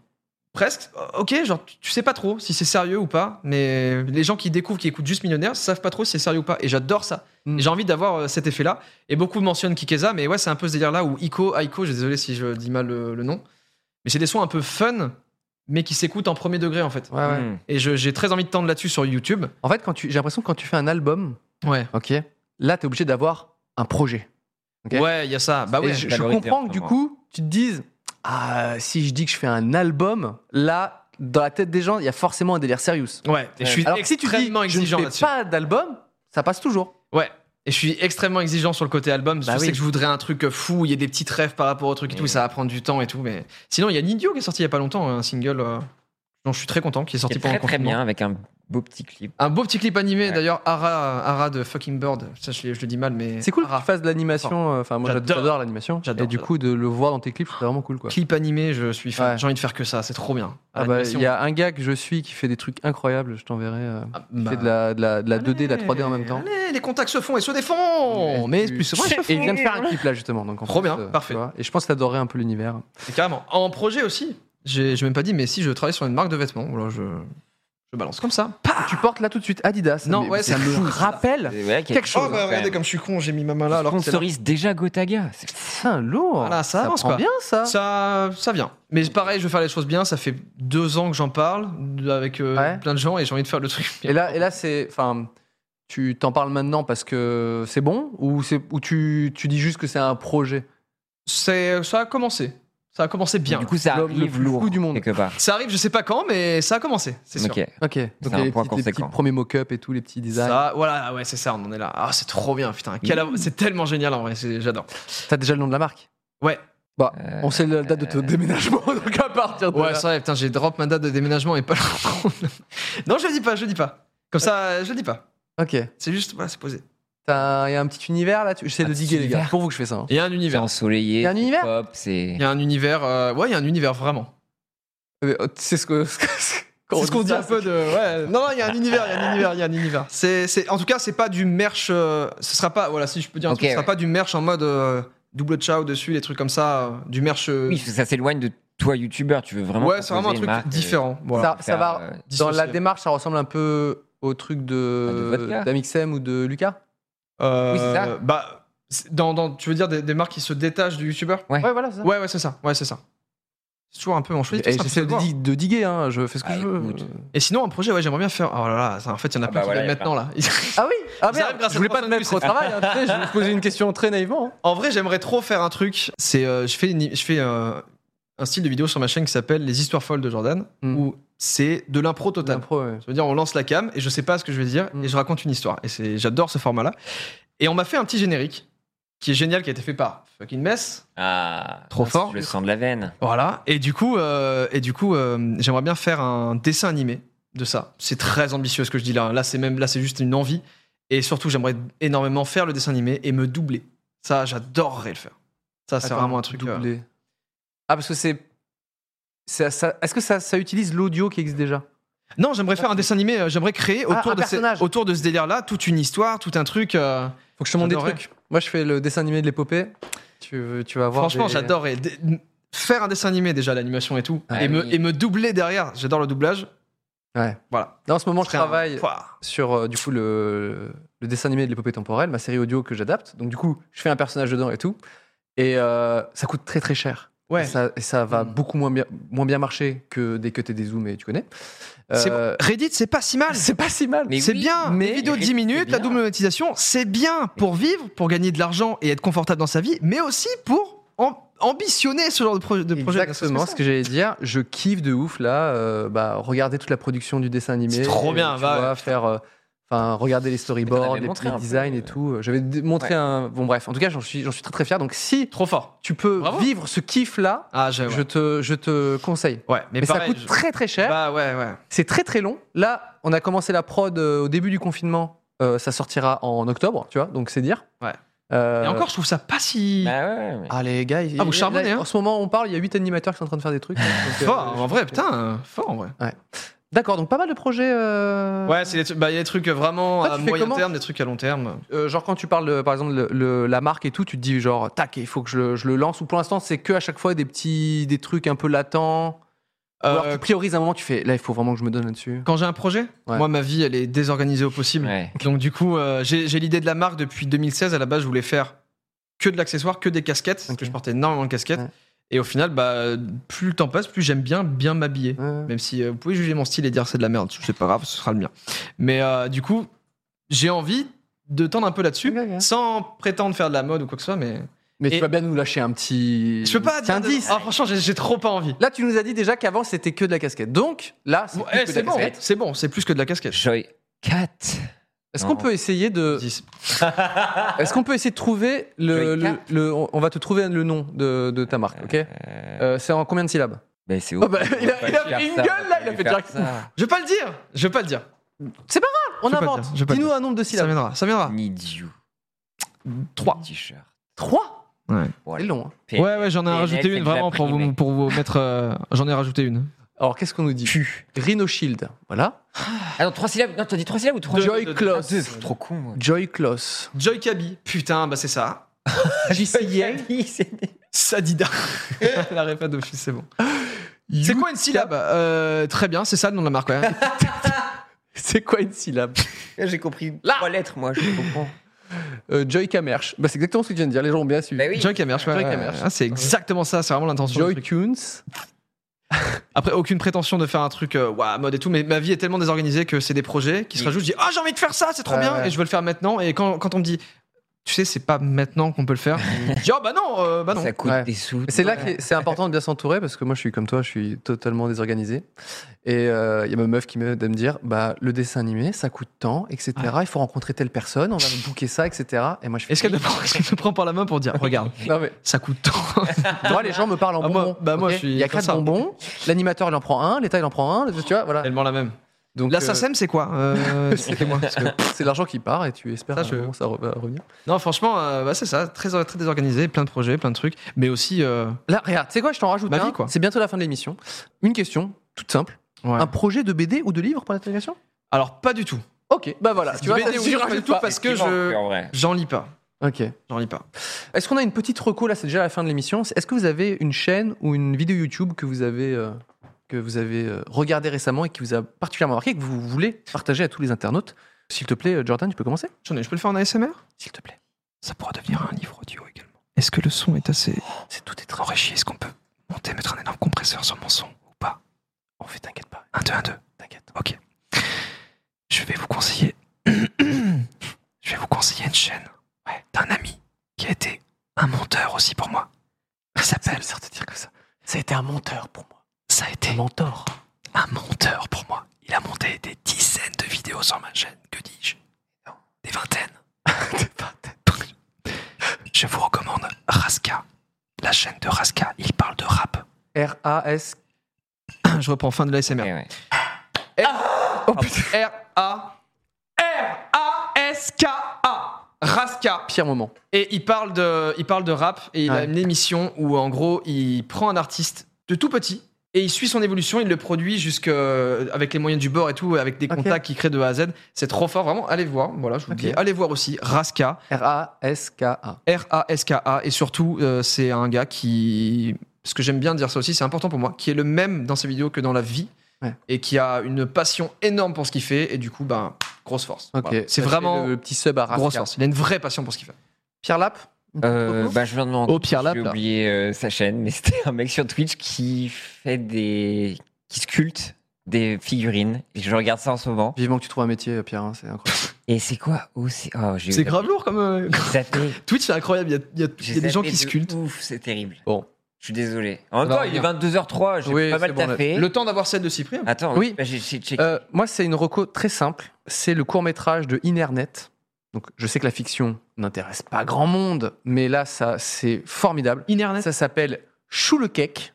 S3: presque euh, ok genre tu- tu sais pas trop si c'est sérieux ou pas mais les gens qui découvrent qui écoutent juste millionnaire savent pas trop si c'est sérieux ou pas et j'adore ça
S1: Mm.
S3: Et j'ai envie d'avoir euh, cet effet là et beaucoup mentionnent Kikeza mais ouais c'est un peu ce délire là où Iko Aiko je suis désolé si je dis mal euh, le, le nom mais c'est des sons un peu fun mais qui s'écoutent en premier degré en fait
S1: Ouais, ouais.
S2: Mm.
S3: et je- j'ai très envie de tendre là-dessus sur YouTube
S1: En fait, quand tu- j'ai l'impression que quand tu fais un album,
S3: ouais
S1: ok, là, tu es obligé d'avoir un projet. Ok.
S3: ouais il y a ça bah
S1: Et
S3: oui
S1: je, je
S2: valoriser,
S1: comprends que du
S2: vraiment.
S1: coup, tu te dises, ah, si je dis que je fais un album, là, dans la tête des gens, il y a forcément un délire serious.
S3: ouais et je suis
S1: Alors que si tu dis,
S3: extrêmement
S1: je ne
S3: exigeant
S1: fais
S3: là-dessus
S1: pas d'album, ça passe toujours.
S3: ouais et je suis extrêmement exigeant sur le côté album. parce que
S1: Bah
S3: je sais
S1: oui.
S3: que je voudrais un truc euh, fou, il y a des petites rêves par rapport au truc et
S2: Et
S3: tout,
S2: oui.
S3: ça va prendre du temps et tout. Mais sinon, il y a Nidio qui est sorti il y a pas longtemps, un single. euh, Donc je suis très content qu'il est sorti
S2: Qui est
S3: pendant
S2: très
S3: le
S2: très
S3: confinement.
S2: bien avec un beau petit clip.
S3: Un beau petit clip animé,
S2: Ouais.
S3: d'ailleurs, Ara, Ara de Fucking Bird. Ça, je, je le dis mal, mais.
S1: C'est cool que
S3: Ara.
S1: tu fasses de l'animation. euh, Enfin, moi,
S3: J'adore.
S1: ah. j'adore l'animation.
S3: J'adore,
S1: Et du
S3: j'adore.
S1: coup, de le voir dans tes clips, c'est vraiment cool, quoi.
S3: Clip animé, je suis fan.
S1: Ouais.
S3: J'ai envie de faire que ça, c'est trop bien.
S1: Ah bah, il y a un gars que je suis qui fait des trucs incroyables. Je t'enverrai. euh, qui fait de la, de la, de la 2D, de la 3D en même temps.
S3: Ah, bah. Allez, les contacts se font et se défont Mais
S1: tu-
S3: plus souvent, ils se
S1: Et il
S3: font.
S1: vient de faire un clip là justement. Donc en
S3: Trop
S1: plus, euh,
S3: bien, parfait.
S1: tu vois. Et je pense que t'adorerais un peu l'univers.
S3: Et carrément. En projet aussi, j'ai j'ai même pas dit, mais si je travaille sur une marque de vêtements, voilà, je, je balance comme ça.
S1: Tu portes là tout de suite Adidas.
S3: Non,
S1: mais
S3: ouais,
S1: ça
S3: c'est
S1: me
S3: fou, ça.
S1: rappelle.
S2: C'est vrai qu'il y a
S1: Quelque
S2: quelque
S1: chose,
S2: chose.
S1: hein,
S3: je suis con, j'ai mis ma main
S2: là,
S3: alors que c'est là.
S2: sponsorise déjà Gotaga. C'est
S1: Putain, lourd.
S3: Voilà, ça avance,
S1: prend
S3: quoi.
S1: bien ça.
S3: Ça, ça vient. Mais pareil, je veux faire les choses bien. Ça fait deux ans que j'en parle de- avec euh,
S1: Ouais.
S3: plein de gens et j'ai envie de faire le truc. bien.
S1: Et là, et là c'est. Enfin, tu t'en parles maintenant parce que c'est bon ou, c'est- ou tu, tu dis juste que c'est un projet
S3: C'est, ça a commencé. Ça a commencé bien.
S2: Du coup, ça
S1: L'homme le
S2: arrive
S1: plus
S2: lourd
S1: fou du monde.
S2: quelque part.
S3: ça arrive, je sais pas quand, mais ça a commencé. C'est sûr.
S2: Ok.
S1: Ok. Donc
S2: un
S1: les,
S2: point
S1: petites- les petits
S2: conséquent.
S1: premiers mock-up et tout, les petits designs.
S3: Ça, voilà, ouais, c'est ça, on en est là. Ah, c'est trop bien, putain.
S1: Mmh.
S3: Quel av- C'est tellement génial en vrai, c'est- j'adore.
S1: T'as déjà le nom de la marque
S3: Ouais,
S1: Bah,
S2: Euh,
S1: on sait la date de ton déménagement, *laughs* donc à partir de.
S3: ouais,
S1: là-
S3: c'est vrai, putain, j'ai drop ma date de déménagement et pas le contrôle. *laughs* Non, je le dis pas, je le dis pas. Comme ça, je le dis pas.
S1: Ok.
S3: C'est juste, voilà, c'est posé.
S1: T'as- Il y a un petit univers là. tu- J'essaie
S2: Un
S1: de
S2: petit
S1: diguer les gars.
S2: univers.
S1: C'est Pour vous que je fais ça. hein.
S3: Il y a un
S2: C'est
S3: univers.
S2: ensoleillé.
S1: Il y a un
S2: c'est
S1: univers
S2: pop, C'est.
S3: Il y a un univers, euh, ouais, il y a un univers vraiment.
S1: Euh, C'est ce que. *laughs* quand
S3: C'est ce qu'on dit
S1: ça,
S3: un peu de. Ouais. *laughs* Non, non, il y a un univers, il y a un univers, il y a un univers. C'est, c'est- en tout cas, c'est pas du merch. euh, ce sera pas, voilà, si je peux dire un
S2: Ok,
S3: truc, ce sera
S2: ouais.
S3: pas du merch en mode euh, double ciao dessus, les trucs comme ça, euh, du merch. euh,
S2: Oui, parce que ça s'éloigne de toi, youtubeur. Tu veux vraiment.
S3: ouais, c'est vraiment un
S2: proposer une
S3: truc
S2: marque, euh,
S3: différent. Voilà.
S1: Ah, Ça, ça va.
S2: faire, euh,
S1: Dans la
S3: dissocier.
S1: démarche, ça ressemble un peu au truc
S2: Ah, de
S1: de
S2: vodka.
S1: d'Amixem ou de Lucas.
S3: Euh,
S2: Oui, c'est ça.
S3: Bah, c'est- dans, dans- tu veux dire des, des marques qui se détachent du youtubeur
S2: Ouais.
S1: voilà, c'est ça.
S3: Ouais, ouais, c'est ça. Ouais, c'est ça. C'est toujours un peu en choix.
S1: Et Eh, J'essaie de, dig- de diguer, hein, je fais ce que
S2: Ah,
S1: je veux.
S2: écoute.
S3: Et sinon, un projet, ouais, j'aimerais bien faire. Oh là là, ça- en fait, il y en a
S2: Ah bah
S3: plein qui
S2: voilà,
S3: viennent
S2: y a
S3: maintenant, là. *laughs*
S1: Ah oui, ah
S3: Ça
S1: merde,
S3: arrive grâce
S1: je
S3: à
S1: voulais
S3: toi,
S1: pas te
S3: ça,
S1: mettre au
S3: c'est-
S1: travail, hein, tu sais, je vais vous poser une question très naïvement. hein.
S3: en vrai, j'aimerais trop faire un truc. C'est, euh, je fais, une- je fais euh, un style de vidéo sur ma chaîne qui s'appelle Les histoires folles de Jordan,
S1: Mm.
S3: où c'est de l'impro total.
S1: L'impro, ouais.
S3: Ça veut dire, on lance la cam et je sais pas ce que je vais dire
S1: Mm.
S3: et je raconte une histoire. Et c'est, j'adore ce format-là. Et on m'a fait un petit générique qui est génial, qui a été fait par Fucking Mess,
S2: Ah,
S3: Trop
S2: mince,
S3: fort.
S2: Je le sens de la veine.
S3: Voilà. Et du coup, euh, et du coup, euh, j'aimerais bien faire un dessin animé de ça. C'est très ambitieux ce que je dis là. Là, c'est même là, c'est juste une envie. Et surtout, j'aimerais énormément faire le dessin animé et me doubler. Ça, j'adorerais le faire. Ça, c'est
S1: Attends,
S3: vraiment un truc. euh,
S1: doublé. Ah, parce que c'est. ça- ça- Est-ce que ça, ça utilise l'audio qui existe déjà
S3: euh, Non, j'aimerais faire un dessin animé. euh, J'aimerais créer
S1: Ah,
S3: autour
S1: un
S3: de
S1: personnage.
S3: ce, autour de ce délire-là toute une histoire, tout un truc. euh,
S1: Faut que je te montre des
S3: J'adorerais.
S1: trucs. Moi, je fais le dessin animé de l'épopée. Tu, veux- tu vas voir.
S3: Franchement,
S1: des-
S3: j'adorerais Dé- faire un dessin animé déjà, l'animation et tout,
S2: Ah
S3: et,
S2: oui.
S3: me, et me doubler derrière. J'adore le doublage.
S1: Ouais.
S3: Voilà.
S1: Là, en ce moment, je
S3: Très-
S1: travaille.
S3: Pouah.
S1: sur euh, du coup le, le dessin animé de l'épopée temporelle, ma série audio que j'adapte. Donc du coup, je fais un personnage dedans et tout. Et euh, ça coûte très très cher.
S3: Ouais.
S1: Et ça, et ça va
S3: Mm.
S1: beaucoup moins bien, moins bien marcher que des cuts et des zooms, et tu connais.
S3: C'est-
S1: Euh,
S3: Reddit, c'est pas si mal.
S1: c'est pas si mal.
S2: Mais
S3: C'est
S2: oui,
S3: bien,
S1: mais-
S3: mais vidéos de
S2: C'est
S3: 10 minutes, la
S2: bien.
S3: double monétisation, c'est bien pour vivre, pour gagner de l'argent et être confortable dans sa vie, mais aussi pour am- ambitionner ce genre de, pro- de projet.
S1: Exactement ce que j'allais dire. Je kiffe de ouf là. euh, bah, regarder toute la production du dessin animé.
S3: C'est trop
S1: euh,
S3: bien,
S1: tu
S3: va.
S1: vois, faire. euh, Enfin, regarder les
S2: Mais t'en
S1: storyboards,
S2: avais
S1: les
S2: montré
S1: petits
S2: un peu,
S1: designs
S2: euh.
S1: et tout. J'avais d- montré
S2: Ouais.
S1: un. Bon, bref. En tout cas, j'en suis, j'en suis très très fier. Donc, si
S3: Trop fort.
S1: tu peux
S3: Bravo.
S1: vivre ce kiff là,
S3: Ah, j'ai- ouais.
S1: je, te, je te conseille.
S3: Ouais, mais,
S1: Mais,
S3: pareil,
S1: ça coûte
S3: je-
S1: très très cher.
S3: Bah ouais, ouais.
S1: C'est très très long. Là, on a commencé la prod euh, au début du confinement. Euh, ça sortira en octobre, tu vois, donc c'est dire.
S3: Ouais.
S1: Euh,
S3: Et encore, je trouve ça pas si.
S2: Bah ouais, ouais.
S1: Ah les gars, il-
S3: Ah, vous
S1: là,
S3: charbonnez, hein.
S1: En ce moment, on parle, il y a 8 animateurs qui sont en train de faire des
S3: *laughs*
S1: trucs. donc, euh,
S3: fort, en vrai, putain, euh, fort en vrai.
S1: D'accord, donc pas mal de projets. euh,
S3: Ouais, c'est des trucs- bah, il y a des trucs vraiment
S1: Toi, tu
S3: à
S1: fais
S3: moyen
S1: comment
S3: terme, des trucs à long terme.
S1: euh, genre quand tu parles, de, par exemple, le- le- la marque et tout, tu te dis genre, tac, il faut que je le, je le lance. Ou pour l'instant, c'est que à chaque fois des petits, des trucs un peu latents. Ou alors
S3: Euh,
S1: tu priorises à un moment, tu fais, là, il faut vraiment que je me donne là-dessus.
S3: Quand j'ai un projet,
S1: Ouais.
S3: moi ma vie elle est désorganisée au possible.
S2: Ouais.
S3: Donc du coup, euh, j'ai j'ai l'idée de la marque depuis 2016. À la base, je voulais faire que de l'accessoire, que des casquettes, parce
S1: Ok.
S3: que je portais énormément de casquettes.
S1: Ouais.
S3: Et au final, bah, plus le temps passe, plus j'aime bien bien m'habiller.
S1: Ouais.
S3: Même si euh, vous pouvez juger mon style et dire c'est de la merde, c'est pas grave, ce sera le mien. Mais euh, du coup, j'ai envie de tendre un peu là-dessus,
S1: Ok, ok.
S3: sans prétendre faire de la mode ou quoi que ce soit. Mais
S1: Mais tu
S3: Et-
S1: vas bien nous lâcher un petit.
S3: je peux pas
S1: petit
S3: dire. de-
S1: indice.
S3: Ah, franchement, j'ai- j'ai trop pas envie.
S1: Là, tu nous as dit déjà qu'avant c'était que de la casquette. Donc là, c'est
S3: Bon,
S1: plus
S3: eh,
S1: que de
S3: C'est
S1: la
S3: bon,
S1: casquette.
S3: c'est bon, c'est plus que de la casquette.
S2: Joy Cat.
S1: Est-ce
S2: Non.
S1: qu'on peut essayer de,
S3: Dix.
S1: est-ce qu'on peut essayer de trouver le,
S2: Joy
S1: le- le- on on va te trouver le nom de, de ta marque, ok
S2: Euh,
S1: Euh, C'est en combien de syllabes
S2: Ben, c'est
S1: Oh bah, il a-
S2: Faut pas
S1: il a
S2: faire
S1: pris une
S2: ça,
S1: gueule, là,
S2: faut
S1: il a
S2: pas
S1: fait
S2: faire
S1: direct.
S2: ça.
S3: Je vais pas le dire Je vais pas le dire
S1: On
S3: Je vais pas le
S1: invente.
S3: dire, je vais pas le
S1: Dis-nous
S3: dire.
S1: un nombre de
S3: Ça
S1: syllabes.
S3: viendra, ça viendra.
S2: Un idiot.
S3: 3.
S2: T-shirt.
S1: Trois
S3: Ouais,
S1: C'est long. hein.
S2: P-
S3: ouais, ouais, j'en ai
S2: Et mec,
S3: rajouté
S2: c'est
S3: une
S2: que j'ai
S3: vraiment pour
S2: appris,
S3: vous,
S2: mec.
S3: pour vous mettre. euh, j'en ai rajouté une.
S1: Alors, qu'est-ce qu'on nous dit Rhino Shield. Voilà.
S2: Ah non, 3 syllabes. Non, t'as dit 3 syllabes ou 3
S3: Deux.
S1: Joy Closs.
S3: deux.
S2: Trop con, moi.
S1: Joy Closs.
S3: Joy Kaby. Putain, bah c'est ça.
S1: JCA.
S3: Sadida. *laughs* La répa d'office, c'est bon. C'est
S1: You-
S3: quoi une syllabe Euh, Très bien, c'est ça le nom de la marque. *laughs* ouais.
S1: C'est quoi une syllabe
S2: *laughs* J'ai compris 3 lettres, moi, je
S3: *laughs*
S2: comprends.
S1: Euh, Joy Kamersh. Bah, c'est exactement ce que tu viens de dire. Les gens ont bien suivi.
S2: Bah oui.
S3: Joy Kamersh, ouais,
S1: Joy
S3: ouais,
S1: Kamersh.
S3: ouais. Ah, c'est exactement ça, c'est vraiment l'intention. du
S1: Joy
S3: truc.
S1: Coons.
S3: Après, aucune prétention de faire un truc euh, ouah, mode et tout, mais ma vie est tellement désorganisée que c'est des projets qui se
S2: Oui.
S3: rajoutent. Je dis, ah, j'ai envie de faire ça, c'est trop
S1: Ouais,
S3: bien,
S1: ouais.
S3: et je veux le faire maintenant. Et quand, quand on me dit, tu sais, c'est pas maintenant qu'on peut le faire, je
S2: *laughs*
S3: dis, ah, bah non, euh, bah non.
S2: Ça coûte
S1: Ouais.
S2: des sous.
S1: C'est là que c'est important de bien s'entourer parce que moi, je suis comme toi, je suis totalement désorganisé. Et euh, il y a ma meuf qui m'aide à me dire bah, le dessin animé, ça coûte tant, etc. Il faut rencontrer telle personne, on va booker ça, etc. Et moi, je fais.
S3: Est-ce qu'elle te, prend- est-ce qu'elle te prend par la main pour dire, regarde,
S1: Non, mais
S3: ça coûte tant
S1: moi, les gens me parlent en
S3: Ah, moi-
S1: bonbons.
S3: bah, moi,
S1: ok
S3: je suis
S1: Il y a
S3: comme
S1: quatre
S3: ça.
S1: bonbons, l'animateur, il en prend un, l'État, il en prend un, le- tu vois, voilà.
S3: Tellement la même.
S1: Donc,
S3: La
S1: euh,
S3: SACEM, c'est quoi *laughs* Euh, Expliquez-moi. parce que-
S1: c'est l'argent qui part et tu espères
S3: Ça,
S1: que
S3: je-
S1: ça re- va revenir.
S3: Non, franchement, euh, bah, c'est ça, très, très désorganisé, plein de projets, plein de trucs, mais aussi. euh,
S1: Là, regarde, tu sais quoi, je t'en rajoute
S3: Ma vie,
S1: un.
S3: quoi.
S1: C'est bientôt la fin de l'émission. Une question, toute simple.
S3: ouais.
S1: Un projet de BD ou de livre pour la télévision
S3: Alors, pas du tout.
S1: Ok, bah voilà.
S3: Tu vois, BD ou
S1: tu
S3: livre, pas
S1: rajoutes
S3: du tout,
S1: pas.
S3: parce que
S2: je.
S3: je.
S2: En vrai.
S3: J'en lis pas.
S1: Ok.
S3: J'en lis pas.
S1: Est-ce qu'on a une petite reco là C'est déjà la fin de l'émission. Est-ce que vous avez une chaîne ou une vidéo YouTube que vous avez euh, que vous avez euh, regardée récemment et qui vous a particulièrement marqué et que vous voulez partager à tous les internautes S'il te plaît, euh, Jordan, tu peux commencer
S3: J'en ai, je peux le faire en ASMR
S1: S'il te plaît.
S3: Ça pourra devenir un livre audio également. Est-ce que le son est assez
S1: C'est tout est très.
S3: enrichi Est-ce qu'on peut monter, mettre un énorme compresseur sur mon son ou pas
S1: En fait, t'inquiète pas.
S3: 1, 2, 1, 2.
S1: T'inquiète.
S3: Ok. Je vais vous conseiller. *coughs* je vais vous conseiller une chaîne d'un ami qui a été un monteur aussi pour moi. Il
S1: C'est
S3: s'appelle
S1: bizarre de dire comme ça. Ça a été un menteur pour moi.
S3: Ça a été
S1: Un mentor.
S3: un monteur pour moi. Il a monté des dizaines de vidéos sur ma chaîne, que dis-je Non, Des vingtaines. *laughs* des vingtaines. Je vous recommande Raska, la chaîne de Raska. Il parle de rap.
S1: R A S.
S3: *coughs* Je reprends fin de l'ASMR.
S2: Eh Ouais, ouais.
S1: Oh putain.
S3: R-A. R-A-S-K-A. Raska.
S1: Pire moment.
S3: Et il parle de, il parle de rap et il a
S1: Ouais.
S3: une émission où en gros il prend un artiste de tout petit et il suit son évolution, il le produit jusque euh, avec les moyens du bord et tout, avec des
S1: Ok.
S3: contacts qu'il crée de A à Z. C'est trop fort, vraiment. Allez voir, voilà, je vous
S1: Ok.
S3: dis, allez voir aussi Raska,
S1: R A S K A.
S3: R A S K A, et surtout euh, c'est un gars qui, ce que j'aime bien dire ça aussi, c'est important pour moi, qui est le même dans ses vidéos que dans la vie
S1: Ouais.
S3: et qui a une passion énorme pour ce qu'il fait et du coup ben grosse force.
S1: Ok.
S3: Voilà. C'est
S1: Ça,
S3: vraiment
S1: le, le petit sub à Raska.
S3: grosse force. Il a une vraie passion pour ce qu'il fait.
S1: Pierre Lap.
S3: Oh.
S2: Euh, bah, je viens de me
S1: Oh,
S2: rendre
S3: Au Pierre
S2: J'ai
S3: Lap, là.
S2: oublié euh, sa chaîne, mais *laughs* c'était un mec sur Twitch qui fait des. qui sculpte des figurines. Et je regarde ça en ce moment.
S1: Vivement que tu trouves un métier, Pierre. hein, c'est incroyable.
S2: Et c'est quoi Oh, c'est. Oh, j'ai
S3: C'est grave lourd
S2: *laughs*
S3: comme. euh,
S2: J'ai
S3: *laughs*
S2: zappé.
S3: Twitch, c'est incroyable. Il y a- il y a, il y a
S2: J'ai
S3: des gens
S2: zappé
S3: qui
S2: de
S3: sculptent.
S2: Ouf, c'est terrible.
S1: Bon.
S2: Je suis désolé. En même
S1: Non,
S2: temps, il est
S1: rien.
S2: 22h03, j'ai
S1: Oui,
S2: pas mal
S1: c'est bon,
S2: tapé.
S3: Le temps d'avoir celle de Cyprien.
S2: Attends,
S1: Oui.
S2: oui. j'ai j'ai checké.
S1: Euh, moi, c'est une reco très simple. C'est le court métrage de Inernet. Donc, je sais que la fiction n'intéresse pas grand monde, mais là, ça, c'est formidable.
S3: Inernet.
S1: Ça s'appelle Chou le cake.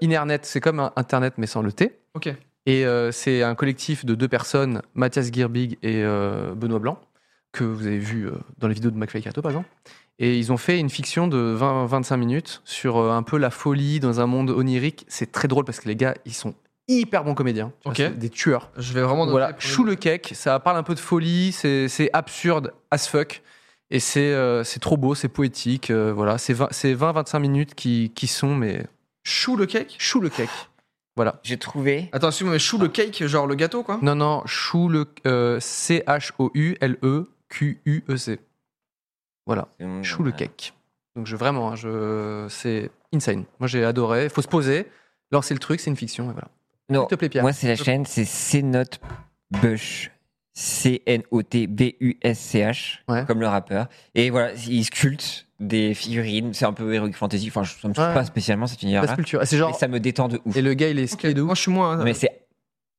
S1: Inernet, c'est comme un Internet mais sans le T.
S3: Ok.
S1: Et euh, c'est un collectif de deux personnes, Mathias Girbig et euh, Benoît Blanc, que vous avez vu euh, dans les vidéos de McFly Cato, par exemple. Et ils ont fait une fiction de 20-25 minutes sur euh, un peu la folie dans un monde onirique. C'est très drôle parce que les gars, ils sont hyper bons comédiens. Tu vois,
S3: Ok.
S1: c'est Des tueurs.
S3: Je vais vraiment. noter
S1: Voilà,
S3: pour-
S1: chou le cake, ça parle un peu de folie, c'est c'est absurde as fuck. Et c'est euh, c'est trop beau, c'est poétique. euh, voilà, c'est 20-25 minutes qui, qui sont, mais
S3: Chou le cake.
S1: chou le cake.
S2: J'ai trouvé.
S3: Attends, excuse-moi, mais chou le cake, genre le gâteau, quoi.
S1: Non, non, chou le. euh, E C-H-O-U-L-E-Q-U-E-C. Voilà, chou le cake. Donc, je, vraiment, hein, je, c'est insane. Moi, j'ai adoré. Faut se poser, lancer le truc, c'est une fiction, et voilà.
S2: Non,
S1: S'il te plaît, Pierre.
S2: moi, c'est la chaîne, c'est Cnote Bush. C-N-O-T-B-U-S-C-H,
S1: Ouais.
S2: comme le rappeur. Et voilà, il sculpte des figurines. C'est un peu Heroic Fantasy. Enfin, je- ça me touche
S1: Ouais.
S2: pas spécialement cet
S1: La
S2: univers-là.
S1: sculpture. Ah, C'est
S2: Mais
S1: genre.
S2: ça me détend de ouf.
S1: Et le gars, il est
S3: Ok,
S1: skillé de ouf.
S3: Moi, je suis moins. hein.
S2: Non, mais c'est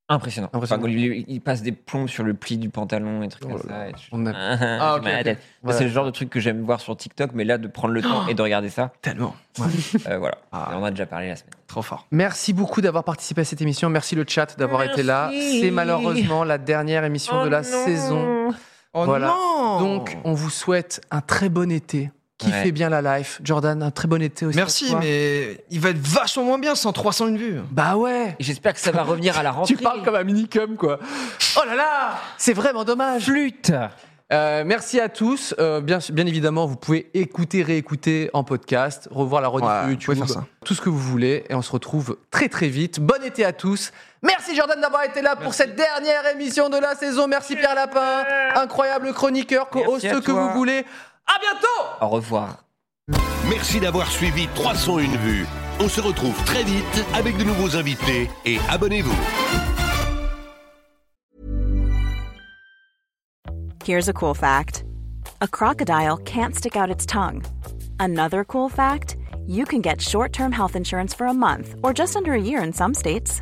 S2: Impressionnant.
S1: Impressionnant.
S2: Enfin, il, il passe des plombs sur le pli du pantalon et trucs
S1: Oh
S2: comme
S1: là
S2: ça.
S1: là.
S2: et tu-
S1: On a
S2: *laughs* Ah,
S3: ok,
S2: j'ai mal à la
S3: ok.
S2: tête.
S1: Voilà.
S2: C'est le genre de truc que j'aime voir sur TikTok, mais là, de prendre le
S1: *gasps*
S2: temps et de regarder ça,
S1: tellement.
S2: euh, voilà.
S1: Ah.
S2: Et On en a déjà parlé la semaine.
S3: Trop fort.
S1: Merci beaucoup d'avoir participé à cette émission. Merci le chat d'avoir été là.
S2: Merci. Oh
S1: C'est malheureusement la dernière émission de la saison.
S3: Oh
S1: Voilà.
S3: non
S1: Donc, on vous souhaite un très bon été. Kiffez
S2: Ouais.
S1: bien la life. Jordan, un très bon été aussi. à
S3: Merci,
S1: toi.
S3: mais il va être vachement moins bien sans 301 vues.
S1: Bah ouais
S2: Et J'espère que ça va revenir à la rentrée.
S1: *laughs* Tu parles comme un minicum, quoi. Oh là là C'est vraiment dommage
S2: flûte.
S1: Euh, Merci à tous. Euh, bien, bien évidemment, vous pouvez écouter, réécouter en podcast, revoir la rediff
S3: Ouais,
S1: sur
S3: vous
S1: YouTube,
S3: pouvez faire ça.
S1: tout ce que vous voulez. Et on se retrouve très très vite. Bon été à tous. Merci Jordan d'avoir été là pour cette dernière émission de la saison. Merci Pierre Lapin, incroyable chroniqueur, co-host
S2: Merci à
S1: que vous
S2: toi.
S1: voulez. À bientôt
S2: Au revoir.
S4: Merci d'avoir suivi 301 vues. On se retrouve très vite avec de nouveaux invités et abonnez-vous.
S6: Here's a cool fact a crocodile can't stick out its tongue. Another cool fact you can get short term health insurance for a month or just under a year in some states.